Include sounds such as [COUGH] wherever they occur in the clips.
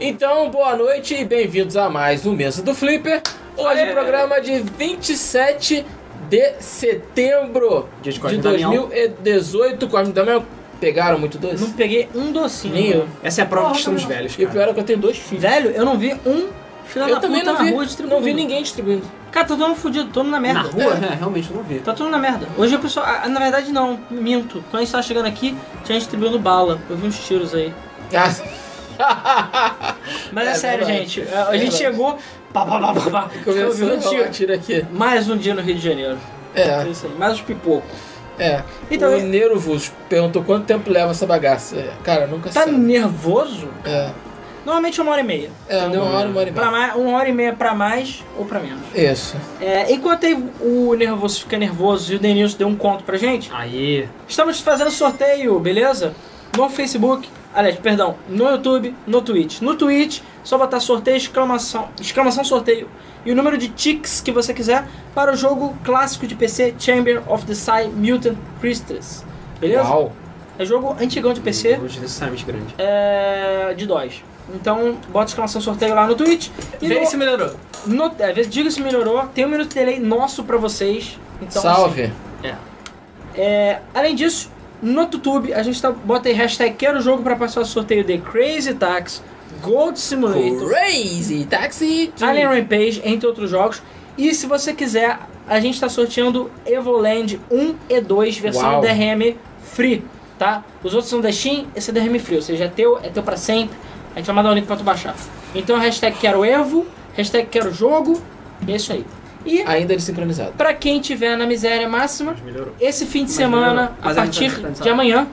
Então, boa noite e bem-vindos a mais um Mesa do Flipper. Hoje, Aê! programa de 27 de setembro Dia de de Cosme Damião. 2018. Cosme Damião pegaram muito doce? Não peguei um docinho. Nem eu. Essa é a prova Porra, que estamos não. velhos, E o cara. pior é que eu tenho dois filhos. Velho, eu não vi um filho Eu da também puta não na vi, rua não distribuindo. vi ninguém [LAUGHS] distribuindo. um. Cara, tá todo mundo fudido, todo mundo na merda. Na rua? [LAUGHS] É, realmente eu não vi. Tá todo mundo na merda. Hoje o pessoal... ah, Na verdade, não. Minto. Quando a gente tava chegando aqui, tinha gente distribuindo bala. Eu vi uns tiros aí. Ah, Mas é, É sério, verdade. gente. A, a gente verdade. chegou... Pá, pá, pá, pá, pá. Eu vi começou um a rolar tiro. tiro aqui. Mais um dia no Rio de Janeiro. É É, isso aí. Mais uns pipocos. é. Então, o é- Nervos perguntou quanto tempo leva essa bagaça. É, Cara, nunca Tá sabe. nervoso? É, Normalmente é uma hora e meia. é deu uma hora, uma hora e Pra meia. mais, uma hora e meia pra mais ou pra menos. Isso. É, enquanto aí o nervoso fica nervoso e o Denilson deu um conto pra gente, Aí. estamos fazendo sorteio, beleza? No Facebook, aliás, perdão, no YouTube, no Twitch. No Twitch, só botar sorteio, exclamação, exclamação sorteio e o número de ticks que você quiser para o jogo clássico de PC Chamber of the Psy Mutant Priestess. Beleza? Uau. É jogo antigão de PC. Hoje necessariamente grande. é, de DOS. Então, bota exclamação sorteio lá no Twitch. E Vê no, se melhorou. no, é, vê- diga se melhorou. Tem um minuto de delay nosso pra vocês. Então, assim, Salve. é, além disso, no YouTube, a gente tá, bota aí hashtag quero jogo pra participar do sorteio de Crazy Tax, Gold Simulator, Crazy Taxi. Alien Rampage, entre outros jogos. E se você quiser, a gente tá sorteando Evoland 1 e 2, versão Uau. DRM free, tá? Os outros são da Steam, esse é DRM free, ou seja, é teu, é teu pra sempre. A gente vai mandar o link pra tu baixar. Então, hashtag quero Evo, hashtag quero jogo, e é isso aí. E Ainda desincronizado. pra quem tiver na miséria máxima, Melhorou. esse fim de Mas semana, melhorou. a Mas a gente partir vai pensar. de amanhã,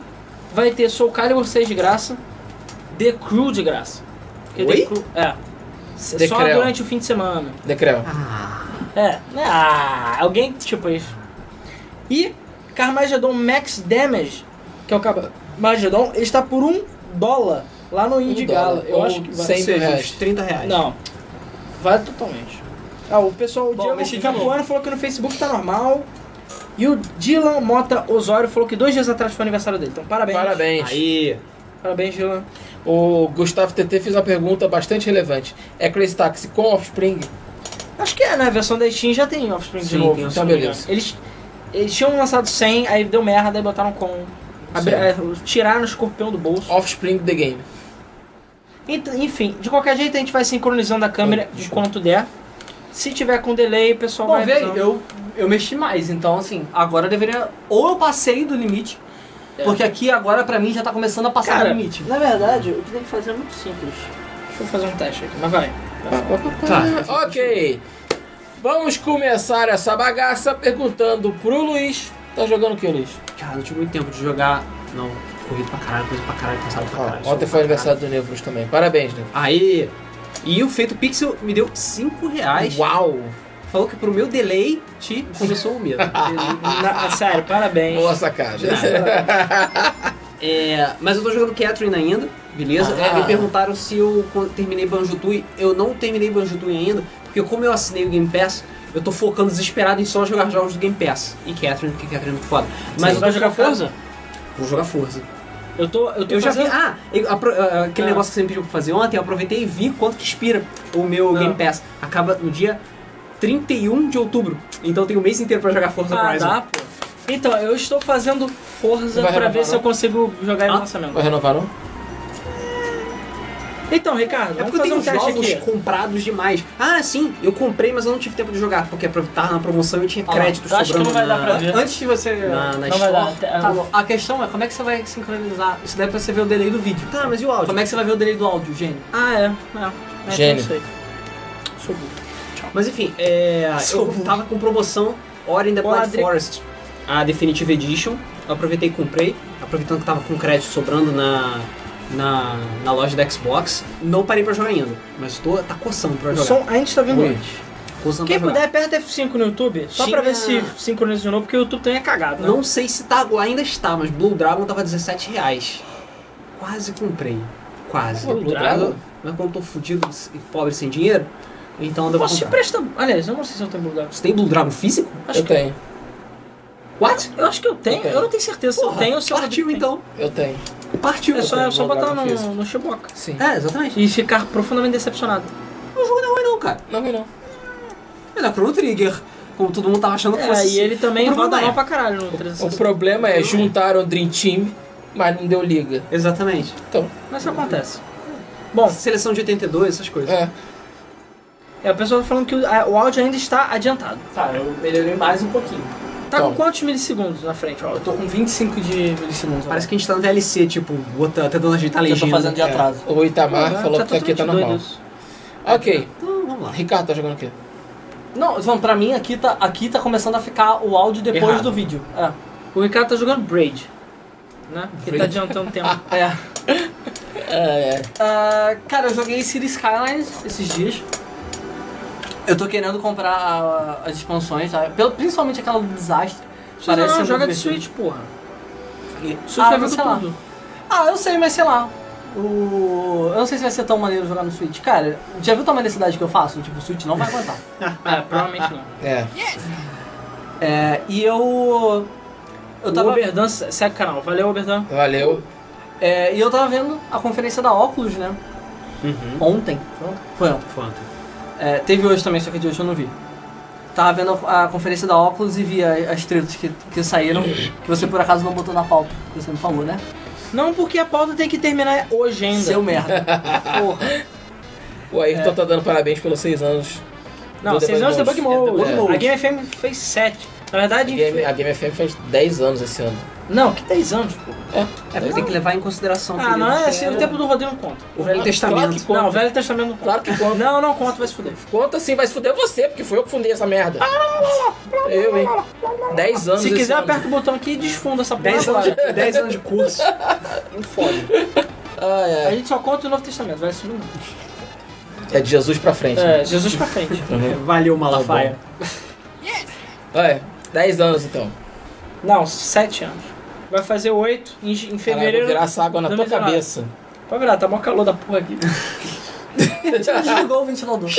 vai ter Soul Calibur 6 de graça, The Crew de graça. Porque Oi? The Crew, é. The Só Crew. durante o fim de semana. Decreo. Ah. É. Ah, alguém tipo isso. E Carmageddon Max Damage, que é o Carmageddon, ele está por um dólar lá no Indie Um dólar, Gala. Eu ou acho que vai. Ou 100 seja, reais. uns 30 reais. Não. Vai totalmente. Ah, o pessoal, o Bom, Diego mas de Capuano falou que no Facebook tá normal. E o Dylan Mota Osório falou que dois dias atrás foi o aniversário dele. Então, parabéns. Parabéns. Aí. Parabéns, Dylan. O Gustavo TT fez uma pergunta bastante relevante. É Crazy Taxi com Offspring? Acho que é, né? A versão da Steam já tem Offspring de Sim, novo. tem é. se não Offspring. me engano. Eles, eles tinham lançado 100, aí deu merda, aí botaram com... Abri, Sim. é, tiraram o escorpião do bolso. Offspring The Game. Ent- Enfim, de qualquer jeito a gente vai sincronizando a câmera Desculpa. enquanto der. Se tiver com delay, o pessoal Bom, vai velho, avisando. eu, eu mexi mais, então assim, agora eu deveria. Ou eu passei do limite, É. porque aqui agora pra mim já tá começando a passar Cara, do limite. Na verdade, o que tem que fazer é muito simples. Deixa eu fazer um teste aqui, mas vai. Tá. Ok. Vamos começar essa bagaça perguntando pro Luiz. Tá jogando o que, Luiz? Cara, não tive muito tempo de jogar. Não, corrido pra caralho, coisa pra caralho, cansado pra caralho. Ó, ontem jogo foi pra aniversário do Nevros também. Parabéns, Nevros. caralho. Aí. E o Feito Pixel me deu 5 reais. Uau! Falou que pro meu delay te começou o medo. [LAUGHS] Delay. Na- ah, sério, parabéns. Boa sacada. É, mas eu tô jogando Catherine ainda, beleza? Ah. É, me perguntaram se eu co- terminei Banjo Tooie. Eu não terminei Banjo Tooie ainda, porque como eu assinei o Game Pass, eu tô focando desesperado em só jogar jogos do Game Pass. E Catherine, porque Catherine é muito foda. Mas Mas Você eu vai tô jogar focando- Forza? Vou jogar Forza. Eu tô, eu tô Eu já vi. fazendo... Ah, eu apro- ah, aquele Ah. negócio que você me pediu pra fazer ontem, eu aproveitei e vi quanto que expira o meu Ah. Game Pass. Acaba no dia 31 de outubro. Então eu tenho um mês inteiro pra jogar Forza Ah, Horizon. dá, pô. Então, eu estou fazendo Forza Vai pra renovar, ver se não? eu consigo jogar ele no né? Ah. lançamento. Vai renovar, não? Então, Ricardo, É vamos porque eu fazer tenho um teste jogos aqui. comprados demais. Ah, sim, eu comprei, mas eu não tive tempo de jogar, porque tava na promoção e eu tinha Ah, créditos eu acho que sobrando não vai na, dar pra ver. Antes de você... Na, na Não vai Store. dar, até- Tá bom. A questão é, como é que você vai sincronizar? Isso daí é pra você ver o delay do vídeo. Tá, mas e o áudio? Como é que você vai ver o delay do áudio, gênio? Ah, é. é. É, Gênio. Não sei. Sou burro. Mas enfim, [LAUGHS] é, Sou eu burro. tava com promoção Ori in the Blind Ladri- Forest, a Definitive Edition. Eu aproveitei e comprei, aproveitando que tava com crédito sobrando na... Na, na loja da Xbox, não parei pra jogar ainda, mas tô, tá coçando pra O jogar. som ainda está vindo Ui. antes. Coçando Quem pra jogar. puder, aperta F5 no YouTube, só pra ver se Tinha- sincroniza de novo, porque o YouTube também é cagado, né? Não sei se tá, ainda está, mas Blue Dragon tava 17 reais. Quase comprei. Quase. Pô, Blue Dragon? Mas quando eu tô fudido e pobre sem dinheiro, então eu devo Posso te comprar. emprestar... Aliás, eu não sei se eu tenho lugar. Você tem Blue Dragon físico? Acho eu que tenho, What? Eu acho que eu tenho, Eu tenho. eu não tenho certeza se eu tenho ou se eu partiu tenho. então. eu tenho. partiu. É só, cara, é só uma botar Dragon Fist. no, no Shiboka. Sim. É, exatamente. E ficar profundamente decepcionado. O jogo não é ruim não, cara. Não, não. Mas é Chrono Trigger, como todo mundo tava achando que É, fosse. e ele também O problema roda mal é- pra caralho no O 360. problema é juntaram o Dream Team, mas não deu liga. assim. Exatamente. Então, Mas isso acontece. Bom, Seleção de 82, essas coisas. é. é a pessoa falando que o, a- o áudio ainda está adiantado. Tá, eu melhorei mais um pouquinho. Tá Então. com quantos milissegundos na frente, o Eu áudio? tô com 25 de milissegundos. Parece que a gente tá no DLC, tipo, botando, tentando ajeitar a que eu legenda. tô fazendo de atraso. O Itamar Ah, falou que aqui tá totalmente doido normal. isso. Ok. Então, vamos lá. Ricardo, tá jogando o quê? Não, Ivan, pra mim aqui tá, aqui tá começando a ficar o áudio depois Errado. do vídeo. É. O Ricardo tá jogando Braid. Né? Porque [LAUGHS] tá adiantando tempo. [LAUGHS] é. É, é. Ah, cara, eu joguei Cities Skylines esses dias. Eu tô querendo comprar a- as expansões, tá? Pelo- principalmente aquela do desastre. Não, ser não, muito joga de divertido. Switch, porra. Switch Ah, vai mas ver sei lá. com tudo. Ah, eu sei, mas sei lá. O... Eu não sei se vai ser tão maneiro jogar no Switch. Cara, já viu tamanho da cidade que eu faço? Tipo, o Switch não vai aguentar. É, provavelmente não. É. [LAUGHS] É, e eu. Eu O tava, Oberdan segue o canal. Valeu, Oberdan. Valeu. é, e eu tava vendo a conferência da Oculus, né? Uhum. Ontem. Foi ontem? Foi ontem. Quanto? É, teve hoje também, só que de hoje eu não vi. Tava vendo a a conferência da Oculus e vi a- as tretas que, que saíram, que você por acaso não botou na pauta, que você não falou, né? Não, porque a pauta tem que terminar hoje ainda. Seu merda. Porra. O É. Ayrton tá dando parabéns pelos seis anos. Não, do 6 anos do Bug Mode. É, do Bug A Mode. Game FM fez 7. Na verdade, A Game, a Game FM fez 10 anos esse ano. não, que 10 anos, pô. É, porque tem que levar em consideração Ah, que não é assim, era o tempo do rodeio não conta. Ah, o Velho claro que Testamento. conta. Não, o Velho Testamento não conta. Claro que conta. Não, não conta, vai se fuder. Conta sim, vai se fuder você, porque foi eu que fundei essa merda. Ah, Eu, hein? 10 anos Se esse quiser, ano. aperta o botão aqui e desfunda essa porra 10 anos, agora. de- 10 anos de curso. Ai, ai. A gente só conta o Novo Testamento, vai se fuder. É de Jesus pra frente. É, Jesus pra frente. Valeu, Malafaia. É, 10 anos então. Não, 7 anos. Vai fazer 8 em, em Caralho, vou fevereiro. tá virar essa água na não tua me dá nada. [LAUGHS] cabeça. Pode virar, tá mó calor da porra aqui. Desligou o ventilador.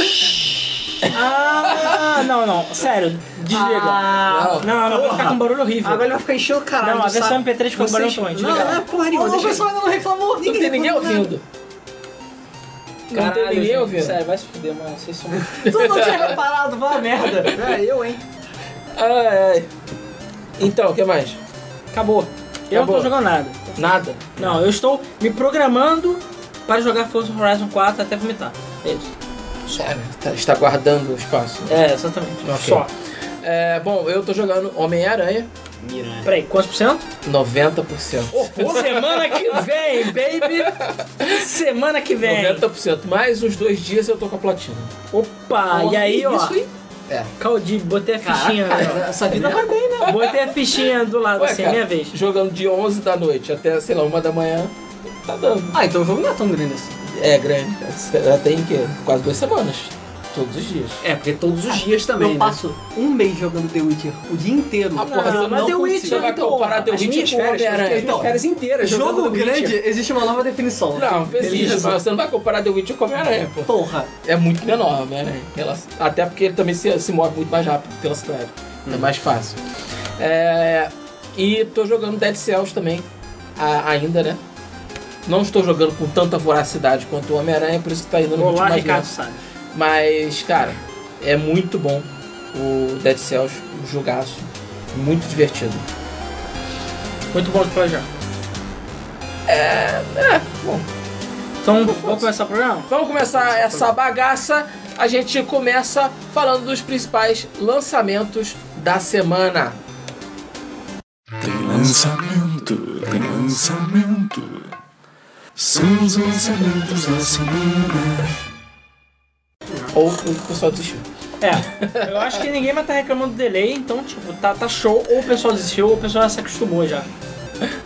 Ah, não, não. Sério, desliga. Ah, Não. não, não, vai ficar com um barulho horrível. agora ele vai ficar enchendo o caralho. Não, a do versão saco. MP3 ficou Vocês- barulho doente, Não, cara. não é porra nenhuma. o deixa pessoal aí. ainda não reclamou. Não tem ninguém reclamou nada. ouvindo. Não tem ninguém gente, ouvindo. Sério, vai se fuder, mano. Vocês são. Tu não tinha reparado, vá merda. [LAUGHS] É, eu, hein? Ai, ai. Então, o que mais? [LAUGHS] Acabou. Eu não Acabou. tô jogando nada. Nada. Não, eu estou me programando para jogar Forza Horizon 4 até vomitar. É isso. Sério, tá- está guardando o espaço. É, exatamente. Ok. Só. É, bom, eu tô jogando Homem-Aranha, Miranha. Peraí, quantos por cento? 90%. Semana que vem, baby! Semana que vem! 90%. Mais uns dois dias eu tô com a platina. Ah, Opa, e aí, ó. Isso aí. É. Caldi, botei a fichinha. né? Essa vida vai bem, né? Botei a fichinha do lado, Ué, assim, cara, minha vez. Jogando de 11 da noite até, sei lá, 1 da manhã, tá dando. Ah, então o jogo não é tão grande assim. É grande. Já tem que quase duas semanas. Todos os dias. É, porque todos os dias também, eu né? passo um mês jogando The Witcher, o dia inteiro. Ah, porra, não, você mas não The consigo. Witcher, Você vai então, comparar The As minhas Witcher com férias, eu Homem-Aranha. fiquei Então, então, férias inteiras. Jogo jogando The Witcher. grande, existe uma nova definição. Não, Beleza. existe, mas você não vai comparar The Witcher com Homem-Aranha, pô. Porra. É muito menor o Homem-Aranha. em relação- Até porque ele também se, se move muito mais rápido pela cidade. É mais fácil. É, E tô jogando Dead Cells também, a- ainda, né? Não estou jogando com tanta voracidade quanto o Homem-Aranha, por isso que tá indo no ritmo Olá, mais Ricardo lento. Salles. Mas, cara, é muito bom o Dead Cells, o jogaço. Muito divertido. Muito bom É, de planejar. bom. Então, vamos começar o programa? Vamos começar essa bagaça. A gente começa falando dos principais lançamentos da semana. Tem lançamento, tem lançamento. São os lançamentos da semana. Ou o pessoal desistiu. É, eu acho que ninguém vai estar reclamando do delay, então, tipo, tá, tá show. Ou o pessoal desistiu, ou o pessoal já se acostumou já.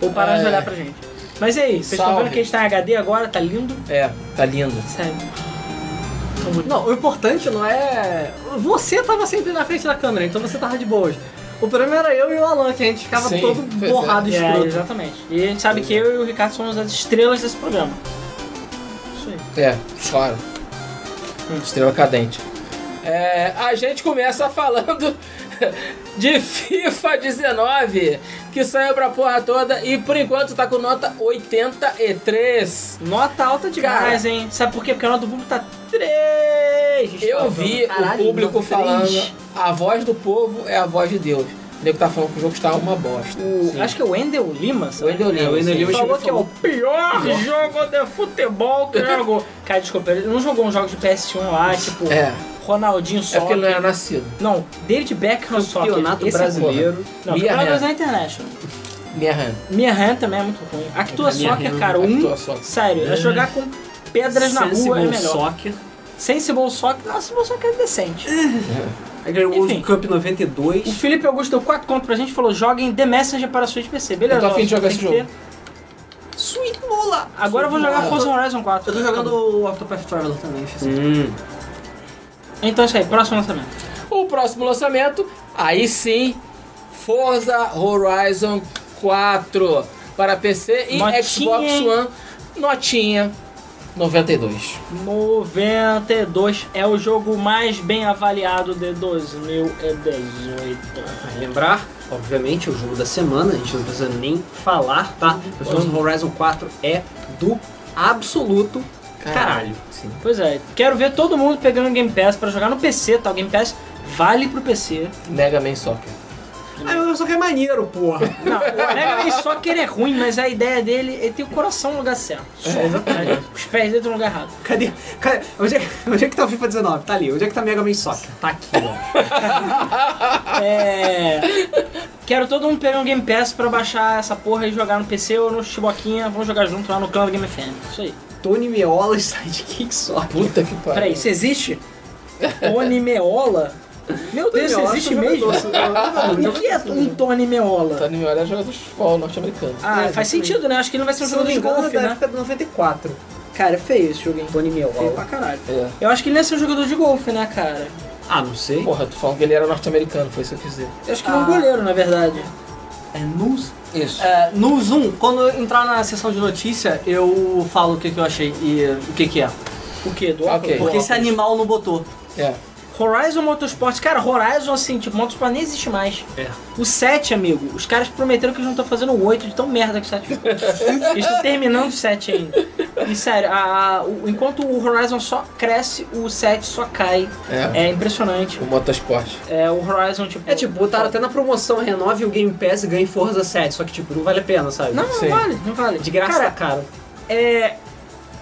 Ou pararam de É. olhar pra gente. Mas e aí, vocês estão Salve. vendo que a gente tá em HD agora? Tá lindo? É, tá lindo. Sério. Não, o importante não é. Você tava sempre na frente da câmera, então você tava de boas. O problema era eu e o Alan, que a gente ficava Sim, todo pois é. borrado e É, escroto. exatamente. E a gente sabe que eu e o Ricardo somos as estrelas desse programa. Isso aí. É, claro. Estrela cadente. [LAUGHS] É, a gente começa falando de FIFA 19, que saiu pra porra toda e por enquanto tá com nota 83. Nota alta demais, hein? Sabe por quê? Porque a nota do público tá 3. Eu vi Tá Caralho, o público nota falando, três. a voz do povo é a voz de Deus. O nego tá falando que o jogo está uma bosta. Sim. Acho que é o Wendel Lima, O sabe? Wendel Lima, É, o Wendel sim. Lima Ele falou chegou que é o pior jogo de futebol [LAUGHS] que jogou. Cara, desculpa, ele não jogou um jogo de PS1 lá, tipo, É, Ronaldinho é porque só. ele não era nascido. Não, David Beckham só. Campeonato Esse é brasileiro. porra. Não, um Mia Campeonato Hamm. Brasileiro é International. Me errando. Minha RAM também é muito ruim. Actua A Mia Soccer, Hamm, cara, um. é Actua Soccer. Sério, é jogar com pedras na rua é Sensible melhor. Soccer. Sensible Soccer, nossa, Sensible Soccer é decente. Aí ganhou o Enfim. World Cup O 92. Felipe Augusto deu 4 conto pra gente e falou: joguem The Messenger para Switch PC. Beleza, Eu tô afim de jogar tem esse que jogo. ter. Sweet Mula! Agora eu vou jogar Forza Horizon 4. Eu tô jogando o Octopath Traveler também, enfim. Hum. Então é isso aí, próximo lançamento. O próximo lançamento, aí sim, Forza Horizon 4 para PC e Notinha, Xbox hein? One, notinha 92. 92 é o jogo mais bem avaliado de 2018. Lembrar, obviamente, é o jogo da semana, a gente não precisa nem falar, tá? Mas Forza Horizon 4 é do absoluto caralho. Sim. Pois é, quero ver todo mundo pegando Game Pass pra jogar no PC, tá? O Game Pass vale pro PC. Mega Man Soccer. Ah, eu só que é maneiro, porra. Não, o Mega Man só que ele é ruim, mas a ideia dele é ter o coração no lugar certo. Só. Os pés dele estão no lugar errado. [LAUGHS] Cadê? Cadê? Onde, é, onde é que tá o FIFA 19? Tá ali. Onde é que tá Mega Man Soccer? Tá aqui, ó. É. Quero todo mundo pegar um Game Pass pra baixar essa porra e jogar no PC ou no Chiboquinha. Vamos jogar junto lá no clã do Game FM. Isso aí. [LAUGHS] Tony Meola e Sidekick Soccer. Puta que pariu. Peraí, isso existe? Tony Meola? Meu Deus, isso existe mesmo? [LAUGHS] O que é um Tony Meola? Tony Meola é jogador de futebol norte-americano. Ah, É, faz também. sentido, né? Acho que ele não vai ser um jogo de golfe, da né? época de 94. Cara, é feio esse jogo, hein? Tony Feio Meola. pra caralho. É. Eu acho que ele não ia ser um jogador de golfe, né, cara? Ah, não sei. Porra, tu falou que ele era norte-americano, foi isso que eu quis dizer. Eu acho que Ah. ele é um goleiro, na verdade. É Nus? Isso. É, no Zoom, quando eu entrar na seção de notícia, eu falo o que, que eu achei e o que, que é. O quê? Do Ok. óculos? Porque esse animal não botou. É. Horizon Motorsport, cara, Horizon, assim, tipo, Motorsport nem existe mais. É. O 7, amigo, os caras prometeram que eles não estão fazendo o 8 de tão merda que o 7 [LAUGHS] ficou. Eles estão terminando o 7 ainda. E sério, a- a- o- enquanto o Horizon só cresce, o 7 só cai. É. É impressionante. O Motorsport. É, o Horizon, tipo. É tipo, botaram até na promoção renove o Game Pass e ganhe Forza 7. Só que, tipo, não vale a pena, sabe? Não, não Sim. vale, não vale. De graça Cara, tá caro. é.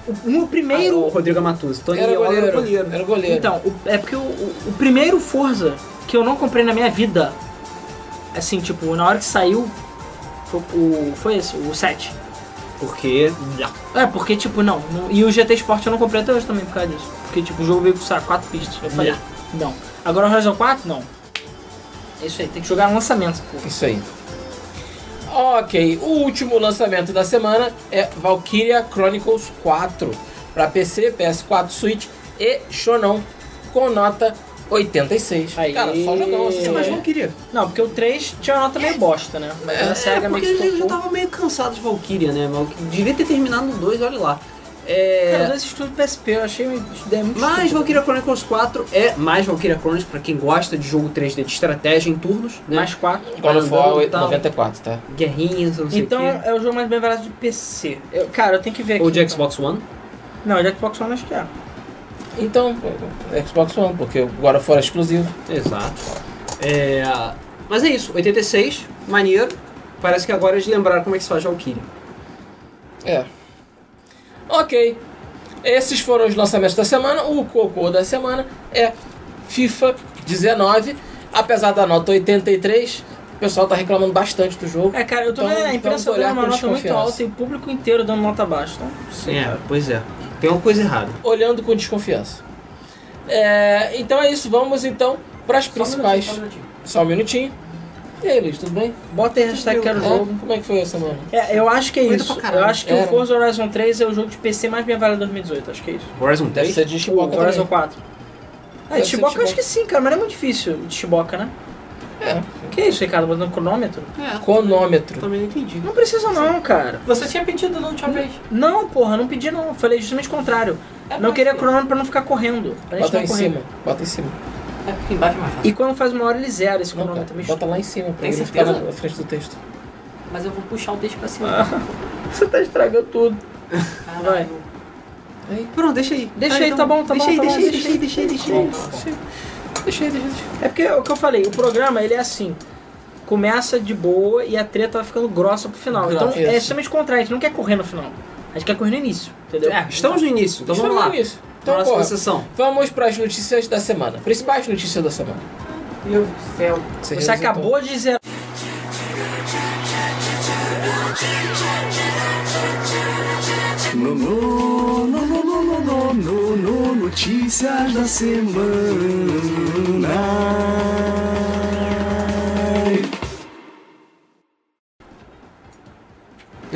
O, o Ah, o primeiro. Rodrigo Matus. Tony Era Meola era goleiro. o goleiro. Era goleiro. Então, o- é porque o, o- o primeiro Forza que eu não comprei na minha vida, assim, tipo, na hora que saiu, foi, o, foi esse, o 7. Porque. É, porque, tipo, não, não- E o GT Sport eu não comprei até hoje também por causa disso. Porque, tipo, o jogo veio com, sei lá, 4 pistas. Eu falei, "Ah, Yeah. não. Agora o Horizon 4, não. É isso aí, tem que jogar no lançamento, pô. Isso aí. Ok, o último lançamento da semana é Valkyria Chronicles 4 para PC, PS4, Switch e Shonon com nota 86. Aí. Cara, só jogão assim, essa Você Mas semana. não queria. Não, porque o 3 tinha uma nota meio bosta, né? Mas a SEGA É, porque meio que eu já tocou. tava meio cansado de Valkyria, né? Mal- Devia ter terminado no 2, olha lá. É... Cara, dois estudos do PSP, eu achei uma ideia muito Mas estúpida. Valkyria Chronicles 4 é mais Valkyria Chronicles pra quem gosta de jogo 3D de estratégia em turnos, né? Mais 4. God of War Andando e tal. 94, tá? guerrinhas, não sei Então o quê. é o jogo mais bem avaliado de PC. Eu- cara, eu tenho que ver aqui. Ou de então. Xbox One. Não, de Xbox One acho que é. Então, Xbox One, porque o God of War é exclusivo. Exato. É... Mas é isso, 86, maneiro. Parece que agora eles lembraram como é que se faz Valkyria. É. Ok. Esses foram os lançamentos da semana. O cocô da semana é FIFA 19. Apesar da nota 83, o pessoal tá reclamando bastante do jogo. É, cara, eu tô Então- vendo a então imprensa vou olhar dando uma com nota muito desconfiança. alta e o público inteiro dando nota baixa. Então, Sim, é, pois é. Tem uma coisa errada. Olhando com desconfiança. É, então é isso. Vamos então para as um principais. Só um minutinho. E aí, Luiz, tudo bem? bota aí hashtag quero É? jogo. Como é que foi a semana? É, eu acho que é Muito isso. pra caralho. Eu acho que Era. o Forza Horizon 3 é o jogo de PC mais bem avaliado de 2018. Acho que é isso. Horizon Deve 3? ser de Chiboca o Horizon também. 4. É, Deve de ser Chiboca Chiboca. eu acho que sim, cara, mas é muito difícil de Chiboca, né? É, Que isso, Ricardo? Botando cronômetro? É, cronômetro. Também não entendi. Não precisa não, cara. Você tinha pedido da última vez. Não, porra, não pedi não. Falei justamente o contrário. É, não queria cronômetro pra não ficar correndo. Pra É gente Bota um não em correr. cima. Bota em cima. É porque embaixo é mais fácil. E quando faz uma hora ele zera esse Não, tá. cronômetro. cara, bicho. bota lá em cima pra Tem ele ficar certeza? na frente do texto. mas eu vou puxar o texto pra cima. Ah. Você tá estragando tudo. vai. Pronto, deixa aí. Deixa Ah, aí, então, tá bom, tá deixa bom. Aí, tá bom, deixa aí, deixa aí, deixa aí, deixa aí. Deixa aí, deixa, deixa. É porque é o que eu falei, o programa ele é assim. Começa de boa e a treta vai ficando grossa pro final. Grossa, Então é isso. extremamente contrário, a gente não quer correr no final. A gente quer correr no início, entendeu? É, estamos no início, então vamos lá. Isso. Então, Próxima bora. sessão. Vamos para as notícias da semana. Principais notícias da semana. Meu Deus do céu. Você, Você resolveu. acabou de zerar. No, no, no, no, no, no, no, no, no, notícias da semana.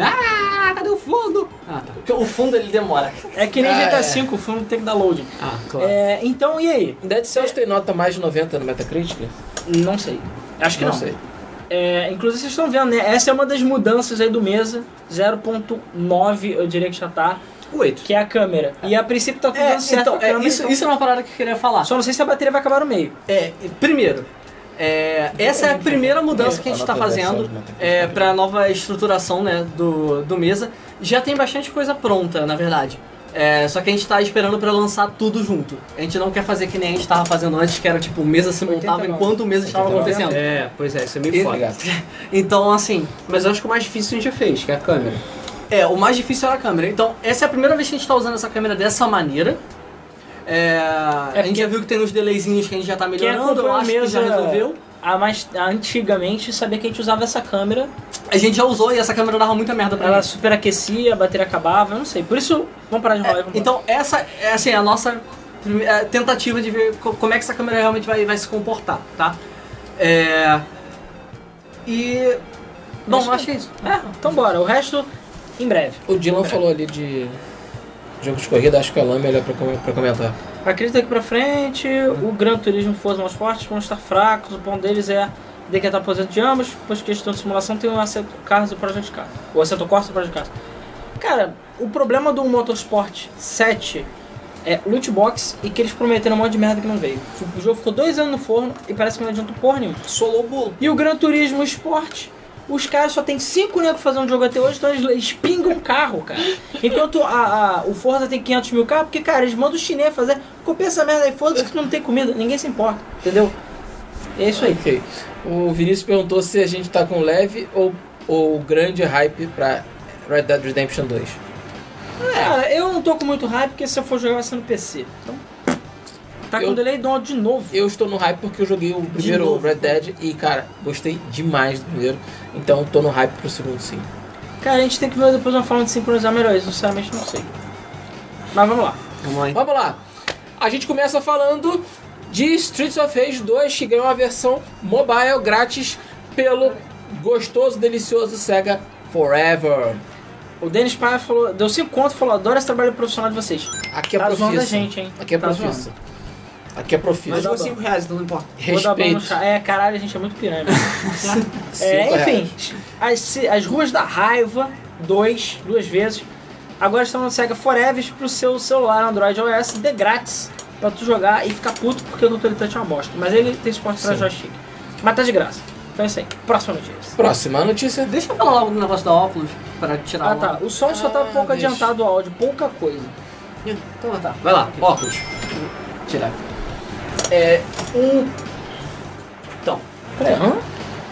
Ah, cadê o fundo? Ah, tá. Porque o fundo ele demora. É que nem Ah, GTA é. V, o filme tem que dar loading. Ah, claro. É, então, e aí? Dead Cells tem nota mais de 90 no Metacritic? Não sei. Acho que não. sei. É, inclusive, vocês estão vendo, né? Essa é uma das mudanças aí do mesa. 0.9, eu diria que já tá. Oito. Que é a câmera. E a princípio tá tudo É, dando certo então, a é, câmera. isso, então- isso é uma parada que eu queria falar. Só não sei se a bateria vai acabar no meio. É, primeiro, é, essa é a primeira mudança que a gente está fazendo é, para a nova estruturação né, do, do mesa. Já tem bastante coisa pronta, na verdade. É, só que a gente tá esperando para lançar tudo junto. A gente não quer fazer que nem a gente tava fazendo antes, que era tipo, o mesa se montava 89. enquanto o mesa estava 89. acontecendo. É, pois é, isso é meio E- foda. Obrigado. Então, assim, Mas eu acho que o mais difícil a gente já fez, que é a câmera. É, o mais difícil era a câmera. Então, essa é a primeira vez que a gente tá usando essa câmera dessa maneira. É, a gente já viu que tem uns delayzinhos que a gente já tá melhorando, eu acompanha o acho que já Mesa- resolveu. A mais, a antigamente, sabia que a gente usava essa câmera. A gente já usou e essa câmera dava muita merda pra Ela nós. superaquecia, a bateria acabava, eu não sei. Por isso, vamos parar de rolar. e vamos Então, essa é assim, a nossa prime- é, tentativa de ver co- como é que essa câmera realmente vai, vai se comportar, tá? É. E. Bom, Acho acho que é isso. embora. É, então bora. O resto, em breve. O [LAUGHS] Dylan falou ali de jogo de corrida, acho que o Alan é melhor pra, com- pra comentar. Acredito aqui pra frente, o Gran Turismo e o Forza Motorsport vão estar fracos. O ponto deles é decantar por dentro de ambos, pois questão de simulação tem um o Assetto Cars e o Project Cars. O Assetto Corsa e o Project Cars. Cara, o problema do Motorsport 7 é loot box e que eles prometeram um monte de merda que não veio. O jogo ficou dois anos no forno e parece que não adianta porra nenhuma. Solou o bolo. E o Gran Turismo Sport, os caras só tem cinco negros fazendo jogo até hoje, então eles- eles pingam um carro, cara. Enquanto a, a- o Forza tem 500 mil carros, porque, cara, eles mandam o chinês fazer, copia essa merda aí, foda-se que não tem comida, ninguém se importa, entendeu? É isso aí. Ok. O Vinícius perguntou se a gente tá com leve ou, ou grande hype pra Red Dead Redemption 2. É. Cara, eu não tô com muito hype, porque se eu for jogar vai ser no PC. Então, tá com Eu- delay down de novo. Eu estou no hype porque eu joguei o primeiro novo. Red Dead e, cara, gostei demais do primeiro. Então tô no hype pro segundo sim. Cara, a gente tem que ver depois uma forma de sincronizar melhor isso, sinceramente não sei. Mas vamos lá. É Vamos lá. hein? Vamos lá. A gente começa falando de Streets of Rage 2, que ganhou uma versão mobile grátis pelo gostoso, delicioso Sega Forever. O Dennis Paia falou, deu 5 conto e falou, adoro esse trabalho profissional de vocês. Aqui é tá zoando a profissa. gente, hein? Aqui é tá profissa. Aqui é Mas profissa. jogou 5 reais, então não importa. Vou dar banho no Respeito. chá. É, caralho, a gente é muito [LAUGHS] piranha. é, Cinco enfim, as, ci- as Ruas da Raiva, dois, duas vezes. Agora estão no Sega Forever pro seu celular Android OS de grátis pra tu jogar e ficar puto porque o Doutor Touch é uma bosta. Mas ele tem suporte pra Sim. joystick. Mas tá de graça. Então é isso aí. Próxima notícia. Próxima notícia. Deixa eu falar logo do negócio da óculos para tirar Ah o- tá, o som só tá Ah, um pouco deixa. adiantado o áudio, pouca coisa. Então tá. Vai lá, óculos. Tirar. É. Um. Então.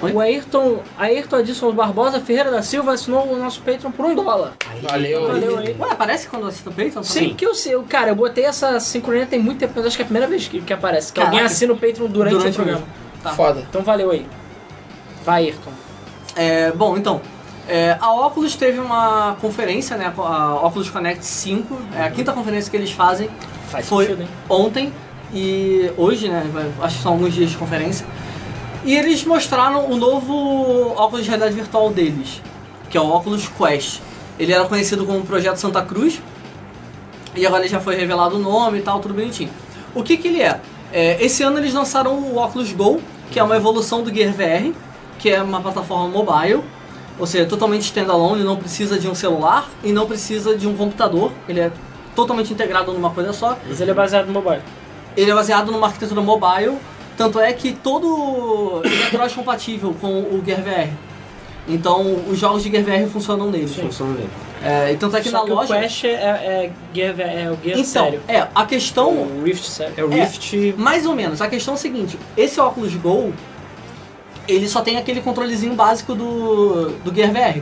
Oi? O Ayrton, Ayrton Adilson Barbosa Ferreira da Silva assinou o nosso Patreon por um dólar. Valeu. Valeu, hein? Ué, aparece quando assista o Patreon? Sim, que eu sei. eu- Cara, eu botei essa sincronia tem muito tempo, mas acho que é a primeira vez que, que aparece. Que Caraca. alguém assina o Patreon durante, Durante o programa. Tá. Foda. Então valeu aí. Vai, Ayrton. É, bom, então. é, a Oculus teve uma conferência, né? A Oculus Connect 5, é a quinta conferência que eles fazem Faz Foi. sentido, hein? ontem e hoje, né? vai- Acho que são alguns dias de conferência. E eles mostraram o novo óculos de realidade virtual deles, que é o Oculus Quest. Ele era conhecido como Projeto Santa Cruz e agora ele já foi revelado o nome e tal, tudo bonitinho. O que que ele é? É, Esse ano eles lançaram o Oculus Go, que é uma evolução do Gear VR, que é uma plataforma mobile, ou seja, totalmente standalone, não precisa de um celular e não precisa de um computador. Ele é totalmente integrado numa coisa só Mas ele é baseado no mobile. ele é baseado numa arquitetura [COUGHS] mobile, tanto é que todo ele é cross compatível com o Gear VR. Então os jogos de Gear VR funcionam neles. Função dele. É, e tanto é que Só na que loja. o Quest é, é, Gear- é o Gear então, sério. é, a questão. O Rift sério. É o É. Rift. Mais ou menos, a questão é a seguinte, esse óculos Go, ele só tem aquele controlezinho básico do, do Gear VR.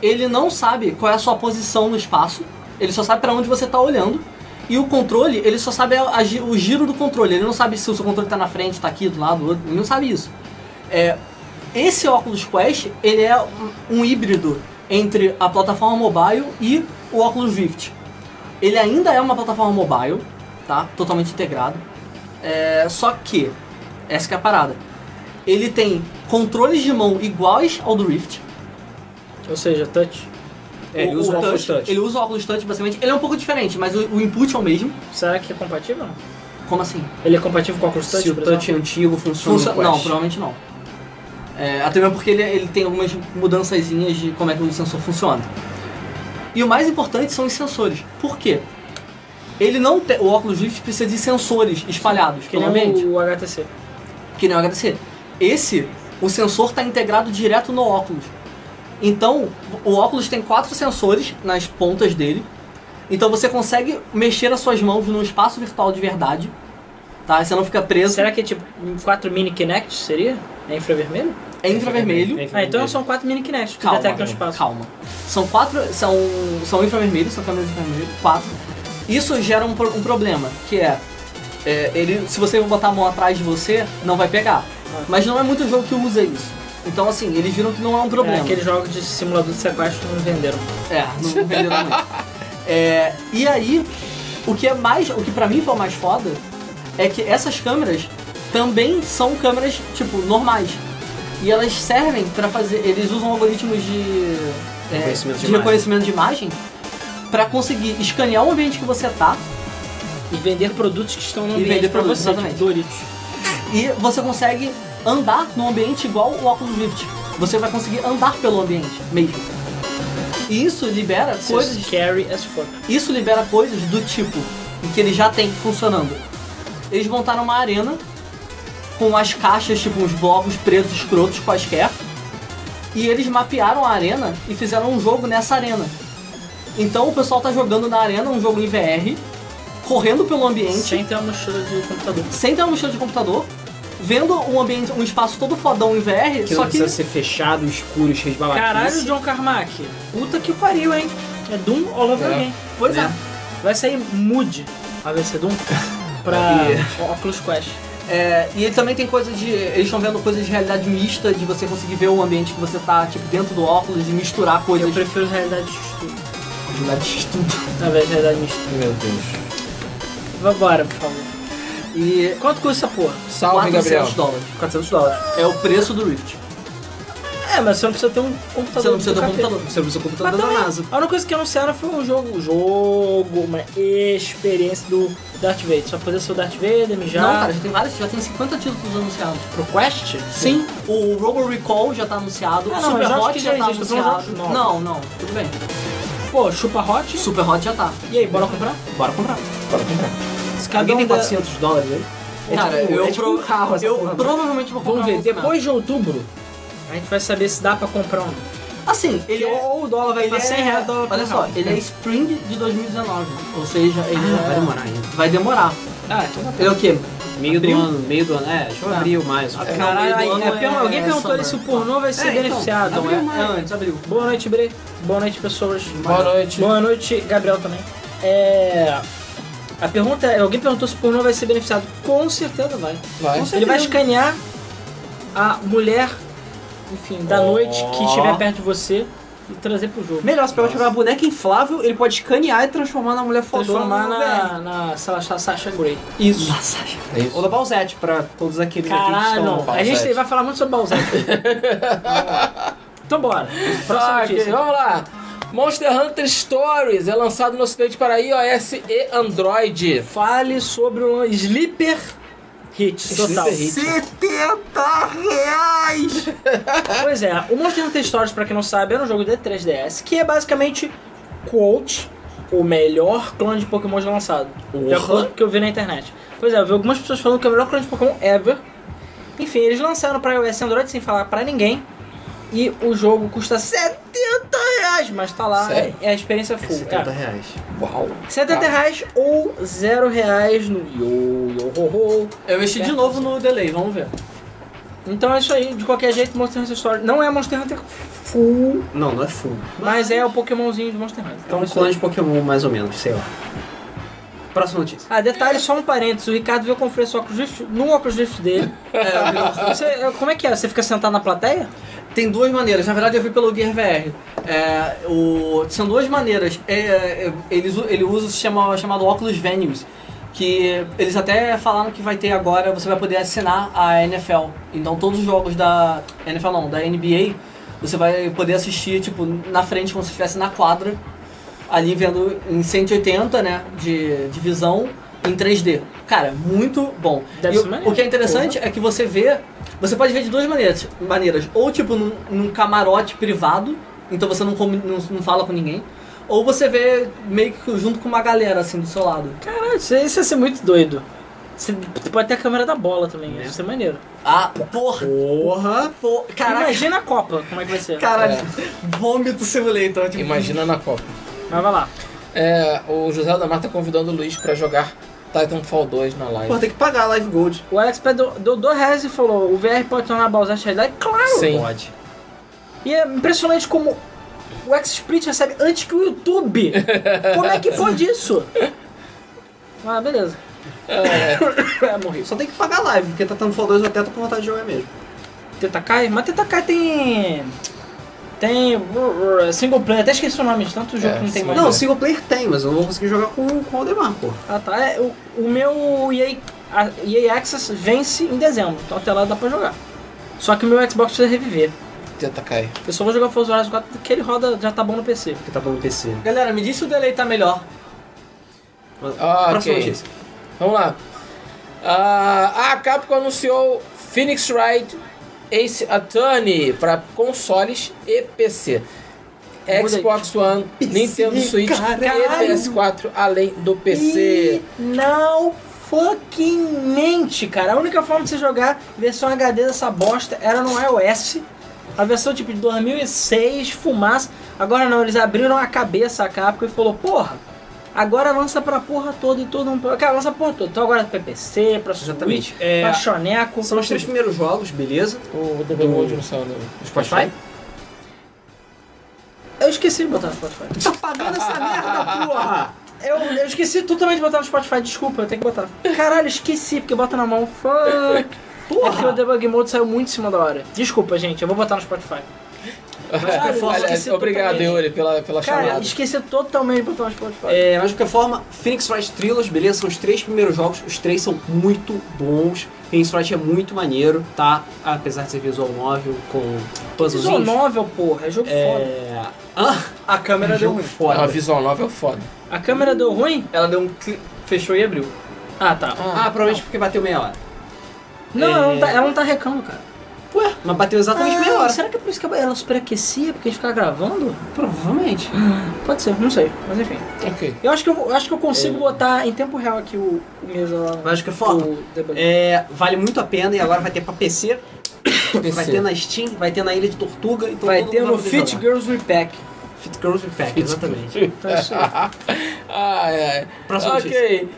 Ele não sabe qual é a sua posição no espaço, ele só sabe pra onde você tá olhando. E o controle, ele só sabe a- a gi- o giro do controle, ele não sabe se o seu controle tá na frente, tá aqui, do lado, do outro, ele não sabe isso. É, esse óculos Quest, ele é um, um híbrido entre a plataforma mobile e o óculos Rift. Ele ainda é uma plataforma mobile, tá? Totalmente integrado. É, só que, essa que é a parada. Ele tem controles de mão iguais ao do Rift. Ou seja, touch. É, ele O- usa o o óculos touch. Ele usa o óculos touch, basicamente. Ele é um pouco diferente, mas o, o input é o mesmo. Será que é compatível? Como assim? Ele é compatível com o Oculus Touch, Se o por touch é exemplo? antigo funciona. Funcio- no Quest. Não, provavelmente não. É, até mesmo porque ele, ele tem algumas mudançazinhas de como é que o sensor funciona. E o mais importante são os sensores. Por quê? Ele não te- o óculos Rift precisa de sensores espalhados Então, Que pelo é nem ambiente. é o HTC. que nem o HDC. Esse, o sensor está integrado direto no óculos. Então, o óculos tem quatro sensores nas pontas dele. Então você consegue mexer as suas mãos num espaço virtual de verdade. Tá? Você não fica preso. Será que é tipo 4 mini Kinect seria? É infravermelho? É infravermelho. É infravermelho. Ah, então são 4 mini Kinect que Calma, detectam o espaço. calma. São quatro. São, são infravermelhos, são câmeras infravermelho, quatro. Isso gera um, pro- um problema, que é, é, ele, se você botar a mão atrás de você, não vai pegar. Mas não é muito jogo que usa isso. Então assim, eles viram que não é um problema. É, aqueles jogos de simulador de sequestro não venderam. É, não venderam [LAUGHS] muito. É, e aí, o que é mais, o que pra mim foi o mais foda é que essas câmeras também são câmeras tipo normais. E elas servem pra fazer, eles usam algoritmos de é, Reconhecimento de de reconhecimento de imagem pra conseguir escanear o ambiente que você tá E vender produtos que estão no E ambiente vender pra produtos, você, exatamente. tipo Doritos. e você consegue andar num ambiente igual o Oculus Rift. Você vai conseguir andar pelo ambiente mesmo. E isso libera Coisas coisas scary as fuck. Isso libera coisas do tipo que ele já tem funcionando. Eles montaram uma arena com umas caixas, tipo uns blocos pretos escrotos quaisquer. E eles mapearam a arena e fizeram um jogo nessa arena. Então o pessoal tá jogando na arena um jogo em VR, correndo pelo ambiente, sem, Sem ter uma mochila de computador. ter uma mochila de computador, vendo um ambiente, um espaço todo fodão em VR, Que não só que precisa ser fechado, escuro, cheio de babaquice. Caralho, John Carmack. Puta que pariu, hein? É Doom all over É. again. Pois é. É. Vai sair Mood, a ver se é [LAUGHS] Doom, pra Oculus Quest. É, e ele também tem coisa de. Eles estão vendo coisas de realidade mista, de você conseguir ver o ambiente que você tá, tipo, dentro do óculos e misturar coisas. Eu prefiro realidade de estudo. Realidade de estudo. Na verdade, realidade mista. Meu Deus. Vambora, por favor. E. Quanto custa essa porra? Salve, 400 Gabriel. dólares. 400 dólares. É o preço do Rift. É, mas você não precisa ter um computador. Você não precisa do ter um capeta. computador. Você usa o Mas computador da também, NASA. a única coisa que anunciaram foi um jogo, um jogo, uma experiência do Darth Vader. Só poder ser o Darth Vader, mijar. Não, cara, já tem vários, já tem 50 títulos anunciados. Pro Quest? Sim, o Robo Recall já tá anunciado, Ah, o não, mas Super jogos Hot que já, já tá existem, são anunciado. jogos novos. Não, não, tudo bem. Pô, chupa hot. Super Hot já tá. E aí, bora comprar? um Bora comprar. Se Alguém tem der- 400 dólares aí? É Cara, tipo- eu, é tipo um pro- carro, essa eu porra. provavelmente vou comprar Vamos ver, um outro, né? depois de outubro, a gente vai saber se dá pra comprar um. Assim, ele é. Ou o dólar vai Ele pra 100 reais, o dólar pra Olha só, real. ele é Spring de 2019. Ou seja, ele já Ah, Vai demorar ainda. Vai demorar. Ah, então dá pra... Ele é o quê? Meio Abril? do ano, meio do ano. É, deixa eu Tá. abrir mais. Abril. É. Caralho, meio do aí, ano é, per- é alguém perguntou summer. ali se o pornô vai ser É, então, beneficiado. abril, é? é antes, abril. Boa noite, Bre. Boa noite, pessoas. Boa noite. Boa noite, Gabriel também. É... A pergunta é, alguém perguntou se o pornô vai ser beneficiado. Com certeza vai. Vai. Ele vai escanear a mulher, enfim, da noite que estiver perto de você e trazer pro jogo. Melhor, se pegar tipo, tiver uma boneca inflável, ele pode escanear e transformar na mulher fodona. Transformar no VR. na, na, sei lá, Sasha Grey. Isso. É isso. Ou da Balzete, pra todos aqueles aqui que Caralho, é um estão... não. a gente vai falar muito sobre Balzac. então bora. Próxima Ah, ok, notícia. vamos lá. Monster Hunter Stories é lançado no ocidente para iOS e Android. Fale sobre o Sleeper Hit total. Sleeper Hit. 70 reais! [LAUGHS] Pois é, o Monster Hunter Stories, pra quem não sabe, era um jogo de 3DS, que é basicamente Quote, o melhor clone de Pokémon já lançado. De acordo com o que eu vi na internet. Pois é, eu vi algumas pessoas falando que é o melhor clone de Pokémon ever. Enfim, eles lançaram pra iOS e Android sem falar pra ninguém. e o jogo custa 70 reais, mas tá lá, Sério? é a experiência full. 70 cara. reais. Uau. 70 reais ou 0 reais no yo, yo, ho, ho. Eu mexi de novo no delay, vamos ver. Então é isso aí, de qualquer jeito, Monster Hunter Story não é Monster Hunter full, Não, não é full. mas é o Pokémonzinho de Monster Hunter. É Então, um isso aí. clone de Pokémon, mais ou menos, sei lá. Próxima notícia. Ah, detalhe, só um parênteses. O Ricardo veio a conferência do Oculus Rift, no Oculus Rift dele. Você- como é que é? Você fica sentado na plateia? Tem duas maneiras, na verdade eu vi pelo Gear VR. É, o- são duas maneiras. É, é, eles u- ele usa o sistema chamado Oculus Venues, que eles até falaram que vai ter agora, você vai poder assinar a NFL. Então todos os jogos da NFL não, da NBA, você vai poder assistir tipo na frente como se estivesse na quadra, ali vendo em 180, né, de, de visão em 3D. Cara, muito bom. Deve E ser o- maneiro. o que é interessante é que você vê, você pode ver de duas maneiras, maneiras ou tipo num, num camarote privado, então você não, come- não, não fala com ninguém, ou você vê meio que junto com uma galera assim do seu lado. Caralho, isso, isso ia ser muito doido. Você pode ter a câmera da bola também, isso ia ser maneiro. Ah, porra! Porra! Pô, caraca, Imagina a Copa, como é que vai ser. caralho, vômito simulator. Tipo, Imagina na Copa. Mas vai lá. É, o José da Mata convidando o Luiz pra jogar Titanfall 2 na live. Porra, tá tem que pagar a Live Gold. O Alex Pé deu deu dois reais e falou: o VR pode tornar a Balzac realidade? Claro! Sim. Pode. E é impressionante como o XSplit recebe antes que o YouTube. como é que pode isso? Ah, beleza. [COUGHS] É, morri. Só tem que pagar a live, porque tá dando Fall 2 eu até tô com vontade de jogar mesmo. Tetakai? Mas Tetakai tem. Tem. uh, Single player, até esqueci o nome de tanto jogo É, que não tem sim. mais. não, single player tem, mas eu não vou conseguir jogar com, com o Aldemar, pô. Ah tá, é, o, o meu EA, a- EA Access vence em dezembro, então até lá dá pra jogar. Só que o meu Xbox precisa reviver. Tenta cair. Eu só vou jogar Forza Horizon 4 porque ele roda, já tá bom no PC. Porque tá bom no PC. Galera, me diz se o delay tá melhor. Ah, Próxima ok. notícia. Vamos lá. Ah, a Capcom anunciou Phoenix Wright Ace Attorney para consoles e PC. Olha aí. Xbox One, Nintendo Switch e PS4, além do PC. E não fucking mente, cara. A única forma de você jogar versão HD dessa bosta era no iOS. A versão tipo de 2006, fumaça. Agora não, eles abriram a cabeça a Capcom e falou, porra, agora lança pra porra toda e todo mundo... Cara, lança pra porra toda. Então agora pra PC, pra Switch, Exatamente. É, pra Choneco. são os três primeiros jogos, beleza? O Double Gold não saiu no Spotify? Eu esqueci de botar no Spotify. Tá pagando essa merda, porra! Eu, eu esqueci totalmente de botar no Spotify, desculpa, eu tenho que botar. Caralho, esqueci, porque bota na mão. Fuck. É que o debug mode saiu muito em cima da hora. Desculpa, gente, eu vou botar no Spotify. Aliás, Ah, eu esqueci Obrigado, totalmente. Yuri, pela, pela Cara, chamada. esqueci totalmente de botar no Spotify. É, mas de qualquer forma, Phoenix Wright Thrillers, beleza? São os três primeiros jogos, os três são muito bons. Phoenix Wright é muito maneiro, tá? Apesar de ser visual novel com Visual puzzlezinhos. novel, porra, é jogo foda. É... Ah, A câmera deu ruim. A foda. visual novel é foda. A câmera deu ruim? Ela deu um cli... fechou e abriu. Ah, tá. Ah, provavelmente porque bateu meia hora. Não, ela não É. tá, ela não tá recando, cara. Ué, mas bateu exatamente tá meia hora. será que é por isso que ela superaquecia? Porque a gente ficava gravando? Provavelmente. Pode ser, não sei, mas enfim. Ah, Ok. Eu acho que eu, vou- eu acho que eu É. consigo botar em tempo real aqui o o mesa lá. Mas de qualquer forma, o debug. É, vale muito a pena e agora vai ter pra PC, vai PC. ter na Steam, vai ter na Ilha de Tortuga, então Vai todo ter mundo no poder Fit jogar. Girls Repack. Fit Girls Pack, exatamente. [LAUGHS] Então é isso aí. ai, ai. Próxima ok.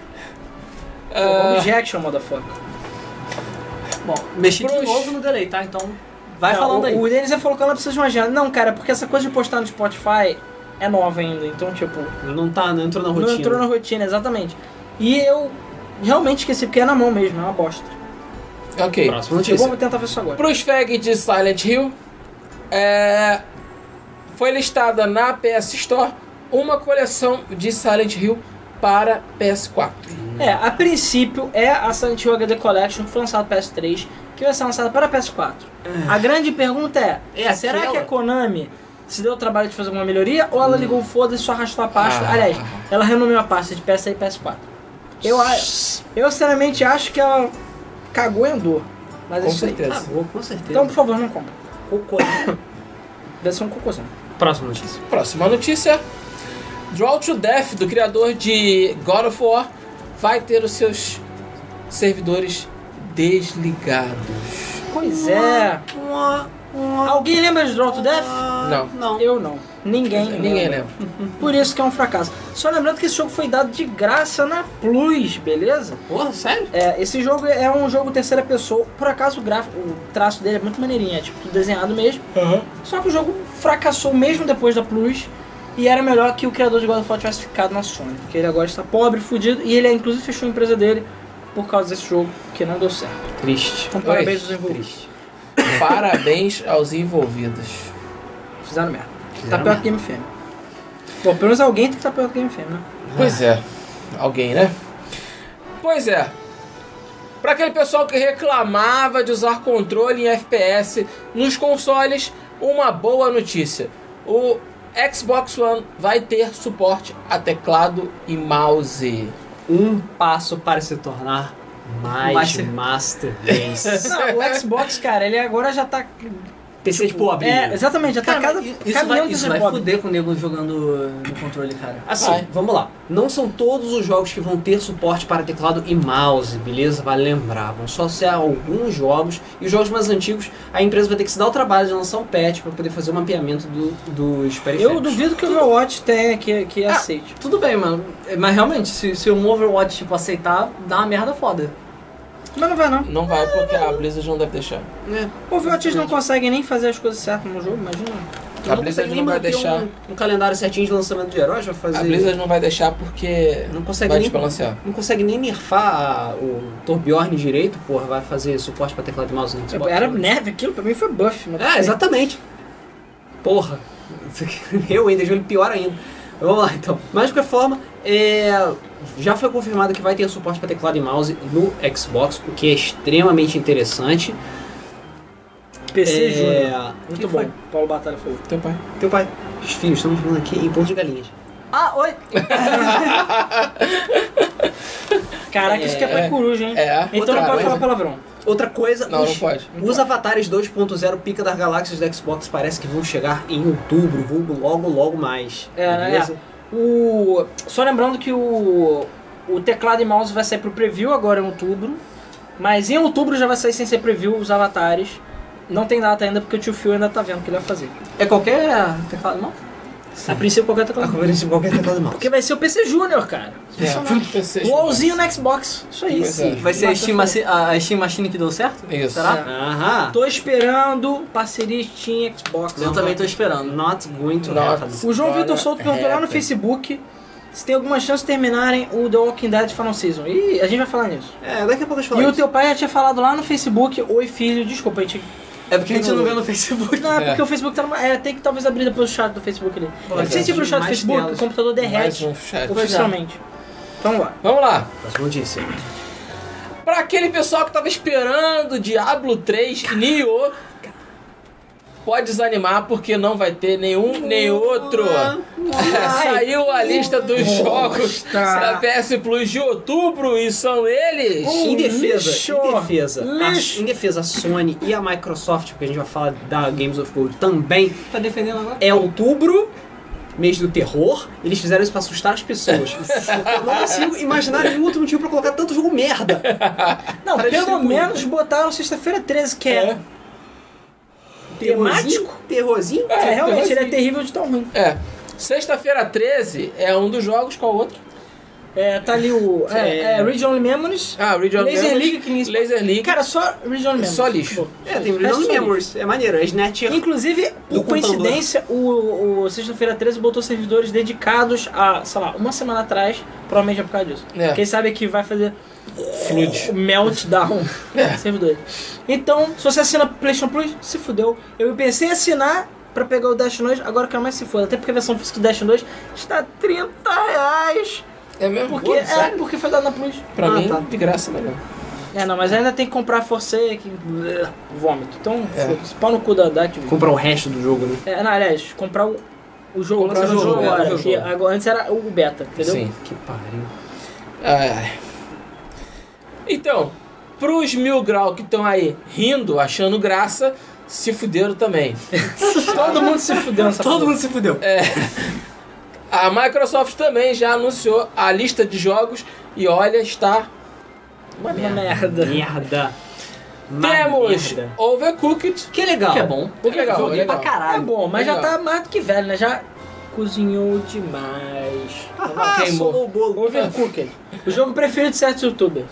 Ah, Objection, motherfucker. Bom, mexi de Pros- novo no delay, tá? Então vai Não, falando o, aí. O Denis já falou que ela precisa de uma agenda. Não, cara, porque essa coisa de postar no Spotify é nova ainda. Então, tipo, Não tá, não entrou na rotina. não entrou na rotina, exatamente. E eu realmente esqueci, porque é na mão mesmo, é uma bosta. ok. Próxima Eu notícia. vou tentar ver isso agora. Para os fag de Silent Hill, é, foi listada na PS Store uma coleção de Silent Hill para PS4. É, a princípio é a Silent Hill HD Collection que foi lançada para PS3, que vai ser lançada para PS4. A grande pergunta é, Ah. É será aquela? que a Konami se deu o trabalho de fazer alguma melhoria ou Hum. ela ligou o foda e só arrastou a pasta? Ah. Aliás, ela renomeou a pasta de PS3 e PS4. Eu, a- eu sinceramente acho que ela cagou e andou. Mas é Com isso aí. certeza. Vou, com certeza. Então, né? por favor, não compra. Cocô. Deve ser um cocôzão. Próxima notícia. Próxima notícia: Draw to Death, do criador de God of War, vai ter os seus servidores desligados. Pois é. Alguém lembra de Draw to Death? Não. Não. Eu não. Ninguém Ninguém lembra. Por isso que é um fracasso. Só lembrando que esse jogo foi dado de graça na Plus, beleza? Porra, sério? É, esse jogo é um jogo terceira pessoa. Por acaso o gráfico, o traço dele é muito maneirinho, é tipo tudo desenhado mesmo. Só que o jogo fracassou mesmo depois da Plus. E era melhor que o criador de God of War tivesse ficado na Sony. Porque ele agora está pobre, fudido. E ele inclusive fechou a empresa dele por causa desse jogo que não deu certo. É Triste. Então parabéns aos Oi, envolvidos. Parabéns aos envolvidos. Fizeram merda. tá pior que Game FM. Bom, pelo menos alguém tem que tá pior que Game FM, [LAUGHS] né? Pois é. Alguém, né? Pois é. Pra aquele pessoal que reclamava de usar controle em FPS nos consoles, uma boa notícia. O Xbox One vai ter suporte a teclado e mouse. Um passo para se tornar mais Master- Master, Race. Não, o Xbox, cara, ele agora já tá. PC de pobre. É, exatamente, já tá cada. Isso cada vai, um isso desse vai pobre. fuder com o nego jogando no controle, cara. Ah, Assim, Vai. vamos lá. Não são todos os jogos que vão ter suporte para teclado e mouse, beleza? Vale lembrar. Vão só ser alguns jogos. E os jogos mais antigos, a empresa vai ter que se dar o trabalho de lançar um patch para poder fazer o mapeamento do, dos periféricos. Eu duvido que o Overwatch tenha que, que aceite. Tudo bem, mano. É, Mas realmente, se, se um Overwatch, tipo, aceitar, dá uma merda foda. Mas não vai não. Não vai porque a Blizzard não deve deixar. O Overwatch eles não conseguem nem fazer as coisas certas no jogo, imagina. Tu A não Blizzard consegue não vai manter deixar. Um, um calendário certinho de lançamento de heróis, vai fazer. A Blizzard não vai deixar porque não consegue vai nem. desbalancear. Não consegue nem nerfar a- o Torbjorn direito, porra, vai fazer suporte pra teclado e mouse né? no Xbox. Era neve aquilo, pra mim foi buff. Mas É, exatamente. Porra. [LAUGHS] Eu ainda jogo pior ainda. Vamos lá então. Mas de qualquer forma, é, já foi confirmado que vai ter suporte para teclado e mouse no Xbox, o que é extremamente interessante. PC é... Júnior. Muito né? Muito bom. bom. Paulo Batalha foi. Teu Então, pai. Teu pai. Os filhos, estamos falando aqui em ponto de galinhas. Ah, oi! [LAUGHS] Caraca, isso que é pai É, coruja, hein? É. Então outra não pode coisa. falar palavrão. Outra coisa, Não, os, não pode. os avatares 2.0 pica das galáxias do Xbox parece que vão chegar em outubro, vulgo logo, logo mais. É, né? beleza? O... Só lembrando que o... o teclado e mouse vai sair pro preview agora em outubro. Mas em outubro já vai sair sem ser preview os avatares. Não tem data ainda porque o tio Phil ainda tá vendo o que ele vai fazer. É qualquer teclado, não? A princípio qualquer teclado. A e mouse. conferência de Tá qualquer teclado e mouse. Porque vai ser o PC Júnior, cara. É. PC. LOLzinho no Xbox. Isso aí. Pois é. Vai ser a Steam, Machi- a a Steam Machine que deu certo? Isso. Será? Aham. Tô esperando parceria Steam Xbox. Eu também tô esperando. tá- Not né, going to Not. happen. O João Olha, é, Vitor Souto perguntou lá no rapper. Facebook se tem alguma chance de terminarem o The Walking Dead Final Season. E a gente vai falar nisso. É, daqui a pouco a gente fala E o disso. teu pai já tinha falado lá no Facebook, oi filho, desculpa, a gente. [LAUGHS] É porque a gente não vê no Facebook. Não, é É. porque o Facebook tá numa. É, tem que talvez abrir depois o chat do Facebook ali. Olha, Porque se abrir o chat do mais Facebook, telas. o computador Mais derrete um chat. oficialmente. Então lá. Vamos lá. Mas vamos dizer. assim, Pra aquele pessoal que tava esperando Diablo 3, Nioh, pode desanimar porque não vai ter nenhum nem outro. É, Saiu a lista dos jogos da PS Plus de outubro e são eles. Em defesa, lixo! em defesa, Lixo! a, em defesa, a Sony e a Microsoft, porque a gente vai falar da Games of Gold também, Tá defendendo agora? é outubro, mês do terror, eles fizeram isso pra assustar as [LAUGHS] pessoas. Eu não consigo imaginar nenhum outro motivo pra colocar tanto jogo merda. Não, Pra pelo distribuir. menos botaram sexta-feira 13, que é. Terrorzinho? Temático? Terrorzinho? É, realmente, ele é terrorzinho. terrível de tão ruim. É. Sexta-feira 13 é um dos jogos, qual outro? É, tá ali o. É, É. é Region Memories. Ah, Region Laser Memories. League que me inspira- Laser League. Cara, só Region Memories. Só lixo. É, tem É só Real isso. Memories. É maneiro, é Snatcher. Inclusive, Do por coincidência, o, o Sexta-feira 13 botou servidores dedicados a, sei lá, uma semana atrás, provavelmente é por causa disso. É. Quem sabe que vai fazer Flood. o meltdown [LAUGHS] É. do servidor. Então, se você assina PlayStation Plus, se fudeu. Eu pensei em assinar pra pegar o Dash 2, agora eu quero mais se foda. Até porque a versão física do Dash 2 está 30 reais. É mesmo? Porque, Pô, é, sério? porque foi dado na Plus. Pra Ah, mim, tá. de graça melhor. É, não, mas ainda tem que comprar Forsake, bleh, vômito. Então, É. foda-se. pau no cu da, da Activision. Comprar o resto do jogo, né? É, não, aliás, comprar o, o jogo, Comprar lançar o jogo, é, agora, o jogo. que agora. Antes era o beta, entendeu? Sim. Que pariu. Ai, ai. Então, pros mil grau que estão aí rindo, achando graça, se fuderam também. [LAUGHS] Todo mundo se fudeu nessa Todo porra. mundo se fudeu. A Microsoft também já anunciou a lista de jogos e olha, está Uma merda. Merda. Temos merda. Overcooked. Que legal. Que é bom. O que é legal, Joguei é legal. pra caralho. É bom, mas já Legal. tá mais do que velho, né? Já cozinhou [LAUGHS] demais. Queimou. solou o bolo. Overcooked. o jogo preferido de certos youtubers.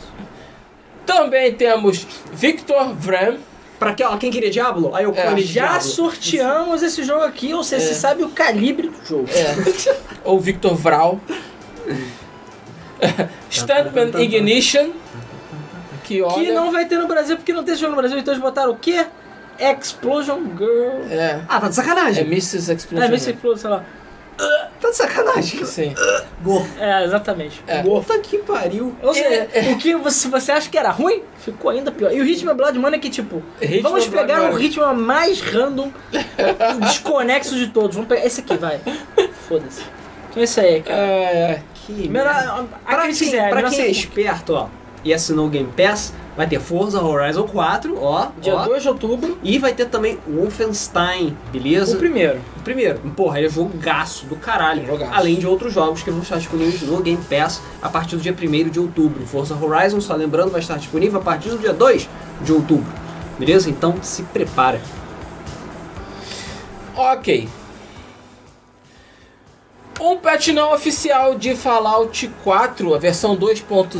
Também temos Victor Vram. Pra que, ó, quem queria Diablo? Aí eu É, é, de Já Diablo. sorteamos esse jogo aqui, ou seja, É. você sabe o calibre do jogo. É. Ou Victor Vral. Stuntman Ignition. Que olha. Que não vai ter no Brasil, porque não tem esse jogo no Brasil, então eles botaram o quê? Explosion Girl. É. Ah, tá de sacanagem. É Mrs. Explosion. É, Miss Explosion, sei lá. Tá de sacanagem. Sim. É, exatamente. É. Puta que pariu. Ou seja, É, o que você, você acha que era ruim, ficou ainda pior. E o Hitman Blood Money é que, tipo, Hitman vamos Blood pegar o Money. ritmo mais random e desconexo de todos. Vamos pegar esse aqui, vai. Foda-se. Então esse aí, cara. É, é. Que Melhor, merda. a- a quem Pra quem, quiser, pra melhor quem ser- é esperto, ó, e assinou o Game Pass, vai ter Forza Horizon 4, ó. Dia ó. 2 de outubro, E vai ter também o Wolfenstein, beleza? o primeiro. O primeiro, porra, ele é jogaço do caralho. Jogaço. Além de outros jogos que vão estar disponíveis no Game Pass a partir do dia 1 de outubro. Forza Horizon, só lembrando, vai estar disponível a partir do dia 2 de outubro. Beleza? Então se prepara. Ok. Um patch não oficial de Fallout 4, a versão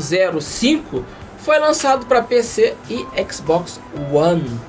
2.05, foi lançado para PC e Xbox One.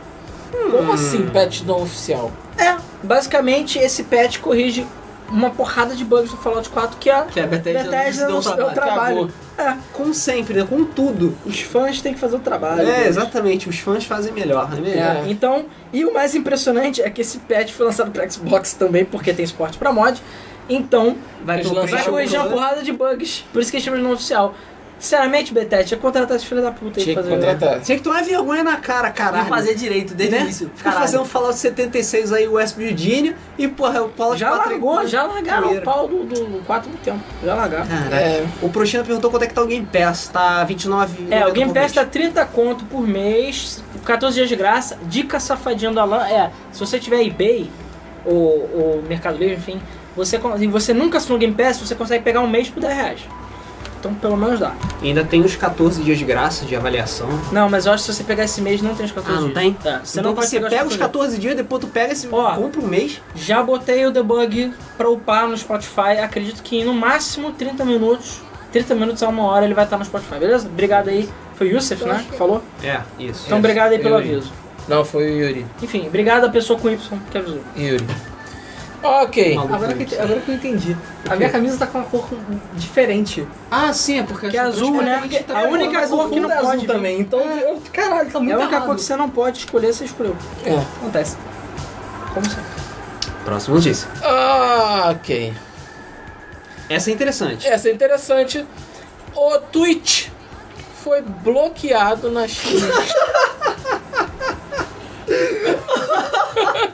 Como assim Hum. patch não oficial? É, basicamente esse patch corrige uma porrada de bugs do Fallout 4 que a Que é Bethesda, Bethesda não não se deu deu um trabalho. trabalho. Como sempre, né? Com tudo. Os fãs têm que fazer o trabalho. É, deles. exatamente. Os fãs fazem melhor, não é mesmo? É. Então, e o mais impressionante é que esse patch foi lançado para Xbox também, porque tem suporte para mod. Então, Vai vai corrigir uma porrada de bugs. Por isso que chama de não oficial. Sinceramente, Bethesda, tinha que contratar esse filho da puta aí Tinha pra que fazer. contratar. Tinha que tomar vergonha na cara, caralho. Não fazer direito desde Né? o início. Ficar Caralho. fazendo Fallout 76 aí, West Virginia, e porra, o Paulo Já largou, já largaram o Primeiro. pau do, do 4 do tempo. Já largaram. Caralho. É, O Prochina perguntou quanto é que tá o Game Pass. Tá 29 É, o Game Pass tá 30 conto por mês, 14 dias de graça. Dica safadinha do Alan é, se você tiver eBay ou, ou Mercado Livre, enfim, você, con- e você nunca assinou o Game Pass, você consegue pegar um mês por 10 reais. Então pelo menos dá. Ainda tem os 14 dias de graça de avaliação. Não, mas eu acho que se você pegar esse mês não tem os 14 Ah, não dias. tem? É, você então não pode você pegar pega os 14 dias, depois tu pega esse. Ó. compra um mês. dias. Já botei o debug pra upar no Spotify, acredito que em no máximo 30 minutos, 30 minutos a uma hora ele vai estar no Spotify, beleza? Obrigado aí. Foi o Youssef, né? Que falou? É, isso. Então obrigado aí pelo eu li. aviso. não, foi o Yuri. Enfim, obrigado a pessoa com Y que avisou. Yuri. Ok. Maluco. Agora que, agora que eu entendi. A minha camisa tá com uma cor diferente. Ah, sim, é porque. Que é azul, né? A única Mas o cor que fundo não é azul pode. vir. também. Então, né? eu- caralho, tá É muito a única errado. cor que você não pode escolher, você escolheu. É. Acontece. Como sempre. Próxima notícia. Ah, Ok. Essa é interessante. Essa é interessante. O Twitch foi bloqueado na [LAUGHS] China.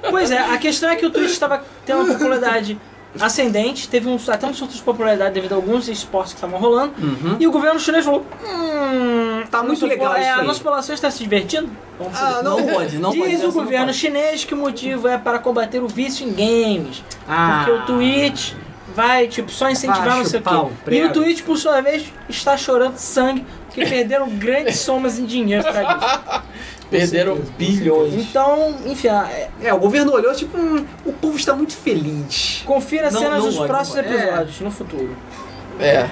Pois é, a questão é que o Twitch estava tendo uma popularidade ascendente, teve um, até um surto de popularidade devido a alguns esportes que estavam rolando. Uhum. E o governo chinês falou: Hum, Tá muito nossa legal po- é, isso A aí." nossa população está se divertindo? Vamos se Ah, não. pode, não pode. Diz essa o não governo pode. chinês que o motivo é para combater o vício em games. Ah. Porque o Twitch vai, tipo, só incentivar Vai não sei o quê. chupar o E o prego. Twitch, por sua vez, está chorando sangue porque perderam grandes somas em dinheiro pra [LAUGHS] Perderam isso. bilhões. Então, enfim, ah, é, É, o governo olhou tipo, hum, o povo está muito feliz. confira as Não- cenas não dos vai, não próximos vai. episódios no futuro. É.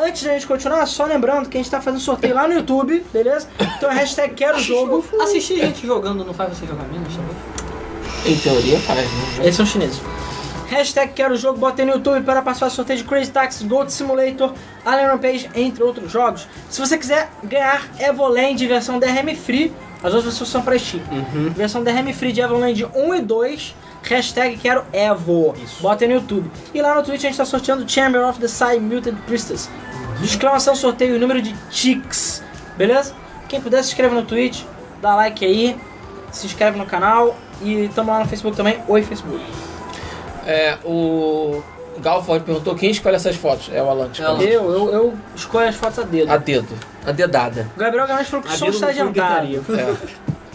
Antes da gente continuar, só lembrando que a gente tá fazendo sorteio lá no YouTube, beleza? Então a hashtag quero jogo. Assistir gente jogando não faz você jogar menos, tá talvez? Em teoria faz, né? Eles são chineses. Hashtag quero jogo, bota aí no YouTube para participar do sorteio de Crazy Taxi, Gold Simulator, Alien Rampage, entre outros jogos. Se você quiser ganhar Evoland versão DRM Free, as outras versões são para Steam. Versão DRM Free de Evoland 1 e 2, hashtag quero Evo, bota aí no YouTube. E lá no Twitch a gente está sorteando Chamber of the Psy Muted Priestess. Exclamação sorteio e número de ticks, beleza? Quem puder se inscreve no Twitch, dá like aí, se inscreve no canal e tamo lá no Facebook também. Oi, Facebook. É, o Galford perguntou quem escolhe essas fotos. É o Alan. que escolhe. Eu, eu, eu escolho as fotos a dedo. A dedo. A dedada. O Gabriel Guimarães falou que A o som dedo está não foi adiantado. gritaria. É.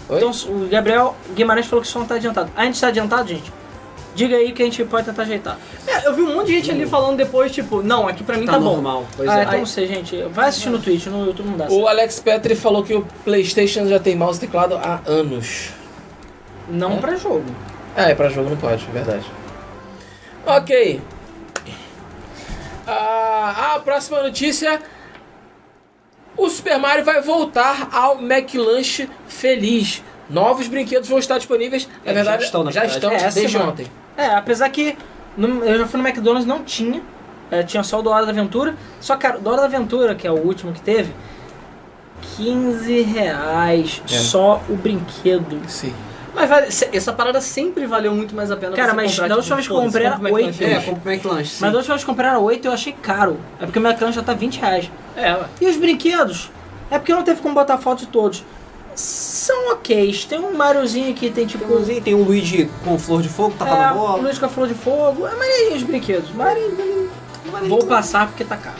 Oi? Então, o Gabriel Guimarães falou que o som está adiantado. A gente está adiantado, gente? diga aí que a gente pode tentar ajeitar. É, eu vi um monte de gente ali falando depois, tipo, não, aqui pra mim tá, Tá bom. normal. Pois ah, é. então não sei, gente. Vai assistir no Twitch, no YouTube não dá. O Alex Petri falou que o PlayStation já tem mouse e teclado há anos. Não pra jogo. Ah, é pra jogo não pode, é verdade. Ok. Ah, a próxima notícia. O Super Mario vai voltar ao McLanche Feliz. Novos brinquedos vão estar disponíveis. Na É, já verdade, estão, na já verdade. estão É, essa desde semana. ontem. É, apesar que no- eu já fui no McDonald's, não tinha. É, tinha só o do Hora da Aventura. Só que cara, o do Hora da Aventura, que é o último que teve, 15 reais É. só o brinquedo. Sim. Mas vale- se- essa parada sempre valeu muito mais a pena Cara, você mas comprar, da tipo, última vez que eu foda-se, comprei era compra o McLanche. oito. É, compra o McLanche. sim. Mas da última vez que compraram 8 eu achei caro. É porque o McDonald's já tá 20 reais. É, ué. E os brinquedos? É porque não teve como botar foto de todos. São ok. Tem um Mariozinho que tem tipo. Inclusive tem um Luigi com flor de fogo, tá é, na o bola. Luiz com a flor de fogo. É maneirinho os brinquedos. Maneirinho, maneirinho. Vou passar porque tá caro.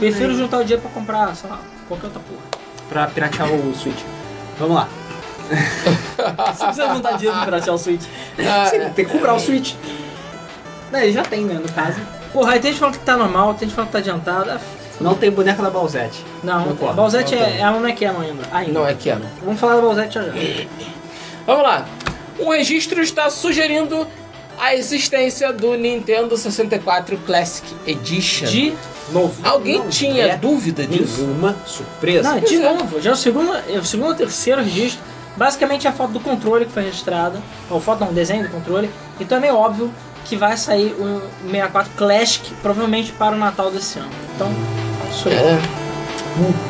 Prefiro juntar o dinheiro pra comprar, sei lá, qualquer outra porra. Pra piratear o Switch. Vamos lá. Você precisa juntar dinheiro pra piratear o Switch. Ah, Sim, tem que comprar o Switch. Não, ele já tem, né, no caso. Porra, aí tem gente falando que tá normal, tem gente falando que tá adiantado. É, f- Não tem boneca da Balzette. Não, Concordo, Balzete não é, ela não é Canon ainda. ainda. não é que é. não. Vamos falar da Balzete já já. Vamos lá. O registro está sugerindo a existência do Nintendo 64 Classic Edition. De Novo. Alguém Não tinha é dúvida disso? nenhuma surpresa. Não, de novo, já é o segundo, é o segundo ou terceiro registro. Basicamente é a foto do controle que foi registrada, ou foto não, desenho do controle. Então é meio óbvio que vai sair um o 64 Classic, provavelmente para o Natal desse ano. Então, isso aí. É.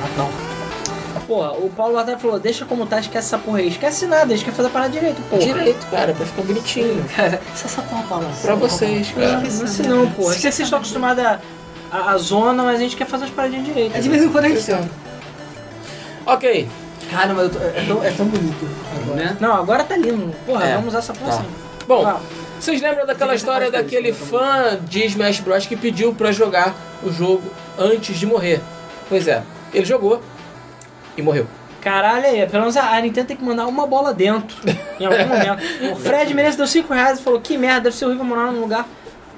Natal. Porra, o Paulo até falou, deixa como tá, esquece essa porra aí. Esquece nada, eles querem fazer a parada direito, porra. Direito, cara, pra ficar bonitinho. Isso é só uma balança. Tá Pra vocês, cara. Não sei não, porra. Eu sei que vocês estão acostumados à- à, à zona, mas a gente quer fazer as paradinhas direito. É de vez em quando a gente... Ok. Cara, mas eu tô- é, tão, é tão bonito. Né? Não, agora tá lindo. Porra, É, vamos usar essa porra tá. assim. Bom, Vá. vocês lembram daquela história daquele fã de Smash Bros que pediu pra jogar o jogo antes de morrer? Pois é, ele jogou e morreu. Caralho, aí, pelo menos a a Nintendo tem que mandar uma bola dentro em algum momento. O Fred Menezes deu 5 reais e falou: Que merda, deve ser horrível morar num lugar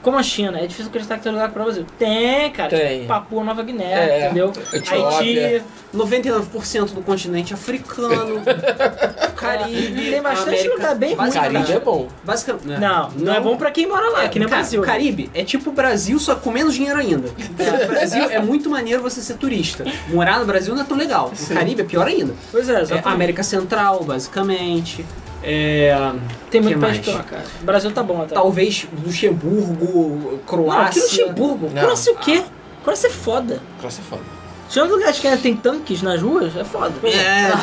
como a China. É difícil acreditar que tem lugar pro Brasil. Tem, cara. Tem. Tipo, Papua Nova Guiné, É, entendeu? Etiópia. É. Haiti. 99% do continente [LAUGHS] africano, Caribe, Tem bastante América. lugar bem ruim, Basicamente- Caribe é bom. Basicamente, né? Não, não, é bom pra quem mora lá, que nem o Cara, é Brasil. o Caribe é tipo o Brasil, só com menos dinheiro [LAUGHS] ainda. O Brasil é muito maneiro você ser turista. Morar no Brasil não é tão legal. O Caribe é pior ainda. Pois é, É, exatamente. América Central, basicamente. É, Tem que muito país mais? pior, cara. O Brasil tá bom até. talvez Luxemburgo, Não, que Croácia. É, Luxemburgo? Não. Croácia o quê? Croácia é foda. Cross é foda. Se é um lugar que ainda tem tanques nas ruas, é foda. É,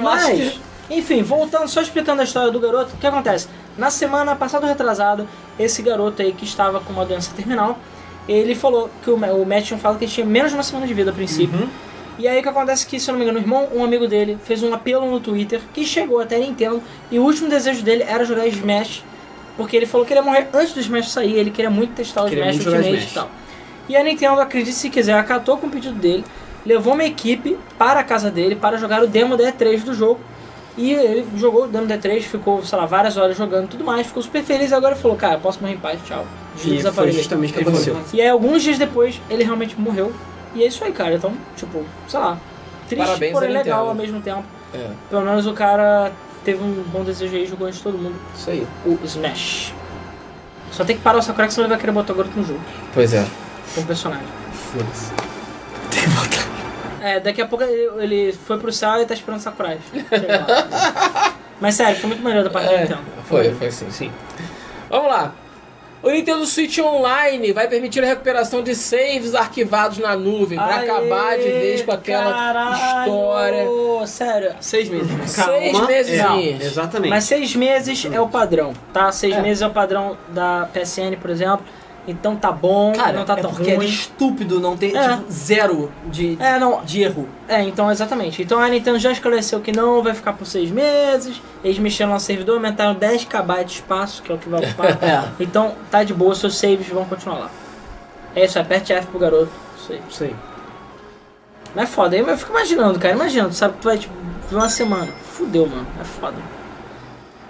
Mas, enfim, voltando, só explicando a história do garoto, o que acontece? Na semana passada ou retrasada, esse garoto aí que estava com uma doença terminal, ele falou que o, Ma- o médico falou que ele tinha menos de uma semana de vida a princípio. E aí o que acontece é que, se eu não me engano, o irmão, um amigo dele, fez um apelo no Twitter que chegou até a Nintendo e o último desejo dele era jogar Smash, porque ele falou que ele ia morrer antes do Smash sair, ele queria muito testar o Queria Smash muito jogar Ultimate Smash. e tal. E a Nintendo, acredite se quiser, acatou com o pedido dele, levou uma equipe para a casa dele para jogar o demo da E3 do jogo. E ele jogou o demo da E3, ficou, sei lá, várias horas jogando e tudo mais, ficou super feliz e agora ele falou, cara, posso morrer em paz, tchau. E Desaparelho. foi justamente o que aconteceu. E aí, alguns dias depois, ele realmente morreu. E é isso aí, cara. Então, tipo, sei lá. Triste, Parabéns porém à legal Nintendo. ao mesmo tempo. É, Pelo menos o cara teve um bom desejo aí e jogou antes de todo mundo. isso aí. O Smash. Só tem que parar o Sakurai, que senão ele vai querer botar o garoto no jogo. Pois é. Como personagem. É, daqui a pouco ele, ele foi pro céu e tá esperando o Sakurai. chegar [LAUGHS] lá. Mas sério, foi muito maneiro da parte da É, Nintendo. foi, foi sim. Sim. Vamos lá. O Nintendo Switch Online vai permitir a recuperação de saves arquivados na nuvem para Aê, acabar de vez com aquela caralho, história. Sério, Seis meses. Seis Calma. meses. É, exatamente. Mas seis meses é o padrão, tá? Seis meses é o padrão da PSN, por exemplo. Então tá bom, Cara, não tá é tão porque é ruim. estúpido não ter, É. tipo, zero de, É, não. de erro. É, então exatamente. Então a Nintendo já esclareceu que não vai ficar por seis meses. Eles mexeram no servidor, aumentaram 10 KB de espaço, que é o que vai ocupar. [LAUGHS] É. Então tá de boa, seus saves vão continuar lá. É isso, aperte F pro garoto. Isso aí. Isso aí. Mas é foda, eu fico imaginando, cara. Imaginando, sabe? Tu vai, tipo, ver uma semana. Fudeu, mano. É foda.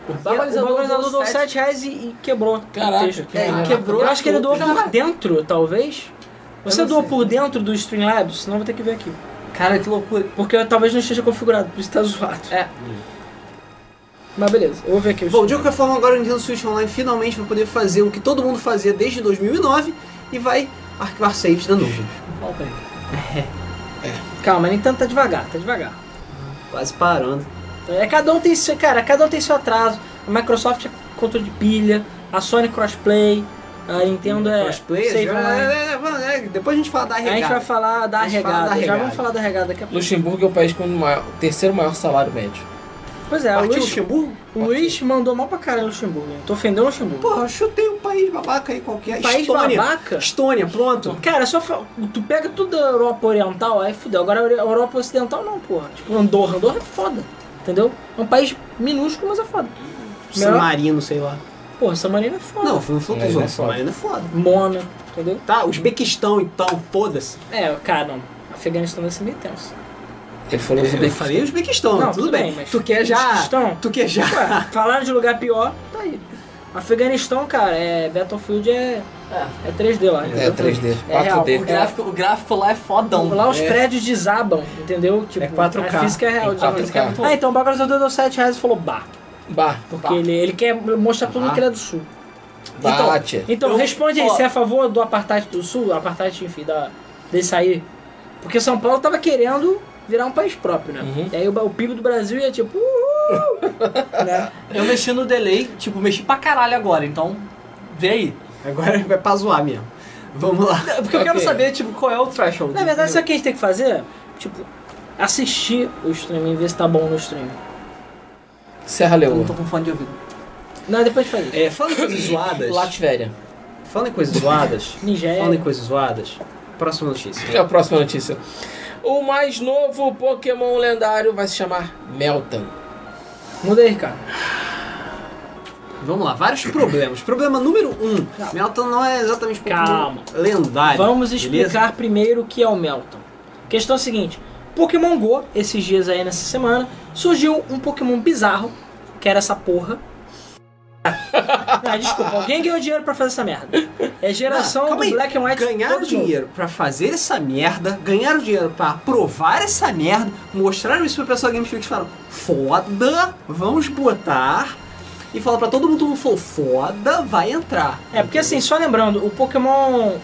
O bagulho doou 7 reais e, e quebrou. Caraca, o texto. que maneiro. quebrou. Eu acho que ele doou por Caraca. dentro, talvez. Você não doou sei. por dentro do Streamlabs? Senão eu vou ter que ver aqui. Cara, que loucura. Porque talvez não esteja configurado, por isso tá zoado. É. Mas beleza, eu vou ver aqui. o Bom, Steam. de qualquer forma, agora o Nintendo Switch Online finalmente vai poder fazer o que todo mundo fazia desde 2009 e vai arquivar saves na nuvem. Volta aí. Calma, nem tanto tá devagar, tá devagar. Quase parando. É, cada um tem seu, cara, cada um tem seu atraso. A Microsoft é controle de pilha, a Sony crossplay, a Nintendo é Cosplay, save Hum, já- online. é, é, vamos, é, depois a gente fala da A gente vai regada. falar da A gente fala da regada, já regada. vamos falar da regada daqui a pouco. Luxemburgo é o país com o, maior- o terceiro maior salário médio. Pois é, o Partiu Luiz, Luxemburgo? o Luiz mandou mal pra caralho o Luxemburgo. né? Tô ofendendo o Luxemburgo. Porra, eu chutei um país babaca aí qualquer. país Estônia. babaca? Estônia, pronto. Cara, só fa- tu pega tudo da Europa Oriental, aí fudeu. Agora a Europa Ocidental não, porra. Tipo, Andorra. Andorra é foda, entendeu? É um país minúsculo, mas é foda. San Marino, sei lá. Porra, essa maneira é foda. Não, foi um fluxo. Mas não é San foda. Marino é foda. Mona, entendeu? Tá, Uzbequistão então, foda-se. É, cara, não. Afeganistão vai ser meio tenso. Ele falou os Eu falei Uzbequistão, Não, tudo, tudo bem. bem, mas- Tu quer já. Uzbequistão? Tu quer já. Ué, falaram de lugar pior, tá aí. Afeganistão, cara, é. Battlefield é. É 3D lá. É, entendeu? 3D, É real. O 4D. gráfico, o gráfico lá é fodão. Lá os É. prédios desabam, entendeu? Tipo, É 4K. A física é real. É desabam. 4K. Ah, então o bagulho deu 7 reais e falou bah. Bah, Porque ele, ele quer mostrar tudo Bah. que ele é do sul. bate. Então, Eu- responde aí, ó. você é a favor do apartheid do sul? Apartheid, enfim, da, dele sair. Porque São Paulo tava querendo virar um país próprio, né? Uhum. E aí o, ba- o PIB do Brasil ia tipo... Uhul! né? Eu mexi no delay, tipo, mexi pra caralho agora, então vê aí. Agora vai pra zoar mesmo. Vamos lá. É, Porque eu quero Ok. saber, tipo, qual é o threshold. Na verdade, sabe entendeu? o que a gente tem que fazer? Tipo, assistir o streaming, ver se tá bom no streaming. Serra Eu não Então, Leoa. tô com fone de ouvido. Não, depois faz isso. É, falando em coisas zoadas. Latvéria. Falando em coisas zoadas. [LAUGHS] Nigéria. Falando em coisas zoadas. Próxima notícia. É a próxima notícia. O mais novo Pokémon lendário vai se chamar Meltan. Muda aí, cara. Vamos lá, vários problemas. Problema número um. Calma. Melton não é exatamente Pokémon Calma. lendário. Vamos beleza? explicar primeiro o que é o Melton. Questão é a seguinte: Pokémon Go, esses dias aí nessa semana, surgiu um Pokémon bizarro, que era essa [LAUGHS] porra. Ah, desculpa, alguém ganhou dinheiro pra fazer essa merda. É geração do Não, Ah, calma aí. Black and White Ganharam todo é de novo. dinheiro pra fazer essa merda, ganharam dinheiro pra aprovar essa merda, mostraram isso pro pessoal da Game Freak e falaram: foda, vamos botar. E falaram pra todo mundo, todo mundo falou: foda, vai entrar. É, porque assim, só lembrando, o Pokémon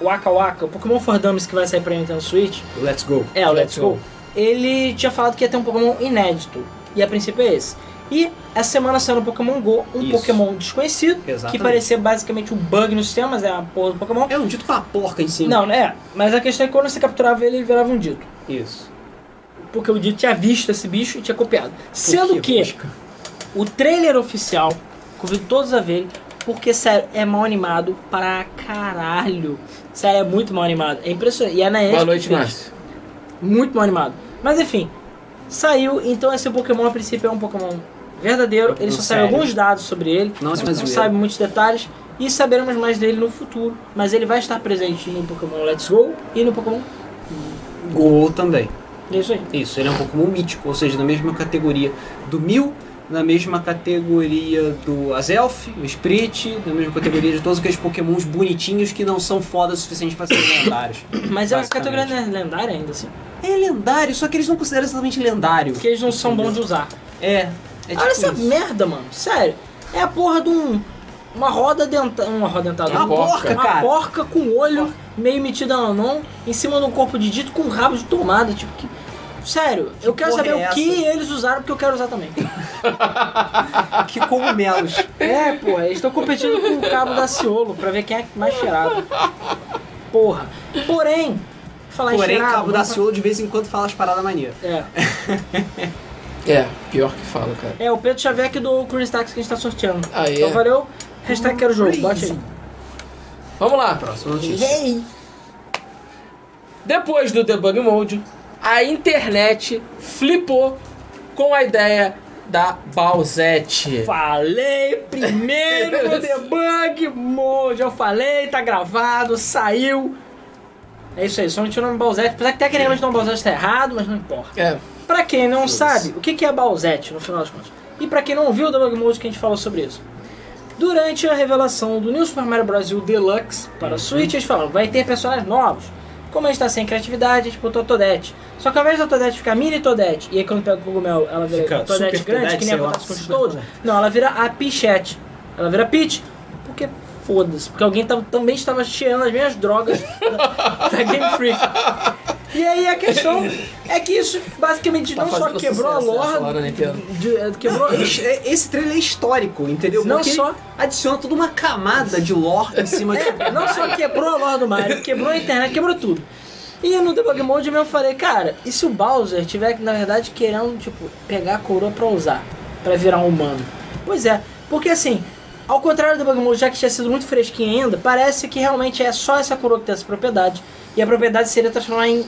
Waka Waka, o Pokémon For Dummies que vai sair pra Nintendo Switch, Let's go. É, o Let's Let's Go. Go. Ele tinha falado que ia ter um Pokémon inédito. E a princípio é esse. E essa semana saiu no Pokémon GO um Isso. Pokémon desconhecido, que Exatamente. parecia basicamente um bug no sistema, mas é uma porra do Pokémon. É um dito com uma porca em cima. Não, é. Mas a questão é que quando você capturava ele, ele virava um dito. Isso. Porque o dito tinha visto esse bicho e tinha copiado. Sendo Por que busca? o trailer oficial, convido todos a verem, porque, sério, é mal animado pra caralho. Sério, é muito mal animado. É impressionante. E é na Boa noite, Márcio Márcio. muito mal animado. Mas enfim, saiu, então esse Pokémon a princípio é um Pokémon verdadeiro, ele só Pokémon sabe sério. alguns dados sobre ele, Não, isso é zoeira. sabe muitos detalhes e saberemos mais dele no futuro, mas ele vai estar presente no Pokémon Let's Go e no Pokémon. Gol também. É isso aí. Isso, ele é um Pokémon mítico, ou seja, na mesma categoria do Mil, na mesma categoria do Azelf, o Sprit, na mesma categoria de todos aqueles Pokémons bonitinhos que não são foda o suficiente pra serem lendários. Mas é uma Basicamente. categoria né, lendária ainda assim, É lendário, só que eles não consideram exatamente lendário. porque eles não são bons de usar. É, é tipo Olha essa isso. merda, mano, sério. É a porra de um uma roda dentada, uma roda dentada, É uma uma, porca, uma cara. porca com olho meio metida na mão em cima de um corpo de dito com um rabo de tomada, tipo que Sério, eu quero porra saber é o essa? que eles usaram, porque eu quero usar também. Que cogumelos. [LAUGHS] É, porra, eles estão competindo com o cabo da Ciolo pra ver quem é mais cheirado. Porra. Porém, falar em Porém, cheirado... Cabo da vamos Ciolo ah, de vez em quando fala as paradas maneiras. fa- É. É, pior que fala, cara. É, o Pedro Xavier que do Chris Tax que a gente tá sorteando. Aí. Então valeu. Hashtag quero jogo, bote aí. Vamos lá. Próxima notícia. Yay! Depois do debug mode, a internet flipou com a ideia da Balzette. Falei primeiro no debug mode. Eu falei, tá gravado, saiu. É isso aí, só não tinha o nome Balzete. Apesar que tecnicamente o nome Balzete tá errado, mas não importa. É, Pra quem não sabe, o que que é Balzete, no final das contas? E pra quem não ouviu o Debug Mode, que a gente falou sobre isso. Durante a revelação do New Super Mario Brasil Deluxe Uhum. para Switch, eles falaram, vai ter personagens novos. Como a gente tá sem criatividade, a gente botou a Todette. Só que ao invés da Todette ficar mini Todette, e aí quando pega o Cogumel, ela vira Fica Todette super grande, Todette, que nem sei lá, acontece com os super todos. Todette. Não, ela vira a Pichette. Ela vira Peach, porque foda-se. Porque alguém tava- também estava cheirando as mesmas drogas [LAUGHS] da, da Game Freak. E aí a questão é que isso basicamente Tá não só fazendo quebrou a sucesso essa lore hora na Nintendo. de- é, quebrou. Esse- Esse trailer é histórico, entendeu? Não Porque ele só- adiciona toda uma camada de lore em cima de. [LAUGHS] É, não só quebrou a lore do Mario, quebrou a internet, quebrou tudo. E no Debug Mode eu mesmo falei, cara, e se o Bowser tiver, na verdade, querendo, tipo, pegar a coroa pra usar, pra virar um humano? Pois é, porque assim, ao contrário do Debug Mode, já que tinha sido muito fresquinho ainda, parece que realmente é só essa coroa que tem essa propriedade, e a propriedade seria transformar em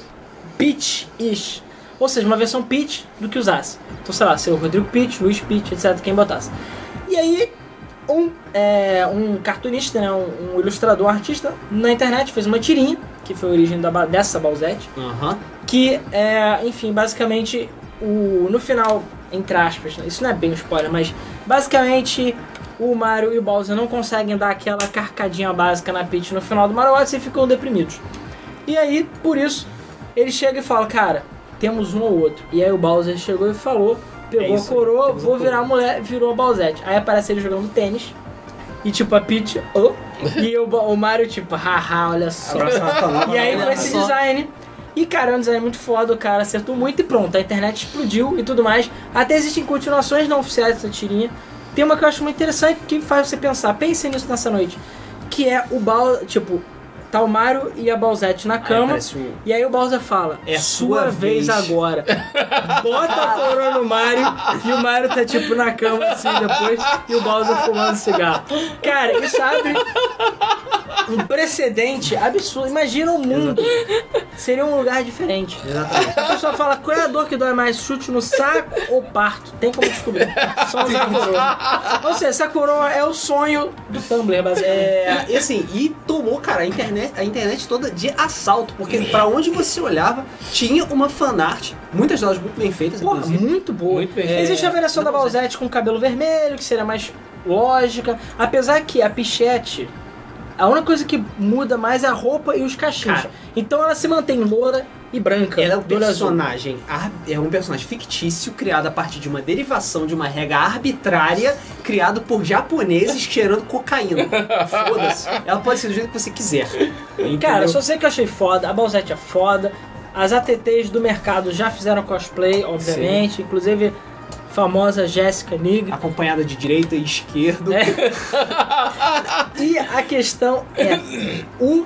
Peach-ish. Ou seja, uma versão Peach do que usasse. Então, sei lá, ser o Rodrigo Peach, Luiz Peach, etc, quem botasse. E aí, um, é, um cartunista, né, um, um ilustrador, um artista, na internet fez uma tirinha, que foi a origem da, ba- dessa Balzete, Aham. que, é, enfim, basicamente, o, no final, entre aspas, né, isso não é bem um spoiler, mas basicamente o Mario e o Bowser não conseguem dar aquela carcadinha básica na Peach no final do Mario Odyssey e ficam deprimidos. E aí, por isso, ele chega e fala, cara, temos um ou outro. E aí o Bowser chegou e falou, pegou É a isso aí, coroa, temos a vou coroa. virar a mulher, virou a Bowsette. Aí aparece ele jogando tênis, e tipo, a Peach, oh, e o, Ba- o Mario tipo, haha, olha só. E aí com esse design. E cara, é um design muito foda, o cara acertou muito e pronto. A internet explodiu e tudo mais. Até existem continuações não oficiais dessa tirinha. Tem uma que eu acho muito interessante que faz você pensar. Pense nisso nessa noite. Que é o Bal. Tipo, tá o Mario e a Balzette na cama. parece um- E aí o Bowser fala: É sua sua vez vez." agora. Bota a coroa no Mario e o Mario tá tipo na cama assim depois e o Bowser fumando cigarro. Cara, isso abre um precedente absurdo. Imagina o mundo. Seria um lugar diferente. Exatamente. A pessoa fala: qual é a dor que dói mais? Chute no saco ou parto? Tem como descobrir. Só usar a coroa. Ou seja, essa coroa é o sonho do Tumblr, basicamente. É, e assim, e tomou, cara, a internet, a internet toda de assalto, porque pra onde você olhava, tinha uma fanart, muitas delas muito bem feitas, Porra, inclusive. muito boa. Muito bem. É, Existe a variação da Balzette com cabelo vermelho, que seria mais lógica. Apesar que a Pichette, a única coisa que muda mais é a roupa e os cachinhos. Cara. então ela se mantém loura e branca. Ela é um do olho azul. personagem, ar- é um personagem fictício criado a partir de uma derivação de uma regra arbitrária criado por japoneses cheirando cocaína. Foda-se. Ela pode ser do jeito que você quiser. Entendeu? Cara, só sei que eu achei foda. A Balzette é foda. As ATTs do mercado já fizeram cosplay, obviamente. Inclusive, a famosa Jéssica Nigri. [LAUGHS] acompanhada de direita e esquerda. É. e a questão é... O...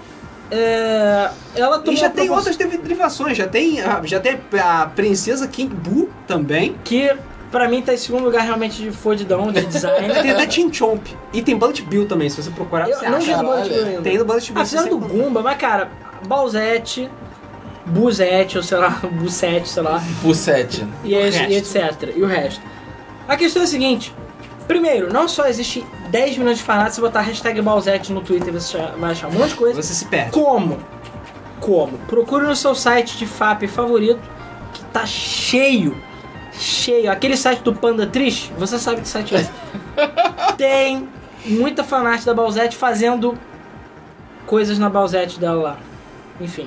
é, ela tomou E uma já tem proporção- outras derivações, já tem, a, já tem a princesa King Boo também. que pra mim tá em segundo lugar realmente de fodidão, de design. Tem até Team Chomp. E tem Bullet Bill também, se você procurar, você [LAUGHS] Eu não acha. vi do Bullet Caralho. Bill ainda. Tem do Bullet Bill. Ah, fizeram você do encontra. Gumba, mas cara, Balzete, Buzete, ou sei lá, [LAUGHS] Bucete, sei lá, Por 7. e, O é- resto. e etc. E o resto. A questão é a seguinte. Primeiro, não só existe 10 milhões de fanáticos, se botar hashtag Balzete no Twitter, você acha- vai achar um monte de coisa. Você se perde. Como? Como? Procure no seu site de FAP favorito, que tá cheio, cheio. Aquele site do Panda Trish, você sabe que site [LAUGHS] é esse. Tem muita fanart da Balzete fazendo coisas na Balzete dela lá. Enfim.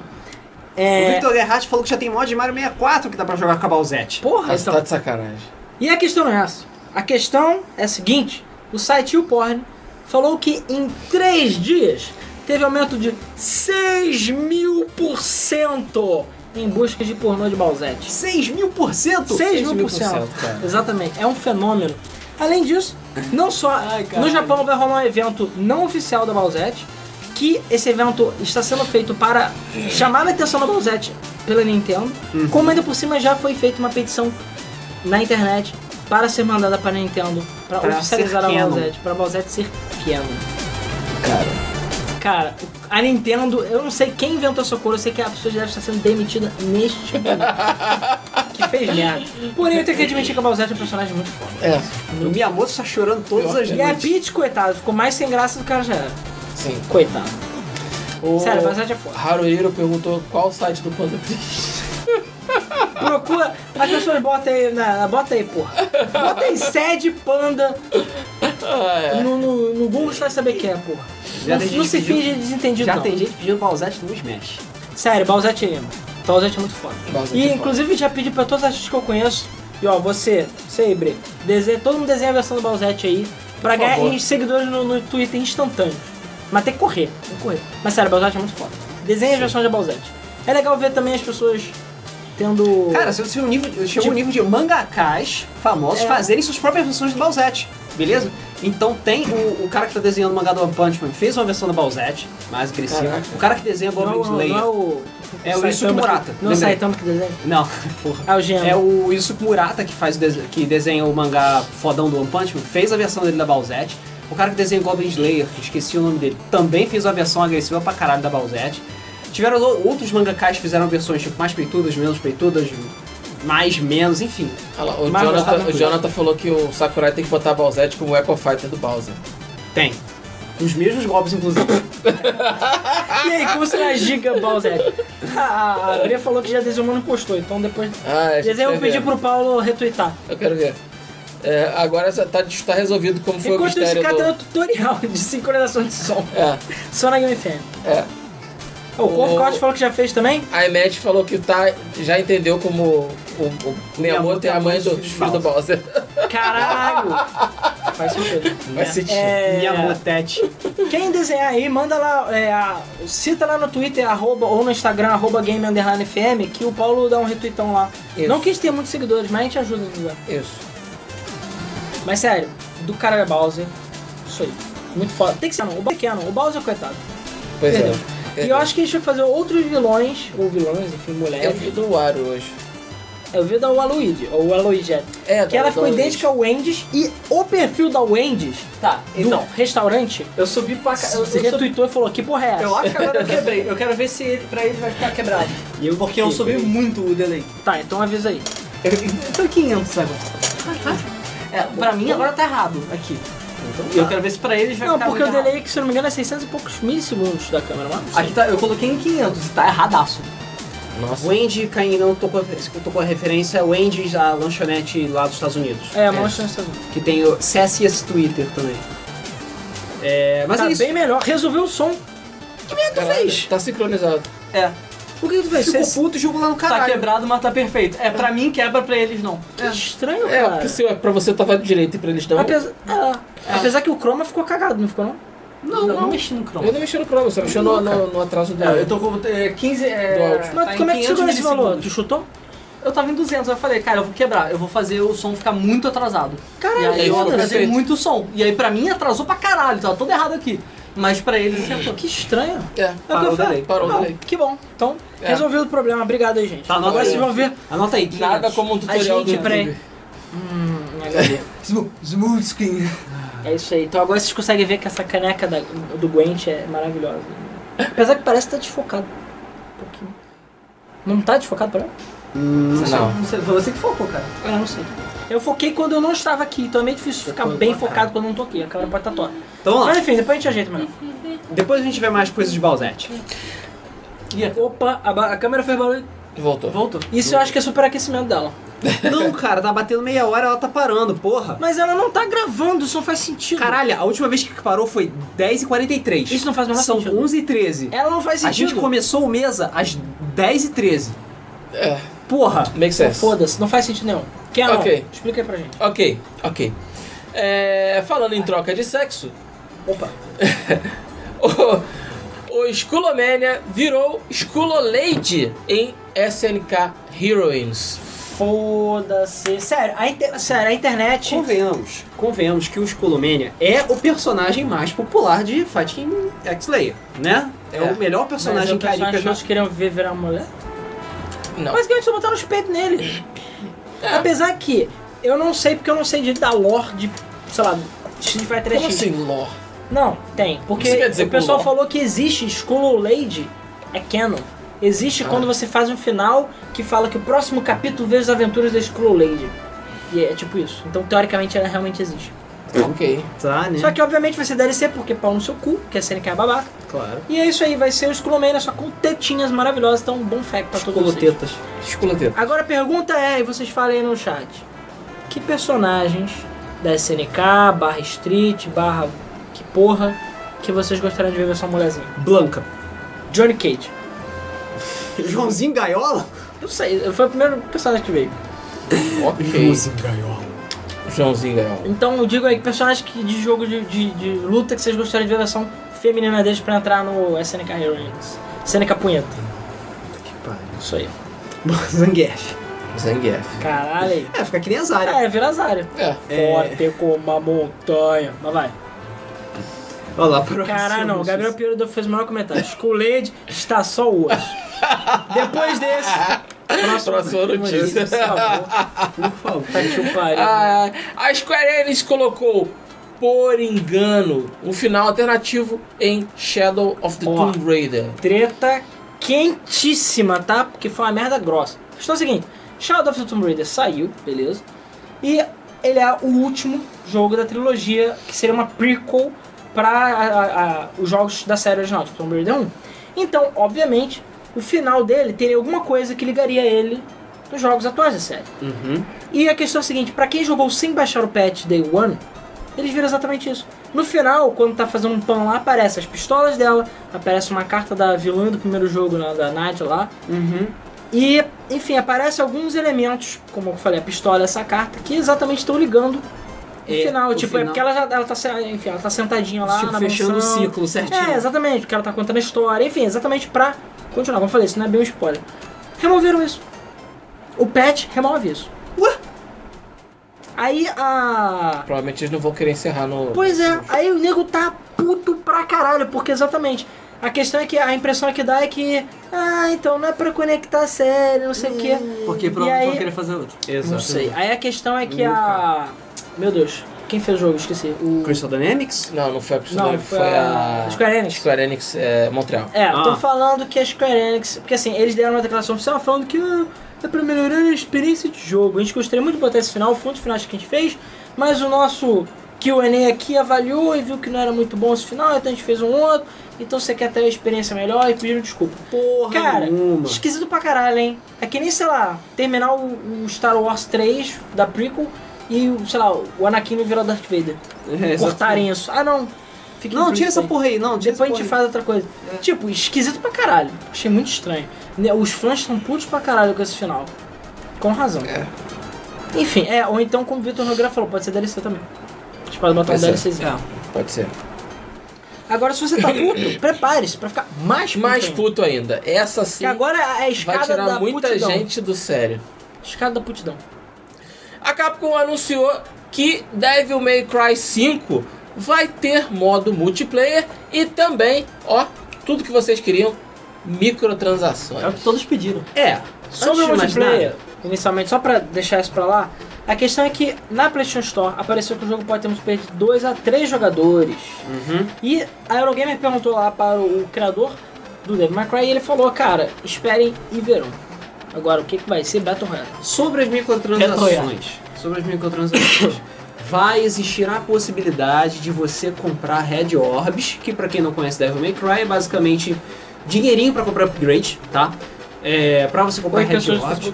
O É... Victor Gerhardt falou que já tem mod de Mario 64 que dá pra jogar com a Balzette. Porra, Mas então. tá de sacanagem. E a questão não é essa. A questão é a seguinte: o site YouPorn falou que em três dias teve aumento de 6 mil por cento em busca de pornô de Balzete. 6 mil por cento? 6 mil 6.000%, por cento. cara. Exatamente, é um fenômeno. Além disso, não só. no Japão vai rolar um evento não oficial da Balzete, que esse evento está sendo feito para chamar a atenção da Balzete pela Nintendo, como ainda por cima já foi feita uma petição na internet para ser mandada para a Nintendo, para Pra oficializar ser a canon. Balzete, para a Balzete ser canon. Cara, a Nintendo, eu não sei quem inventou essa cor, eu sei que a pessoa já deve estar sendo demitida neste momento. que fez merda. Porém, eu tenho que admitir que a Bowsette é um personagem muito foda. É, O Miyamoto está chorando todas as E a noites. Peach, coitada, ficou mais sem graça do que ela já era. sim. Coitado. O Sério, a Bowsette é foda. Haruhiro perguntou qual o site do Panda Triste. Procura. As pessoas botam aí. Na, bota aí, porra. Bota aí sede panda Ah, É. no, no, no Google, você vai saber quem é, porra. Já não tem não gente se pedindo- finge desentendido, Já não. tem gente pedindo Balzete no Smash. Sério, Balzete é emo. Balzete é muito foda. Balzete é e foda. inclusive já pedi pra todos os artistas que eu conheço. E ó, você, você Ibre, desenha, todo mundo desenha a versão do Balzete aí. Pra Por ganhar favor. em seguidores no, no Twitter instantâneo. Mas tem que correr, tem que correr. Mas sério, Balzete é muito foda. Desenha as versões de Balzete. É legal ver também as pessoas tendo. Cara, se o nível, chegou o nível de mangakás É. famosos fazerem suas próprias versões do Balzete, beleza? Então tem o, o cara que tá desenhando o mangá do One Punch Man, fez uma versão do Balzete, mais agressiva. Caraca. O cara que desenha Goblin não, não, Slayer. não é o. É o Saitama Yusuke que- Murata, Não é o lembrei. Saitama que desenha. Não, [LAUGHS] porra. É o Geno. É o Yusuke Murata que, faz o dese- que desenha o mangá fodão do One Punch Man, fez a versão dele da Balzete. O cara que desenha Goblin Slayer, que esqueci o nome dele, também fez uma versão agressiva pra caralho da Balzete. Tiveram o- outros mangakás que fizeram versões tipo mais peitudas, menos peitudas, mais, menos, enfim. Olha lá, o, Mas tá Jonathan, o tranquilo. Jonathan falou que o Sakurai tem que botar Balzete como Echo Fighter do Bowser. Tem. Os mesmos golpes, inclusive. E aí, como será a Giga Balzete? A, a, a Bria falou que já desenhou, mas não postou, então depois. Ah, a gente Desenho eu quer ver. pedi pro Paulo retweetar. Eu quero ver. É, agora já tá, tá resolvido como foi o Enquanto isso, mistério o cara do... tá no tutorial [LAUGHS] de sincronização de som. É, Só na Game Fan. é. O Corvo O- Corte falou que já fez também? A Imet falou que tá, já entendeu como o, o, o Miyamoto é a um mãe do filho do Bowser. [LAUGHS] Caralho! Faz sentido. Vai sentir. É, Miyamotete. Quem desenhar aí, manda lá, é, a- cita lá no Twitter arroba, ou no Instagram, arroba Game Underline FM, que o Paulo dá um retweetão lá. Isso. Não quis ter muitos seguidores, mas a gente ajuda. né? Isso. Mas sério, do cara é Bowser. Isso aí. Muito foda. Tem que ser, não. O Bowser é não. O Bowser, coitado. Pois Perdeu. é. E eu acho que a gente tinha que fazer outros vilões, ou vilões, enfim, Eu mulheres. vi do Wario hoje. Eu vi da Waluigi, ou Waluigi. É, Que ela do- ficou do- idêntica ao Wendy's e o perfil da Wendy's Tá, então, então. do restaurante Eu subi pra cá. Eu, eu se subi- retweetou e falou: Que porra é essa? eu acho que agora eu quebrei. Eu quero ver se ele, pra ele vai ficar quebrado. E eu Porque eu subi muito o delay. Tá, então avisa aí. Tá Foi né, 500 agora. É, pra mim agora tá errado aqui. E Então, eu quero ver se pra eles vai Não, tá ficar porque o muito errado. delay, que, se eu não me engano, é 600 e poucos milissegundos da câmera, mano. Aqui tá, eu coloquei em 500 e tá erradaço. Nossa. Wendy Caim não tocou, tocou a referência, é Wendy, a lanchonete lá dos Estados Unidos. É, mostra essa. Tá Que tem o CSS Twitter também. É, mas é isso. Tá bem melhor. Resolveu o som. Caralho, Tá sincronizado. É, Por que tu fez? Ficou Você- puto e jogou lá no tá caralho. quebrado, mas tá perfeito. É, pra mim quebra, pra eles não. Que estranho, É, cara. porque se é pra você tava direito e pra eles não. Apesar, Então, é, apesar que o Chroma ficou cagado, não ficou, não? Não, não, mexi no Chrome. Eu não mexi no Chrome, só mexi no, no, no atraso do. É, eu tô com é, 15. Do É, áudio. Mas tá em como é que 500 chegou nesse valor? Tu milissegundos. chutou? Eu tava em 200, eu falei, cara, eu vou quebrar, eu vou fazer o som ficar muito atrasado. Caralho, é e aí eu ficou atrasei perfeito. muito o som. E aí pra mim atrasou pra caralho, tava todo errado aqui. Mas pra eles acertou. Que estranho. É. É o que eu Parou o falei. delay, parou o Não, delay. Que bom. Então, É. resolvido o problema. Obrigado aí, gente. Tá, não, Agora valeu. vocês vão ver. Anota aí. Nada 500. como um tutorial gente, do peraí. YouTube. Hum, Smooth screen. É isso aí. Então agora vocês conseguem ver que essa caneca da- do Gwent é maravilhosa. Apesar que parece que tá desfocado. Um pouquinho. Não tá desfocado pra mim? Não. Não sei, foi você que focou, cara. Ah, não sei. Eu foquei quando eu não estava aqui, então é meio difícil ficar bem focado quando eu não tô aqui. A câmera pode estar torta. Então vamos Mas lá. enfim, depois a gente ajeita melhor. Depois a gente vê mais coisas de Balzete. é- Opa, a, ba- a câmera fez barulho. Voltou. Voltou. Isso eu acho que é superaquecimento dela. [LAUGHS] Não, cara, tá batendo meia hora ela tá parando, porra. Mas ela não tá gravando, isso não faz sentido. Caralho, a última vez que parou foi 10h43. Isso não faz o menor São sentido. 11h13. Ela não faz A sentido. gente começou o mesa às 10h13. É. Porra. Make sense. Então Foda-se, não faz sentido nenhum. Quer não? Ok. Explica aí pra gente. Ok, ok. É, falando em troca de sexo, Opa. [LAUGHS] o, o Skullomania virou Skullolady em SNK Heroines. Foda-se. Sério, a, inter- Sério, a internet. Convenhamos, convenhamos que o Skullomania é o personagem mais popular de Fighting X-Layer, né? É, É. o melhor Mas personagem o que a Arika personagem que já... nós queriam ver virar mulher. Não. Basicamente só botaram os peitos nele. É. Apesar que eu não sei, porque eu não sei de da lore de, sei lá, Street Fighter Como X. assim, lore? Não, tem. Porque Isso quer dizer o pessoal com lore? falou que existe School Lady, é canon. Ah. Existe quando você faz um final que fala que o próximo capítulo veio as aventuras da School Lady. E é tipo isso. Então, teoricamente, ela realmente existe. Ok. Tá, né? Só que obviamente vai ser DLC porque pau no seu cu, porque a SNK é babaca. Claro. E é isso aí, vai ser o Skullomania, só com tetinhas maravilhosas, então bom fact pra todo mundo. Colotetas. Esculateiro. Agora a pergunta é, e vocês falem aí no chat, que personagens da SNK, barra Street, barra que porra, que vocês gostariam de ver versão mulherzinha? Blanca. Johnny Cage. Joãozinho Gaiola? Eu sei, foi o primeiro personagem que veio. Ok. Gaiola. Joãozinho ganhou. Então eu digo aí, que personagens que, de jogo de, de- de luta que vocês gostariam de ver versão feminina deles pra entrar no SNK Heroines. SNK Punheta. Que pariu. [LAUGHS] Isso aí. Zangief. Zangief. Caralho aí. É, fica que nem as áreas. É, vira Zarya. É. Forte como uma montanha. Mas vai. Olha lá, próximo. Caralho, não. O Gabriel Pirudo fez o maior comentário. Skullade está só hoje. [LAUGHS] Depois desse. Próxima notícia. Por favor. Tá que o pariu. Ah, a Square Enix colocou, por engano, um final alternativo em Shadow of the Ó. Tomb Raider. Treta quentíssima, tá? Porque foi uma merda grossa. Então é o seguinte: Shadow of the Tomb Raider saiu, beleza? E ele é o último jogo da trilogia, que seria uma prequel para a- a- os jogos da série original, tipo Tomb Raider 1. Então, obviamente, o final dele teria alguma coisa que ligaria ele nos jogos atuais da série. Uhum. E a questão é a seguinte, pra quem jogou sem baixar o patch Day One, eles viram exatamente isso. No final, quando tá fazendo um pão lá, aparece as pistolas dela, aparece uma carta da vilã do primeiro jogo, né, da Nadia lá. Uhum. E, enfim, aparece alguns elementos, como eu falei, a pistola e essa carta, que exatamente estão ligando o É, final. o Tipo, é final. porque ela já ela tá, se- enfim, ela tá sentadinha lá Tipo, na fechando mansão. o ciclo certinho. É, exatamente, porque ela tá contando a história, enfim, exatamente pra continuar. Como eu falei, isso não é bem um spoiler. Removeram isso. O patch remove isso. Ué? Aí a. Provavelmente eles não vão querer encerrar no. Pois é, aí o nego tá puto pra caralho, porque exatamente. A questão é que a impressão que dá é que. Ah, então não é pra conectar a série, não sei o quê. Porque E provavelmente aí- vão querer fazer né? outro. Exato. Não sei. Aí a questão é que a. Meu Deus, quem fez o jogo? Esqueci. O. Crystal Dynamics? Não, não foi a Crystal Não, Dynamics, foi, foi, a. Square Enix. Square Enix é, Montreal. É, Ah. tô falando que a Square Enix. Porque assim, eles deram uma declaração oficial falando que ah, é pra melhorar a experiência de jogo. A gente gostaria muito de botar esse final, foi um dos finais que a gente fez, mas o nosso QA aqui avaliou e viu que não era muito bom esse final, então a gente fez um outro. Então você quer ter uma experiência melhor e pediram desculpa. Porra Cara, nenhuma. esquisito pra caralho, hein? É que nem, sei lá, terminar o, o Star Wars 3 da prequel e, o, sei lá, o Anakin não virar Darth Vader. É, exato. Cortarem isso. Ah, não. Fica Não, tira implícito essa aí. porra aí. Não, tira Depois a essa gente porra faz outra coisa. É. Tipo, esquisito pra caralho. Achei muito estranho. Né, Os fãs estão putos pra caralho com esse final. Com razão. É. Enfim, é, ou então, como o Vitor Nogueira falou, pode ser DLC também. A gente pode botar um Pode ser. DLCzinho. Pode ser. Agora, se [COUGHS] você tá puto, prepare-se pra ficar mais puto. Mais ainda. puto ainda. Essa sim Que agora é a vai escada tirar da muita putidão. gente do sério. Escada da putidão. A Capcom anunciou que Devil May Cry 5 vai ter modo multiplayer e também, ó, tudo que vocês queriam, microtransações. É o que todos pediram. É. Sobre o Antes de mais multiplayer, nada, inicialmente, só pra deixar isso pra lá, a questão é que na PlayStation Store apareceu que o jogo pode ter multiplayer de 2 a 3 jogadores. Uhum. E a Eurogamer perguntou lá para o criador do Devil May Cry e ele falou, cara, esperem e verão. Agora, o que, que vai ser Battle Royale? Sobre as microtransações. Sobre as microtransações. [COUGHS] Vai existir a possibilidade de você comprar Red Orbs, que pra quem não conhece Devil May Cry é basicamente dinheirinho pra comprar upgrade, tá? É, pra você comprar Oi, Red pessoas do Orbs.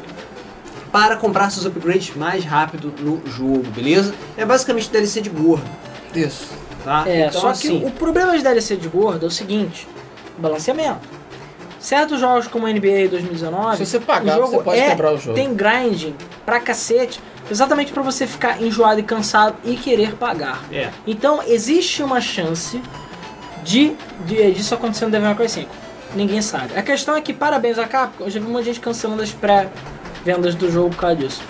Para comprar seus upgrades mais rápido no jogo, beleza? É basicamente DLC de gordo, Isso. tá? É, Então, só assim, que o problema de DLC de gordo é o seguinte, balanceamento. Certos jogos como NBA 2019, Se você pagar, o jogo você pode é- quebrar o jogo. tem grinding pra cacete, exatamente pra você ficar enjoado e cansado e querer pagar. É. Então existe uma chance de, de disso acontecer no Devil May Cry 5. Ninguém sabe. A questão é que parabéns a Capcom, eu já vi um monte de gente cancelando as pré-vendas do jogo por causa disso.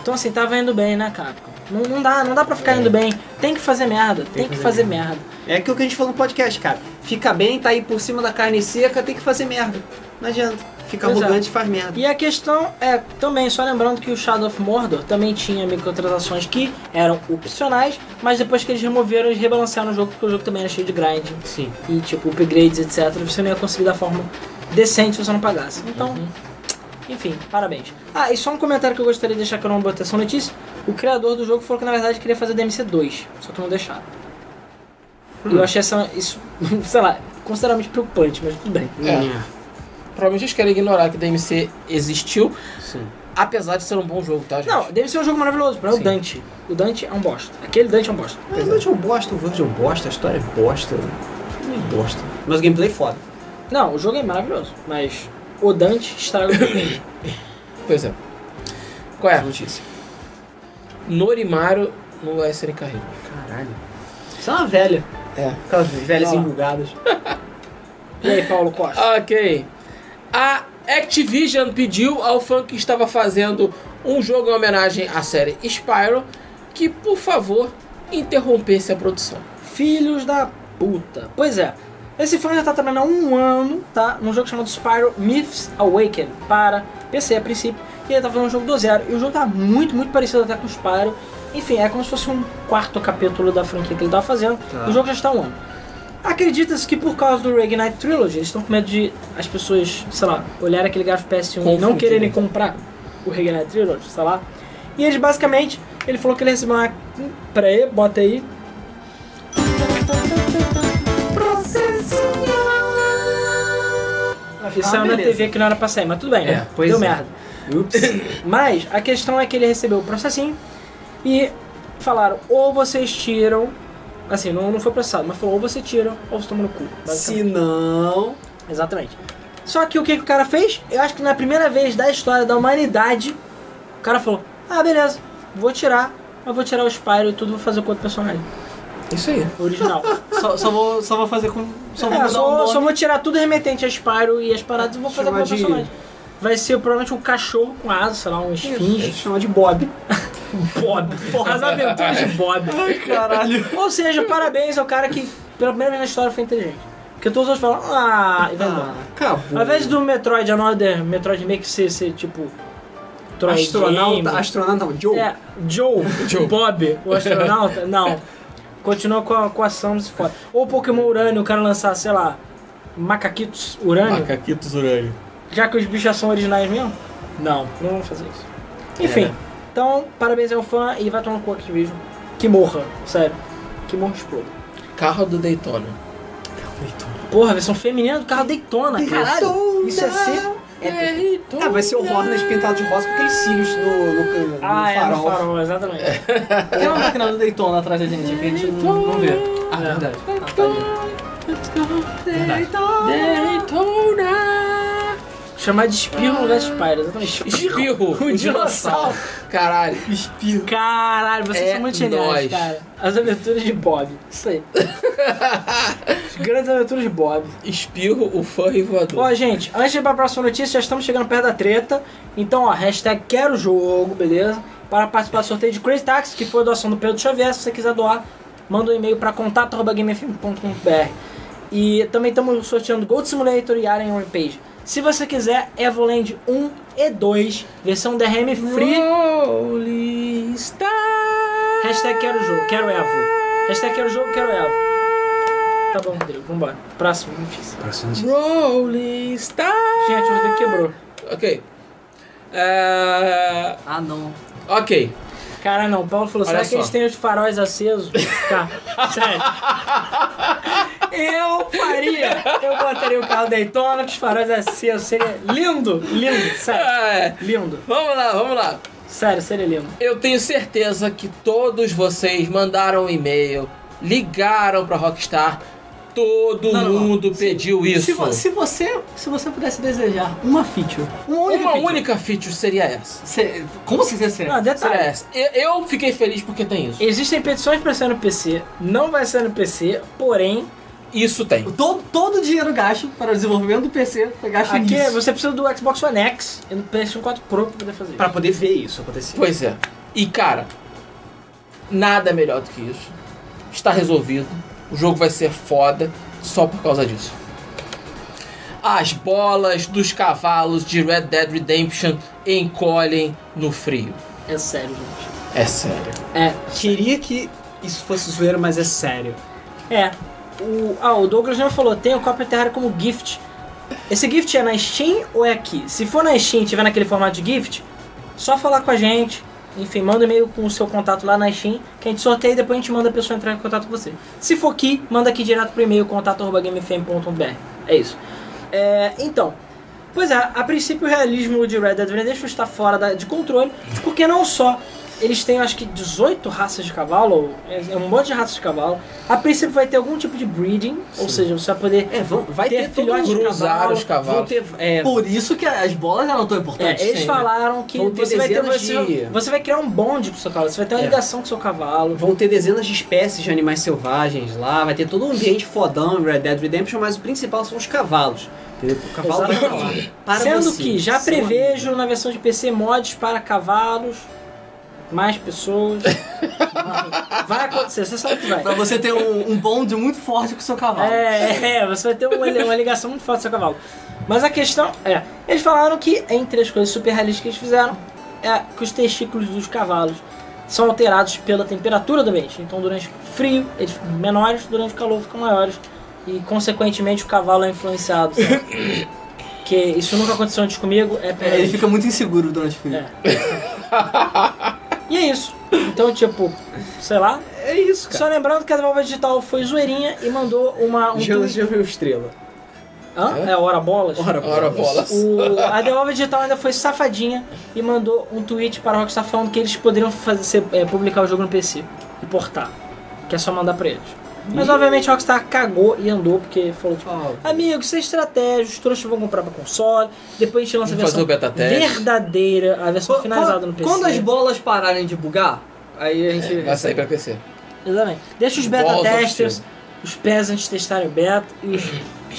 Então assim, tava indo bem, né, Capcom? Não, não dá, não dá pra ficar indo bem. Tem que fazer merda, É. tem, que fazer merda. É aquilo que a gente falou no podcast, cara. Fica bem, tá aí por cima da carne seca, tem que fazer merda. Não adianta. Fica Pois é. arrogante e faz merda. E a questão é também, só lembrando que o Shadow of Mordor também tinha microtransações que eram opcionais, mas depois que eles removeram, eles rebalancearam o jogo, porque o jogo também era cheio de grind Sim. e tipo upgrades, etc. Você não ia conseguir da forma decente se você não pagasse. Então, enfim, parabéns. Ah, e só um comentário que eu gostaria de deixar que eu não botei essa notícia. O criador do jogo falou que na verdade queria fazer DMC2, só que não deixaram. E eu achei essa, isso, [LAUGHS] sei lá, consideravelmente preocupante, mas tudo bem. É. Provavelmente eles querem ignorar que DMC existiu, É, Sim. apesar de ser um bom jogo, tá, gente? Não, deve ser um jogo maravilhoso, para o Sim. Dante. O Dante é um bosta. Aquele Dante é um bosta. O Dungeon bosta, o Virgil bosta, a história é bosta. Tudo é bosta. Mas o gameplay é foda. Não, o jogo é maravilhoso, mas o Dante estraga o jogo. [COUGHS] Pois é. Qual é? Notícia. Norimaru no SNK Rio. Caralho. Isso é uma velha. É. Aquelas velhas Ó. enrugadas. E aí, Paulo Costa? Ok. A Activision pediu ao fã que estava fazendo um jogo em homenagem à série Spyro que, por favor, interrompesse a produção. Filhos da puta. Pois é, esse fã já tá trabalhando há um ano, tá? Num jogo chamado Spyro Myths Awaken para PC a princípio. E ele tá fazendo um jogo do zero. E o jogo tá muito, muito parecido até com o Spyro. Enfim, é como se fosse um quarto capítulo da franquia que ele tava fazendo. Tá. O jogo já está há um ano. Acredita-se que por causa do Reggae Night Trilogy, eles estão com medo de as pessoas, sei lá, olharem aquele gráfico PS1 e não Confundirem. quererem comprar o Reggae Night Trilogy, sei lá. E eles basicamente, ele falou que ele recebeu uma. Pera aí, bota aí. Isso saiu na beleza. TV que não era pra sair, mas tudo bem, né? pois Deu é. merda. [LAUGHS] Ups. Mas a questão é que ele recebeu o processinho e falaram, ou vocês tiram. Assim, não, não foi processado, mas falou, ou você tira, ou você toma no cu. basicamente. Se não. Exatamente. Só que o que, que o cara fez? Eu acho que na primeira vez da história da humanidade, o cara falou: Ah, beleza, vou tirar, mas vou tirar o Spyro e tudo, vou fazer com outro personagem. Isso aí. o Original. [LAUGHS] Só, só vou, só vou fazer com. Só vou É, mudar o só, nome. só vou tirar tudo remetente a Spyro e as paradas e vou fazer com Chamar outro de- personagem. Vai ser provavelmente um cachorro com asa, sei lá, um esfinge. um Chama de Bob. [LAUGHS] Bob. As aventuras de Bob. Caralho. Ou seja, parabéns ao cara que pela primeira vez na história foi inteligente. Porque todos os outros falam, ah, e vai embora. Ah, acabou. Ao invés do Metroid Another, Metroid Remake ser, ser tipo. Metroid Game, Astronauta, astronauta não, Joe. É, Joe, Bob, o astronauta, não. Continua com a, com a Samus e foda. Ou Pokémon Urânio, o cara lançar, sei lá, Macaquitos Urânio. Macaquitos Urânio. Já que os bichos já são originais mesmo? Não, não vamos fazer isso. Enfim, então, parabéns ao fã e vai tomar no cu Activision. Que morra, sério. Que morra exploda. Carro do Daytona. Porra, a versão feminina do carro Daytona, cara. Caralho, Isso é ser. Ah, vai ser o Hornet pintado de rosa com aqueles cílios no, no, can- no Ah, é, no farol. farol, exatamente. Tem uma máquina do Daytona atrás da gente, que a gente não, não vê. Ah, verdade. tá Daytona! Chamar de espirro no lugar de Spyro, exatamente. Espirro! [LAUGHS] Um dinossauro. Caralho. Caralho, vocês É são muito geniais, nós. cara. As aventuras de Bob. Isso [LAUGHS] aí. As Grandes aventuras de Bob. Espirro, o fã e voador. Ó, gente, antes de ir pra próxima notícia, já estamos chegando perto da treta. Então, ó, hashtag quero jogo, beleza? Para participar do sorteio de Crazy Taxi, que foi a doação do Pedro Xavier. Se você quiser doar, manda um e-mail para contato.gamefm.com.br. E também estamos sorteando Gold Simulator e Alien Rampage. Se você quiser, Evoland 1 e 2, versão DRM free. Holy Star! Hashtag quero jogo, quero Evo. Hashtag quero jogo, quero Evo. Tá bom, Rodrigo, vambora. Próximo notícia. Rolling Star! Gente, o Rodrigo quebrou. Ok. É, Ah, não. Ok. Cara, não, o Paulo falou, será Olha que eles só. têm os faróis acesos? Tá, sério. Eu faria. Eu botaria o carro Daytona com os faróis acesos. Seria lindo, lindo, sério. É, Lindo, Vamos lá, vamos lá. sério, seria lindo. Eu tenho certeza que todos vocês mandaram um e-mail, ligaram pra Rockstar, todo Não, não, não. mundo pediu isso. Se, vo- se você, se você pudesse desejar uma feature, uma única Uma feature, única feature seria essa. Cê, como você seria? Não, detalhe. Seria essa. Eu, eu fiquei feliz porque tem isso. Existem petições pra ser no PC, não vai ser no PC, porém, Isso tem. Todo, todo o dinheiro gasto para o desenvolvimento do PC foi gasto aqui é nisso. você precisa do Xbox One X e do PlayStation 4 Pro pra poder fazer isso. Pra poder ver isso acontecer. Pois é. E cara, nada é melhor do que isso. Está resolvido. O jogo vai ser foda só por causa disso. As bolas dos cavalos de Red Dead Redemption encolhem no frio. É sério, gente. É sério. É. Queria que isso fosse zoeiro, mas é sério. É. O, ah, o Douglas já falou, tem o Copa Terra como gift. Esse gift é na Steam ou é aqui? Se for na Steam e tiver naquele formato de gift, só falar com a gente. Enfim, manda um e-mail com o seu contato lá na Steam, que a gente sorteia e depois a gente manda a pessoa entrar em contato com você. Se for aqui, manda aqui direto pro e-mail contato.gamefm.br. É isso. É, então, pois é, a princípio o realismo de Red Dead Redemption está fora da- de controle, porque não só eles têm acho que 18 raças de cavalo, ou é é um monte de raças de cavalo. A princípio vai ter algum tipo de breeding, ou seja, você vai poder É, vão, vai Ter ter, filhotes de Cruzar os Vão cavalos. ter, é, Por isso que as bolas eram tão É, importantes. eles sim, né? falaram que Vão ter você vai, ter, dezenas você, de- você vai criar um bonde com o seu cavalo, você vai ter uma É. ligação com o seu cavalo. vão ter dezenas de espécies de animais selvagens lá, vai ter todo um ambiente fodão em Red Dead Redemption, mas o principal são os cavalos. Entendeu? O cavalo vai estar lá. Para Sendo você, que já seu prevejo na versão de PC mods para cavalos, mais [LAUGHS] pessoas. vai acontecer, você sabe que vai. Pra você ter um, um bonde muito forte com o seu cavalo. É, é, você vai ter uma, uma ligação muito forte com o seu cavalo. Mas a questão é, eles falaram que entre as coisas super realistas que eles fizeram é que os testículos dos cavalos são alterados pela temperatura do ambiente. Então durante o frio eles ficam menores, durante o calor ficam maiores e consequentemente o cavalo é influenciado. sabe? que isso nunca aconteceu antes comigo, é É, Ele fica muito inseguro durante o filme. É. E é isso. Então, tipo, sei lá. É isso, cara. Só lembrando que a Devolver Digital foi zoeirinha e mandou uma. Um Já, tweet- já viu estrela. Hã? É, hora bolas. Ora, Ora, bolas. O, a Devolver Digital ainda foi safadinha e mandou um tweet para a Rockstar falando que eles poderiam fazer, ser- é, publicar o jogo no PC e portar. Que é só mandar pra eles. Mas obviamente a Rockstar cagou e andou, porque falou tipo. Ó, Amigo, isso é estratégia, os trouxas vão comprar pra console, depois a gente lança a Vamos versão fazer o beta teste. verdadeira, a versão Qu- finalizada qu- no PC. Quando as bolas pararem de bugar, aí a gente. É, Uh, Vai sair pra PC. Exatamente. Deixa os beta Balls of testers, Steel. os peasants testarem o beta e os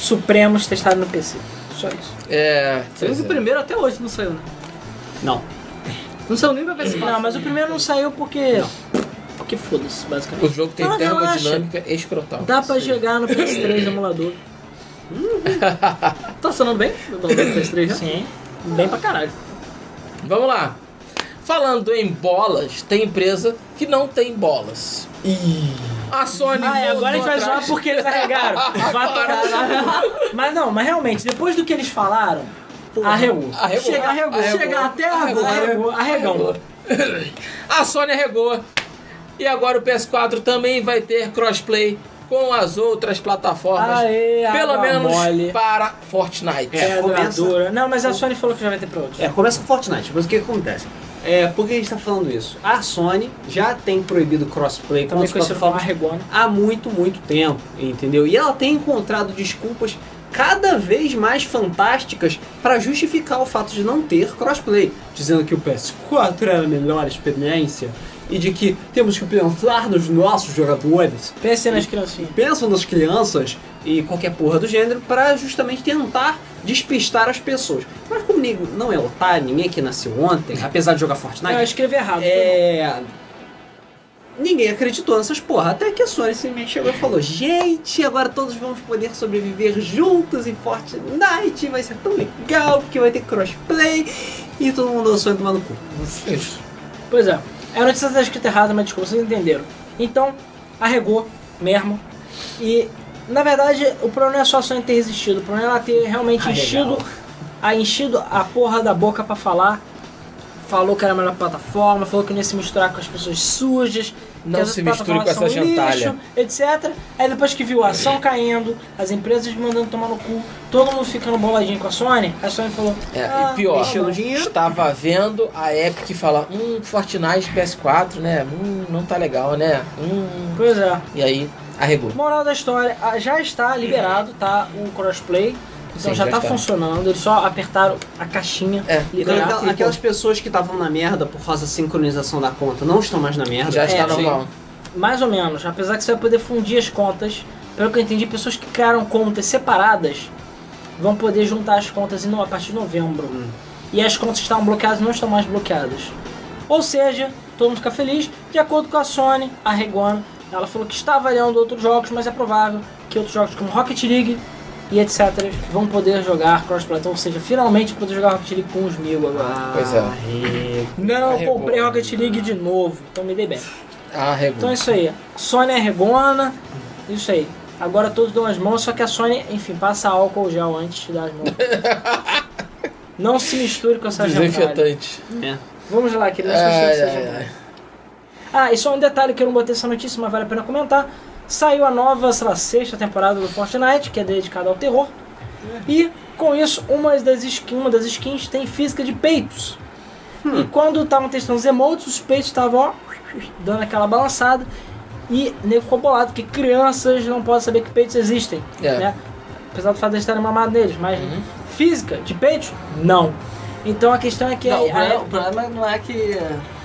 supremos testarem no PC. Só isso. É. Mas pois o é. primeiro até hoje não saiu, né? Não. Não saiu nem pra ver se Não, mas o primeiro não saiu porque. Porque foda-se, O basicamente. jogo tem Não, relaxa. termodinâmica escrotal. Dá pra jogar no PS3 no emulador. Tá funcionando bem? Não, PS3 já? Sim. Bem pra caralho. Vamos lá. Falando em bolas, tem empresa que não tem bolas. A Sony. Ah, é, voltou agora a gente vai atrás. zoar porque eles arregaram. Vai tocar lá. Mas não, mas realmente, depois do que eles falaram, arregou. Arregou. Chega, arregou. Arregou. Chega até arregou. Arregou, arregão. A Sony arregou. E agora o PS4 também vai ter crossplay com as outras plataformas. Aê, pelo água menos mole. para Fortnite. É, Pedra começa- dura. Não, mas a Sony falou que já vai ter pra outros. É, começa o Fortnite, mas o que acontece? É, por que a gente tá falando isso? A Sony já tem proibido crossplay com Também outras conhecido como plataformas Arregona. há muito, muito tempo, entendeu? E ela tem encontrado desculpas cada vez mais fantásticas para justificar o fato de não ter crossplay, dizendo que o PS4 era a melhor experiência e de que temos que pensar nos nossos jogadores, Pense nas criancinhas. pensam nas crianças e qualquer porra do gênero para justamente tentar despistar as pessoas. Mas como nego não é otário, ninguém aqui nasceu ontem, apesar de jogar Não, eu Fortnite, escrevi errado. é. Ninguém acreditou nessas porra. Até que a Sony simplesmente chegou e falou: Gente, agora todos vamos poder sobreviver juntos em Fortnite. Vai ser tão legal, porque vai ter crossplay. E todo mundo lançou Sony tomar no cu. Isso. Pois é. A notícia está escrita errada, mas desculpa, vocês entenderam. Então, arregou mesmo. E, na verdade, o problema não é só a Sony ter resistido. O problema é ela ter realmente Ah, Arregal. enchido a, enchido a porra da boca pra falar. Falou que era a melhor plataforma, falou que não ia se misturar com as pessoas sujas. Não que as se outras misture com plataformas essa são gentalha. um etc. Aí depois que viu a ação caindo, as empresas mandando tomar no cu, todo mundo ficando boladinho com a Sony, a Sony falou... É, "Ah, e pior, mexeu no dinheiro. estava vendo a Epic falar, hum, Fortnite PS4, né? Hum, não tá legal, né? Hum. Pois é. E aí, arregou. Moral da história, ah, já está liberado, tá? O crossplay. Então Sim, já, já tá está. funcionando, eles só apertaram a caixinha. É, Então, liberar, aquela- e aquelas pessoas que estavam na merda por causa da sincronização da conta não estão mais na merda. já está É, sim. normal. pô, Mais ou menos, apesar que você vai poder fundir as contas. Pelo que eu entendi, pessoas que criaram contas separadas vão poder juntar as contas em no- a partir de novembro. E as contas que estavam bloqueadas não estão mais bloqueadas. Ou seja, todo mundo fica feliz. De acordo com a Sony, a Regona, ela falou que está avaliando outros jogos, mas é provável que outros jogos como Rocket League e etc. vão poder jogar cross-platform. Ou seja, finalmente poder jogar Rocket League com os mil agora. Pois é. Arre- Não Arregou. comprei Rocket League de novo, então me dei bem. Arregou. Então é isso aí. Sony é regona. Isso aí. Agora todos dão as mãos, só que a Sony, enfim, passa [LAUGHS] álcool gel antes de dar as mãos. Não se misture com essa gentalha. Desinfetante. É. Vamos lá, queridos. Ai, assistentes, ai, sejam- ai. Ah, e só um detalhe que eu não botei essa notícia, mas vale a pena comentar. Saiu a nova, sei lá, sexta temporada do Fortnite, que é dedicada ao terror. E com isso, uma das, skin, uma das skins tem física de peitos. Hum. E quando estavam testando os emotes, os peitos estavam ó, dando aquela balançada. E o nego ficou bolado, porque crianças não podem saber que peitos existem. É. Né? Apesar do fato de eles estarem mamados neles, mas Uhum. física de peitos, não. Então a questão é que Não, a- o, problema, a- o problema não é que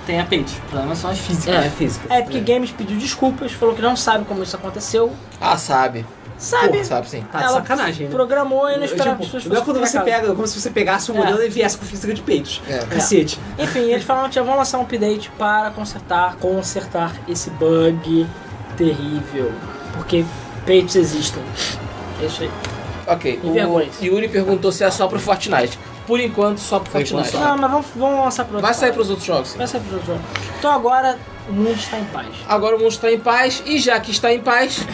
tenha peito, o problema são as físicas. É, física. A Epic Games pediu desculpas, falou que não sabe como isso aconteceu. Ah, sabe. Sabe? Porra, sabe sim. Tá de Ela sacanagem, né? Programou e não esperava que as pessoas Tipo, não é quando pra você casa. pega, como se você pegasse um É. modelo e viesse com física de peitos. É. Cacete. Enfim, eles falaram que já vão lançar um update para consertar, consertar esse bug terrível. Porque peitos existem. É isso aí. Ok. E vergonhas. O Yuri perguntou se é só pro Fortnite. Por enquanto, só pro Fortnite. Não, mas vamos, vamos lançar pro outro Vai sair lado. pros outros jogos, sim. Vai sair pro outro jogo. Então agora o mundo está em paz. Agora o mundo está em paz e já que está em paz,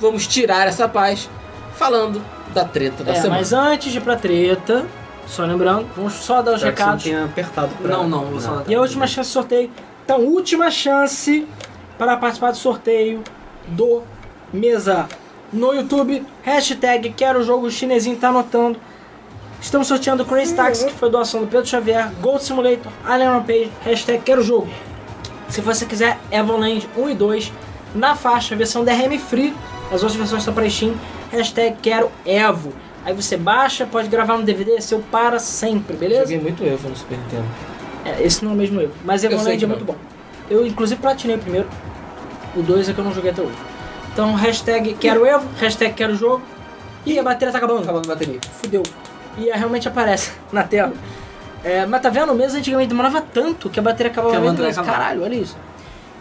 vamos tirar essa paz falando da treta da É, semana. mas antes de ir pra treta, só lembrando, vamos só dar os Já que você não recados. tinha apertado pra... Não, não, eu só- E a última chance de sorteio. Então, última chance para participar do sorteio do Mesa no YouTube. Hashtag quero o jogo chinesinho, tá anotando. Estamos sorteando Crazy Taxi, que foi doação do Pedro Xavier, Gold Simulator, Alien Rampage, hashtag quero o jogo. Se você quiser, Evoland 1 e 2 na faixa, versão DRM Free. As outras versões estão para Steam. Hashtag quero Evo. Aí você baixa, pode gravar no DVD, é seu para sempre, beleza? Joguei muito Evo no Super Nintendo. É, esse não é o mesmo erro. Mas Eu sei Evoland que é muito não. bom. Eu, inclusive, platinei o primeiro. O 2 é que eu não joguei até hoje. Então, hashtag quero Evo, hashtag quero jogo. E a bateria tá acabando. Acabando a bateria. Fudeu. E é, realmente aparece [LAUGHS] na tela. É, mas tá vendo? Mesmo antigamente demorava tanto que a bateria acabava Que a muito bateria lento. acabava. Caralho, olha isso.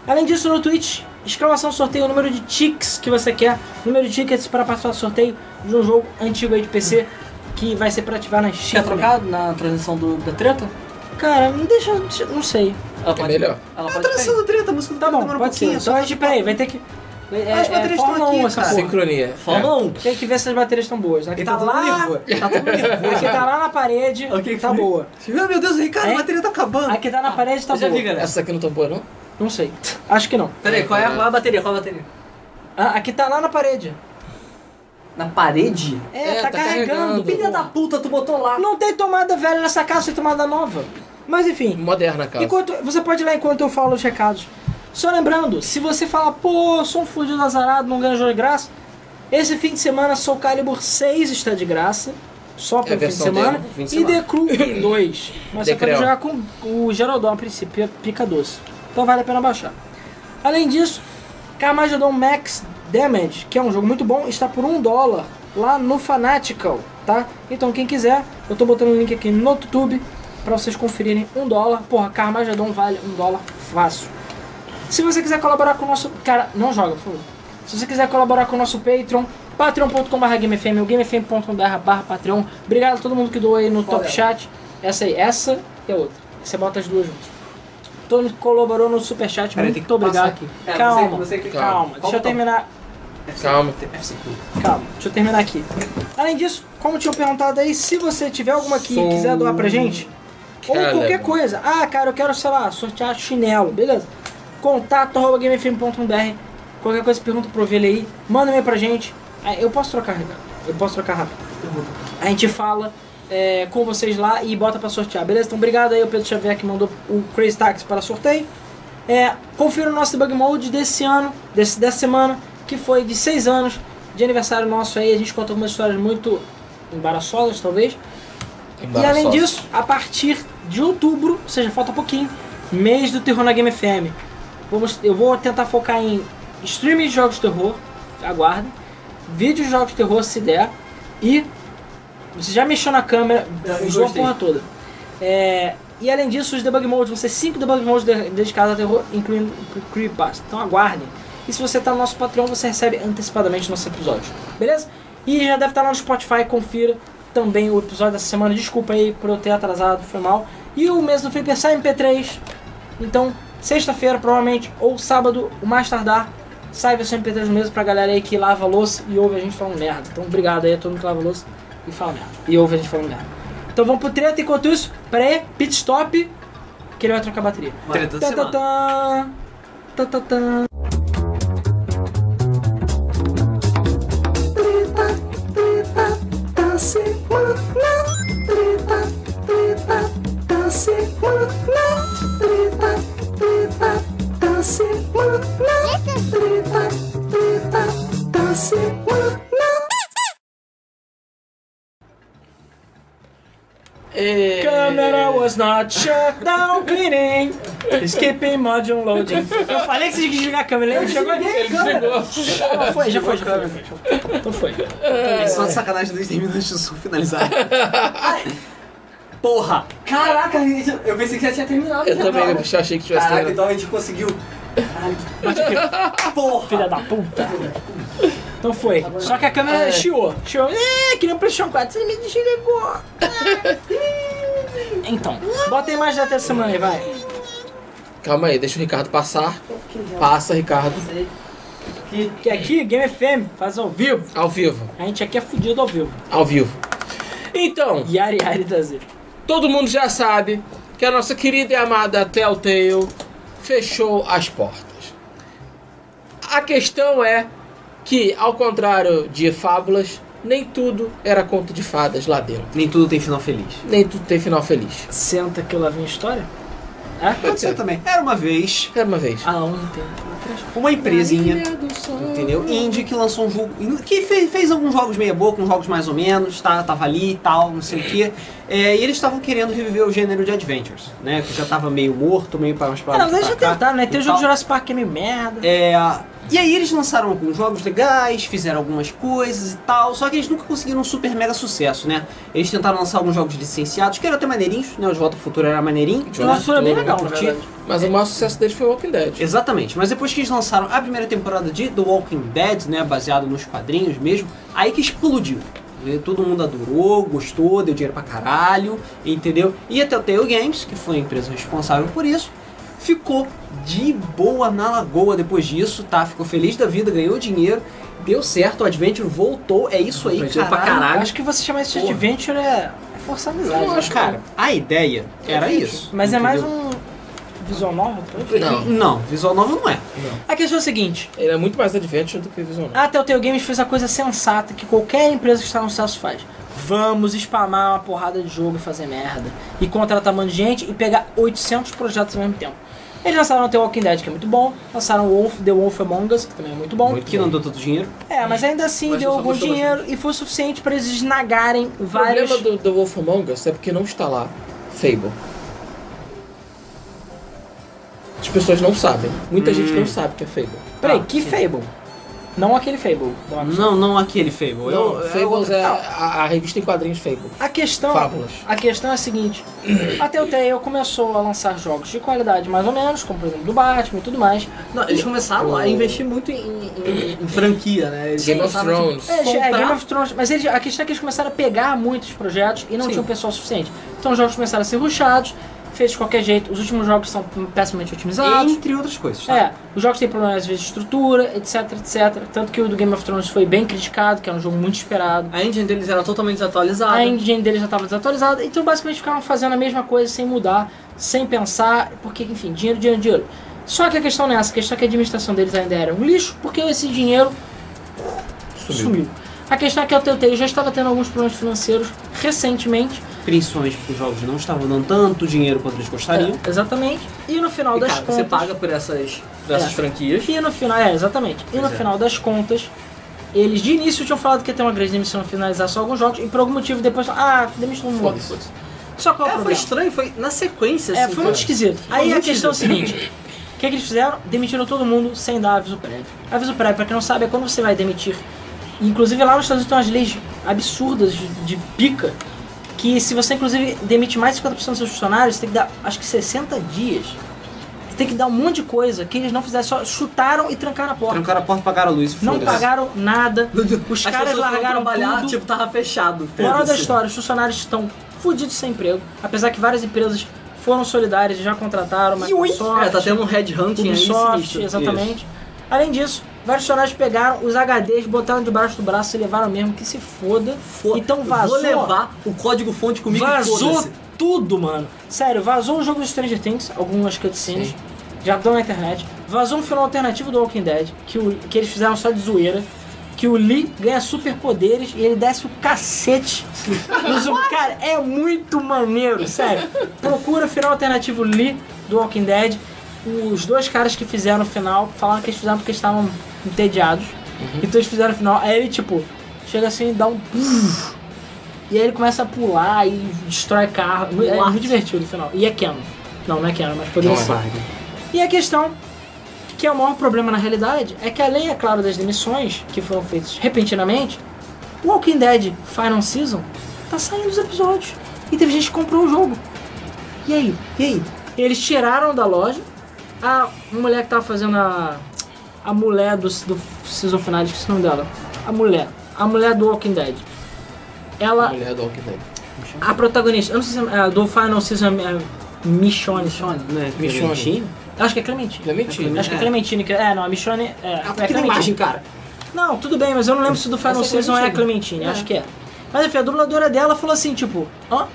Além disso, no Twitch, exclamação sorteio, número de ticks que você quer, número de tickets para participar do sorteio de um jogo antigo aí de PC que vai ser pra ativar na Steam. Tinha trocado na transição do, da treta? Cara, não deixa. Não sei. Ela É melhor. Ela A pode tradução sair. do treta, a música do Tá treta bom, demora um pode ser. pouquinho. um Então a gente, peraí, vai ter que. É, As é, baterias estão Fórmula aqui, 1 essa cara. porra. Ah, Sincronia. um É. Fórmula 1. Tem que ver se as baterias estão boas. Aqui Ele tá, todo lá, nervoso. Tá todo nervoso. aqui tá lá na parede, [LAUGHS] Ok, tá fui. boa. Meu meu Deus, o Ricardo, É? a bateria tá acabando. Aqui tá na parede, tá Ah, Eu já boa. vi, galera. Essa aqui não tá boa, não? Não sei. Acho que não. Peraí, qual é, a- qual é a bateria? Qual é a bateria? Ah, aqui tá lá na parede. Na parede? É, É, tá, tá carregando. carregando. Filha da tá puta, tu botou lá. Não tem tomada velha nessa casa, tem tomada nova. Mas enfim. Moderna, cara. Enquanto, você pode ir lá enquanto eu falo os recados. Só lembrando, se você fala, pô, sou um fudido azarado, não ganho jogo de graça, esse fim de semana Soul Calibur 6 está de graça, só para É a o fim de versão semana, demo, fim de e The semana. Crew 2. Mas você pode Decreo. jogar com o Geraldão, a princípio, é pica doce. Então vale a pena baixar. Além disso, Carmageddon Max Damage, que é um jogo muito bom, está por um dólar lá no Fanatical, tá? Então quem quiser, eu tô botando o link aqui no YouTube pra vocês conferirem um dólar. Porra, Carmageddon vale um dólar fácil. Se você quiser colaborar com o nosso. Cara, não joga, por favor. Se você quiser colaborar com o nosso Patreon, patreon.com.br gamefm ou gamefm.com.br barra Patreon. Obrigado a todo mundo que doou aí no é? top chat. Essa aí, essa e a outra. Você bota as duas juntas. Todo mundo que colaborou no superchat, Peraí, tem muito que passar obrigado. aqui. É, calma, você- tá? você que- calma. Qual Deixa eu botão? terminar. Calma. Calma, deixa eu terminar aqui. Além disso, como eu tinha perguntado aí, se você tiver alguma que Sou- quiser doar pra gente, ou Cara. qualquer coisa. Ah, cara, eu quero, sei lá, sortear chinelo, beleza? Contato arroba gamefm.br. Qualquer coisa, pergunta pro Ovelha aí. Manda um e-mail pra gente. Ah, Eu posso trocar, Ricardo. Eu posso trocar rápido. A gente fala é, com vocês lá e bota pra sortear, beleza? Então, obrigado aí ao Pedro Xavier que mandou o Crazy Taxi para sorteio. É, confira o nosso debug mode desse ano, desse, dessa semana, que foi de 6 anos de aniversário nosso aí. A gente conta algumas histórias muito embaraçosas, talvez. E além disso, a partir de outubro, ou seja, falta pouquinho, mês do terror na Game FM. Vamos, eu vou tentar focar em streaming de jogos de terror, aguardem, vídeos de jogos de terror se der, e você já mexeu na câmera, Eu usou a gostei. porra toda. É, e além disso, os debug modes vão ser 5 debug modes de- dedicados a terror, incluindo cre- Creepypasta. Então aguardem. E se você tá no nosso Patreon, você recebe antecipadamente nosso episódio, beleza? E já deve estar lá no Spotify, confira também o episódio dessa semana. Desculpa aí por eu ter atrasado, foi mal. E o mês do Flipper sai em MP3. Então, sexta-feira, provavelmente, ou sábado, o mais tardar, sai a versão MP3 do mesmo pra galera aí que lava a louça e ouve a gente falando merda. Então, obrigado aí a todo mundo que lava a louça e fala merda. E ouve a gente falando merda. Então vamos pro treta, enquanto isso, peraí, pit stop. que ele vai trocar a bateria. Treta da Tá, tá, semana. tá. Tá, tá, tá. É, Camera was not shut down cleaning. Skipping module loading. Eu falei que você tinha que desligar a câmera, ele chegou ali. Ele desligou. Já foi, já foi, já foi. Então foi. É só de sacanagem dos 10 minutos do sul finalizar. [LAUGHS] Porra! Caraca, gente, eu pensei que já tinha terminado. Eu já, também cara. eu achei que tivesse Caraca, terminado. então a gente conseguiu. Filha da puta. Então foi. Só que a câmera chiou. Chiou. É, que nem o PlayStation 4. Você me desligou. [LAUGHS] Então, bota a imagem até semana aí, vai. então- Calma aí, deixa o Ricardo passar. Passa, Ricardo. Que aqui, Game FM, faz ao vivo. Ao vivo. A gente aqui é fudido ao vivo. Ao vivo. Então, Yari Yari tá da Z. todo mundo já sabe que a nossa querida e amada Telltale fechou as portas. A questão é que, ao contrário de fábulas, nem tudo era conto de fadas lá dentro. Nem tudo tem final feliz. Nem tudo tem final feliz. Senta que lá vem história? É? Pode ser também. Era uma vez Era É uma vez. Ah, ontem. uma empresinha, entendeu? Indie que lançou um jogo. Que fe- fez alguns jogos meia boca, uns jogos mais ou menos, tá? Tava ali e tal, não sei o quê. É, e eles estavam querendo reviver o gênero de Adventures, né? Que já tava meio morto, meio para umas Ah, palavras. não, deixa eu pra cá tentar, né? Tem e o jogo tal. de Jurassic Park que é meio merda. É, e aí eles lançaram alguns jogos legais, fizeram algumas coisas e tal, só que eles nunca conseguiram um super mega sucesso, né? Eles tentaram lançar alguns jogos licenciados, que eram até maneirinhos, né? O De Volta ao Futuro era maneirinho. De Volta O né? ao assunto é bem legal, na Curti. verdade. Mas o maior sucesso deles foi Walking Dead. Exatamente, mas depois que eles lançaram a primeira temporada de The Walking Dead, né, baseado nos quadrinhos mesmo, aí que explodiu. E Todo mundo adorou, gostou, deu dinheiro pra caralho, entendeu? E a Telltale Games, que foi a empresa responsável por isso, ficou de boa na lagoa depois disso, tá? Ficou feliz da vida, ganhou dinheiro, deu certo, o Adventure voltou, é isso aí, Adventure caralho. pra caralho. Acho que você chamar isso de Porra. adventure é, é forçar a amizade. né? Mas, cara, a ideia era isso. Mas é mais entendeu? um visual novel, talvez? Não, Não, visual novo não é. A questão é o seguinte: ele é muito mais adventure do que Visual Novel. a Telltale Games fez a coisa sensata que qualquer empresa que está no sucesso faz. Vamos spamar uma porrada de jogo e fazer merda. E contratar um monte de gente e pegar 800 projetos ao mesmo tempo. Eles lançaram The Walking Dead, que é muito bom. Lançaram Wolf, The Wolf Among Us, que também é muito bom. que não deu tanto dinheiro. É, mas ainda assim Mas deu só algum gostou dinheiro e foi o suficiente para eles esnagarem O vários. problema do, do Wolf Among Us é porque não está lá Fable. As pessoas não sabem. Muita gente não sabe que é Fable. Peraí, que Fable? Não aquele Fable. da Microsoft. Não, não aquele Fable. Não, eu, é Fables outra- é a, a revista em quadrinhos Fable. A questão, Fábulas. a questão é a seguinte: a Telltale começou a lançar jogos de qualidade mais ou menos, como por exemplo do Batman e tudo mais. Não, eles começaram a investir muito em, em- em franquia, né? Eles Game of começaram, tipo, Thrones. É, é, Comprar- Game of Thrones, mas eles, a questão é que eles começaram a pegar muitos projetos e não tinham pessoal suficiente. Então os jogos começaram a ser ruxados, fez de qualquer jeito. Os últimos jogos são pessimamente otimizados. Entre outras coisas, tá? É, os jogos têm problemas às vezes de estrutura, etc, etc. Tanto que o do Game of Thrones foi bem criticado, que era um jogo muito esperado. A engine deles era totalmente desatualizada. A engine dele já estava desatualizada, então basicamente ficaram fazendo a mesma coisa sem mudar, sem pensar, porque, enfim, dinheiro, dinheiro, dinheiro. Só que a questão não é essa, a questão é que a administração deles ainda era um lixo, porque esse dinheiro sumiu. A questão é que a Telltale já estava tendo alguns problemas financeiros recentemente, Principalmente porque os jogos não estavam dando tanto dinheiro quanto eles gostariam. É, exatamente, e no final E, das cara, contas... você paga por essas, por essas É. franquias. E no final, é, exatamente. E no Pois é. final das contas, eles de início tinham falado que ia ter uma grande demissão finalizar só alguns jogos, e por algum motivo depois, ah, demitiu todo mundo. Foda-se. Só qual é o É, foi problema? estranho, foi na sequência, É, assim, foi muito cara. esquisito. Aí a muito questão é o seguinte: o que, é que eles fizeram? Demitiram todo mundo sem dar aviso prévio. Aviso prévio, pra quem não sabe, é quando você vai demitir. Inclusive lá nos Estados Unidos tem umas leis absurdas de, de pica. Que se você, inclusive, demite mais de 50% dos seus funcionários, você tem que dar acho que 60 dias. Você tem que dar um monte de coisa que eles não fizeram, só chutaram e trancaram a porta. Trancaram a porta, pagaram a luz e Não foda-se. pagaram nada. Os As caras pessoas foram largaram trabalhar, tudo. tipo, tava fechado. Moral da foda-se. história, os funcionários estão fudidos sem emprego, apesar que várias empresas foram solidárias e já contrataram Microsoft, É, tá tendo um headhunting aí. Ubisoft, sinistro. exatamente. Além disso, vários funcionários pegaram os HDs, botaram debaixo do braço e levaram mesmo, que se foda. Fo- Então Vou vazou. levar o código fonte comigo e vazou foda-se. tudo, mano. Sério, vazou o jogo do Stranger Things, algumas cutscenes, já estão na internet. Vazou um final alternativo do Walking Dead, que, o- que eles fizeram só de zoeira. Que o Lee ganha superpoderes e ele desce o [LAUGHS] cacete. no zumbi. Cara, é muito maneiro, sério. Procura o final alternativo Lee do Walking Dead. Os dois caras que fizeram o final falaram que eles fizeram porque estavam entediados. Então eles fizeram o final. Aí ele, tipo, chega assim e dá um. E aí ele começa a pular e destrói carro. É muito divertido no final. E é Canon. Não, não é Canon, mas poderia ser. E a questão, que é o maior problema na realidade, é que além, é claro, das demissões que foram feitas repentinamente, o Walking Dead Final Season tá saindo os episódios. E teve gente que comprou o jogo. E aí? E aí? Eles tiraram da loja a mulher que tava fazendo a. A mulher do, do Season Final, esqueci o nome dela. A mulher. A mulher do Walking Dead. Ela Mulher do Walking Dead. a protagonista, eu não sei se é a do Final Season é Michonne. Michonne. Né? é Michonne. Acho que é Clementine. Clementine. Acho que é Clementine. que- É, não, a Michonne é. Ah, é porque tem imagem, cara. Não, tudo bem, mas eu não lembro se do Final Essa é Season é a Clementine, acho que é. Mas enfim, a dubladora dela falou assim, tipo, ó,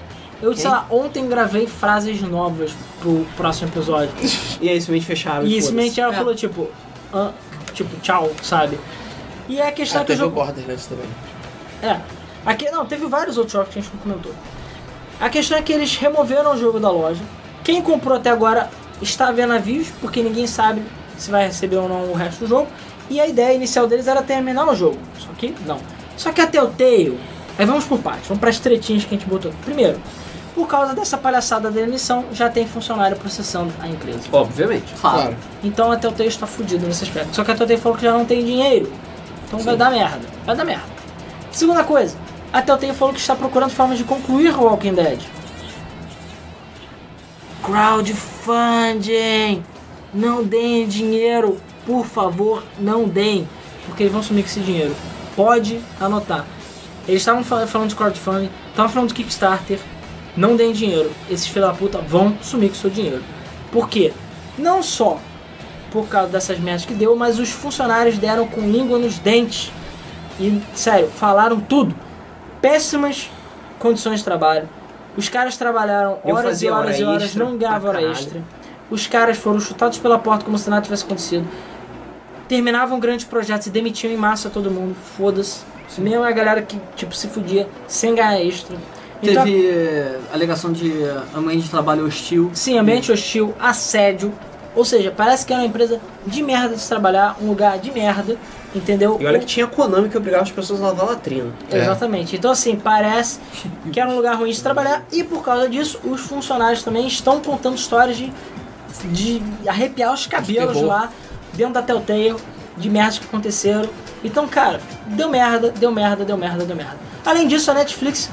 eu, sei lá, ontem gravei frases novas pro próximo episódio. E é aí, simplesmente fecharam. E foda-se. É. simplesmente ela falou, tipo, hã? tipo, tchau, sabe? E é a questão Ah, que o teve o jogo. Borderlands também. É. Aqui, não, teve vários outros jogos que a gente não comentou. A questão é que eles removeram o jogo da loja. Quem comprou até agora está vendo avisos, porque ninguém sabe se vai receber ou não o resto do jogo. E a ideia inicial deles era terminar o jogo. Só que não. Só que até o Telltale. Aí vamos por partes, vamos para as tretinhas que a gente botou. Primeiro, por causa dessa palhaçada da demissão, já tem funcionário processando a empresa. Obviamente. Claro. Então a Telltale está fudida nesse aspecto. Só que a Telltale falou que já não tem dinheiro. Então vai dar merda. Vai dar merda. Segunda coisa. A Telltale falou que está procurando formas de concluir o Walking Dead. Crowdfunding! Não deem dinheiro. Por favor, não deem. Porque eles vão sumir com esse dinheiro. Pode anotar. Eles estavam fal- falando de crowdfunding, estavam falando de Kickstarter. Não deem dinheiro. Esses filha da puta vão sumir com o seu dinheiro. Por quê? Não só por causa dessas merdas que deu, mas os funcionários deram com língua nos dentes. E, sério, falaram tudo. Péssimas condições de trabalho. Os caras trabalharam Eu horas e fazia horas e hora horas, extra não ganhavam pra hora caralho. extra. Os caras foram chutados pela porta como se nada tivesse acontecido. Terminavam grandes projetos e demitiam em massa todo mundo. Foda-se. Mesmo a galera que, tipo, se fudia sem ganhar extra. Então, Teve eh, alegação de eh, ambiente de trabalho hostil. Sim, ambiente hostil, assédio. Ou seja, parece que era uma empresa de merda de se trabalhar, um lugar de merda, entendeu? E olha que tinha Konami que obrigava as pessoas a lavar a latrina. É. Exatamente. Então, assim, parece que era um lugar ruim de trabalhar e por causa disso, os funcionários também estão contando histórias de, de arrepiar os cabelos terror. lá dentro da Telltale, de merdas que aconteceram. Então, cara, deu merda, deu merda, deu merda, deu merda. Além disso, a Netflix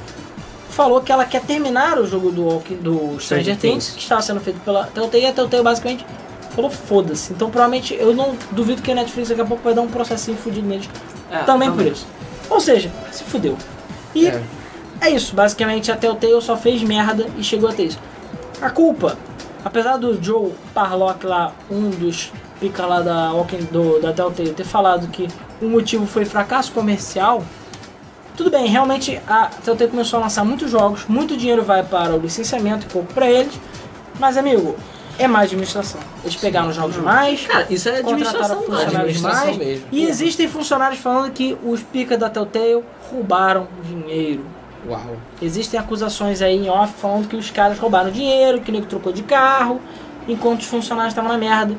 falou que ela quer terminar o jogo do, Walking- do Stranger Stranger Things, Things. que estava sendo feito pela Telltale, e a Telltale basicamente falou foda-se. Então, provavelmente, eu não duvido que a Netflix daqui a pouco vai dar um processinho fudido neles É, também por isso. Ou seja, se fudeu. E é, É. isso, basicamente a Telltale só fez merda e chegou até isso. A culpa, apesar do Joe Parlock lá, um dos pica lá da, Walking- do, da Telltale, ter falado que o motivo foi fracasso comercial, tudo bem, realmente a Telltale começou a lançar muitos jogos, muito dinheiro vai para o licenciamento e pouco para eles, mas amigo, é mais administração. Eles pegaram os jogos mais, Uhum. Cara, isso é contrataram administração, mano. funcionários Administração mais. mesmo. E existem funcionários falando que os pica da Telltale roubaram dinheiro. Uau. Existem acusações aí em off falando que os caras roubaram dinheiro, que o nego trocou de carro, enquanto os funcionários estavam na merda,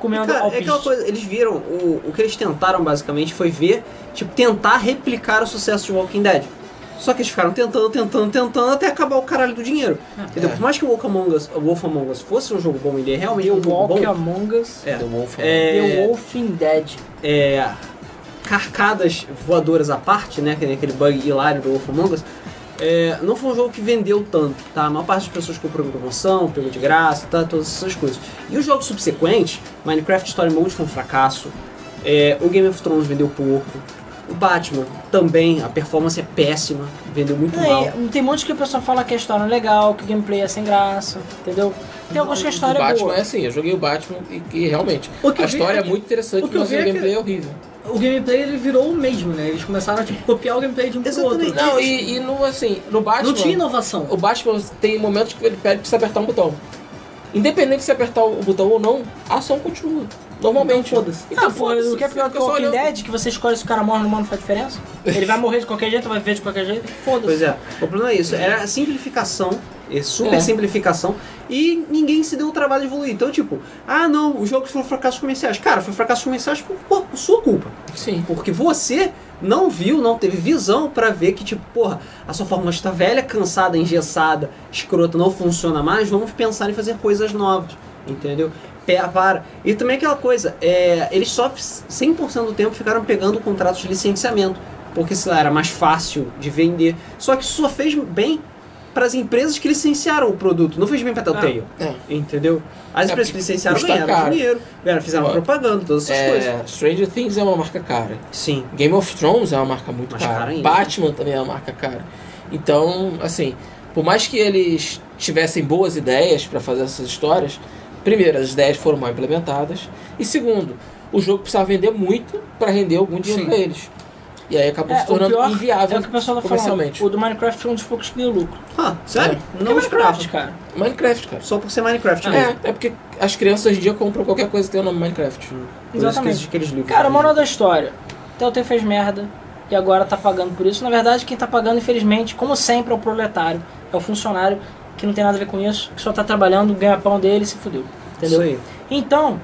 comendo Cara, é alpiste. aquela coisa, eles viram, o, o que eles tentaram basicamente foi ver, tipo, tentar replicar o sucesso de Walking Dead. Só que eles ficaram tentando, tentando, tentando até acabar o caralho do dinheiro. Ah, Entendeu? É. Por mais que o Wolf Among, Us, o Wolf Among Us fosse um jogo bom, ele é realmente um The jogo Walk bom. Among Us, É. The Wolf. The É, Wolfing Dead. é, carcadas voadoras à parte, né? Que nem aquele bug hilário do Wolf Among Us. é, não foi um jogo que vendeu tanto, tá? A maior parte das pessoas comprou em promoção, pegou de graça, tá? Todas essas coisas. E os jogos subsequentes, Minecraft Story Mode foi um fracasso, é, o Game of Thrones vendeu pouco, o Batman também, a performance é péssima, vendeu muito É, mal. e tem um monte que o pessoal fala que a história não é legal, que o gameplay é sem graça, entendeu? Tem alguns que a O história é Batman boa. é assim, eu joguei o Batman e, e realmente. O que a eu vi história é é que- muito interessante, o que eu mas o vi é que- gameplay é horrível. o gameplay ele virou o mesmo, né? Eles começaram a tipo, copiar o gameplay de um pro outro. Exatamente. Não, e, e no, assim, no Batman. Não tinha inovação. O Batman tem momentos que ele pede pra você apertar um botão. Independente se apertar o botão ou não, a ação continua. Normalmente. Então foda-se. Ah, pô, o que é pior que fica o só Walking olhando. Dead, que você escolhe se o cara morre ou não morre, não faz diferença? Ele vai morrer de qualquer jeito, vai ver de qualquer jeito, Pois foda-se. é, o problema é isso, era a simplificação, é super simplificação, e ninguém se deu o trabalho de evoluir. Então, tipo, ah não, os jogos foram fracassos comerciais. Cara, foi um fracasso comerciais por, por sua culpa. Sim. Porque você não viu, não teve visão pra ver que, tipo, porra, a sua fórmula está velha, cansada, engessada, escrota, não funciona mais, vamos pensar em fazer coisas novas, entendeu? Pé para. E também aquela coisa, é, eles só 100% do tempo ficaram pegando contratos de licenciamento, porque, sei lá, era mais fácil de vender. Só que isso só fez bem para as empresas que licenciaram o produto, não fez bem pra Telltale, É. entendeu? As É, empresas que porque licenciaram custa ganharam caro. dinheiro, ganharam, fizeram Ó, propaganda, todas essas coisas. É, Stranger Things é uma marca cara. Sim. Game of Thrones é uma marca muito Mais cara. cara ainda. Batman também é uma marca cara. Então, assim, por mais que eles tivessem boas ideias para fazer essas histórias, primeiro, as ideias foram mal implementadas. E segundo, o jogo precisava vender muito para render algum dinheiro Sim. para eles. E aí acabou É, se tornando o pior inviável É o que o pessoal tá falando. comercialmente. O do Minecraft foi um dos poucos que deu lucro. Ah, sério? Não Não Minecraft, esperava. cara. Minecraft, cara. Só por ser Minecraft Ah, mesmo. É, é porque as crianças hoje em dia compram qualquer coisa que tem o nome Tá Minecraft. Por isso que Exatamente. existe aqueles livros. Cara, né? moral da história. Telltale fez merda e agora tá pagando por isso. Na verdade, quem tá pagando, infelizmente, como sempre, é o proletário. É o funcionário que não tem nada a ver com isso, que só tá trabalhando, ganha pão dele e se fudeu. Entendeu? Isso aí. Então,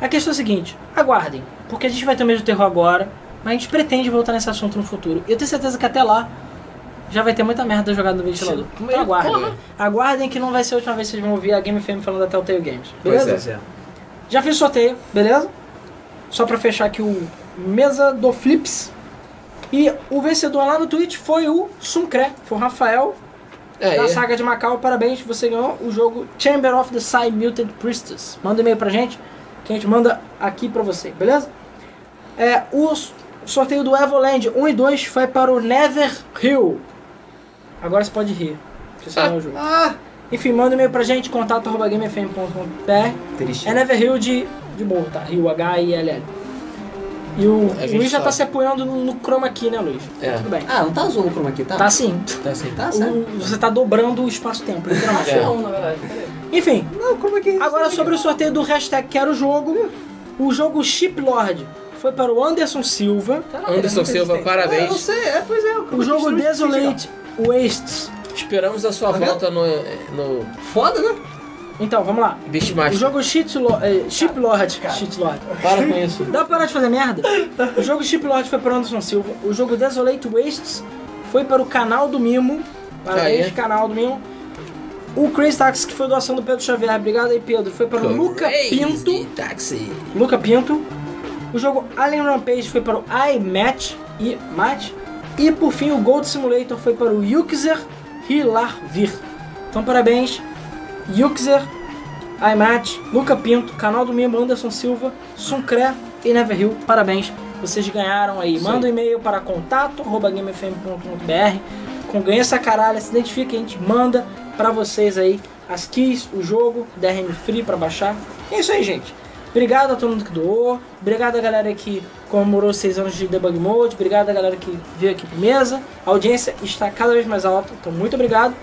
a questão é a seguinte: aguardem, porque a gente vai ter o mesmo terror agora, mas a gente pretende voltar nesse assunto no futuro. Eu tenho certeza que até lá já vai ter muita merda jogada no ventilador. Então aguardem. Aguardem que não vai ser a última vez que vocês vão ouvir a Game FM falando da Telltale Games. Beleza? Pois é, Zé. Já fiz o sorteio, beleza? Só pra fechar aqui o Mesa do Flips. E o vencedor lá no tweet foi o Suncré, foi o Rafael É, da é. saga de Macau. Parabéns, você ganhou o jogo Chamber of the Psy Mutant Priestess. Manda um e-mail pra gente, que a gente manda aqui pra você, beleza? É, o s- sorteio do Evoland 1 e 2 foi para o Never Hill. Agora você pode rir, porque você ganhou o jogo. Enfim, manda um e-mail pra gente, contato.gamefm.com.br Triste. é Never Hill de, de boa, tá? Rio H-I-L-L. E o A gente Luiz já tá sabe. se apoiando no, no chroma aqui, né, Luiz? É. Tudo bem. Ah, não tá azul o chroma aqui, tá? Tá sim. Tá assim. Tá certo. O- você tá dobrando o espaço-tempo, literalmente. É. Não, na verdade. Enfim, Não, como é que é isso? agora sobre o sorteio do hashtag Quero Jogo. O jogo Shiplord foi para o Anderson Silva. Tá Anderson Silva, É, eu parabéns. sei, é, pois é. O como é que jogo estamos Desolate Wastes. Esperamos a Tá sua volta no, no Foda, né? Então, vamos lá. O Beastmaster. jogo Shitlo- eh, Shiplord. Shitlord. Para com isso. Dá pra parar de [LAUGHS] fazer merda? O jogo Shiplord foi para o Anderson Silva. O jogo Desolate Wastes foi para o canal do Mimo. Parabéns, Aê. canal do Mimo. O Crazy Taxi, que foi doação do Pedro Xavier. Obrigado aí, Pedro. Foi para o é Luca Pinto. Táxi. Luca Pinto. O jogo Alien Rampage foi para o iMatch e Match. E por fim o Gold Simulator foi para o Yuxer Hilarvir. Então parabéns, Yuxer, iMatch, Luca Pinto, canal do Mimo, Anderson Silva, Suncré e Neverhill. Parabéns, vocês ganharam aí. Manda um e-mail para contato.gamefm.com.br com ganha essa caralha, se identifica, a gente manda para vocês aí as keys, o jogo, DRM Free para baixar. É isso aí, gente. Obrigado a todo mundo que doou. Obrigado a galera que comemorou 6 anos de debug mode. Obrigado a galera que veio aqui pro mesa. A audiência está cada vez mais alta. Então, muito obrigado.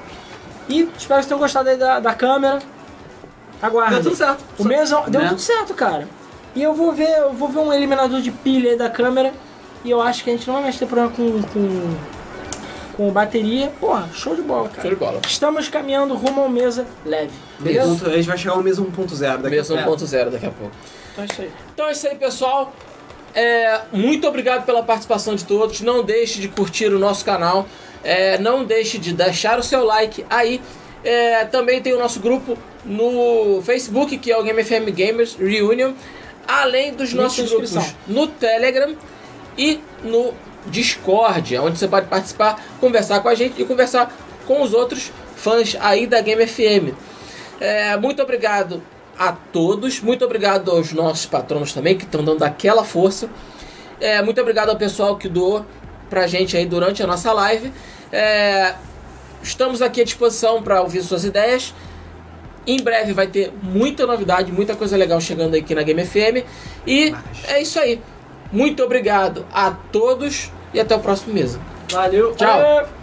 E espero que vocês tenham gostado aí da, da câmera. Aguardem. Deu tudo certo. O mesa deu Né? tudo certo, cara. E eu vou ver, eu vou ver um eliminador de pilha aí da câmera. E eu acho que a gente não vai mais ter problema com, com, com bateria. Porra, show de bola, Show cara. de bola. Estamos caminhando rumo ao mesa leve. Beleza? Um ponto- A gente vai chegar ao mesmo 1.0 daqui Mesmo a pouco. 1.0 daqui a pouco. Então é isso aí. Então é isso aí, pessoal. É, muito obrigado pela participação de todos. Não deixe de curtir o nosso canal. É, não deixe de deixar o seu like aí. É, também tem o nosso grupo no Facebook, que é o Game FM Gamers Reunion. Além dos Link nossos na grupos descrição. no Telegram e no Discord, é onde você pode participar, conversar com a gente e conversar com os outros fãs aí da Game FM. É, muito obrigado a todos, muito obrigado aos nossos patronos também que estão dando aquela força. É, muito obrigado ao pessoal que doou pra gente aí durante a nossa live. É, estamos aqui à disposição para ouvir suas ideias. Em breve vai ter muita novidade, muita coisa legal chegando aqui na Game FM. E é isso aí. Muito obrigado a todos e até o próximo mês. Valeu. Tchau. Aê.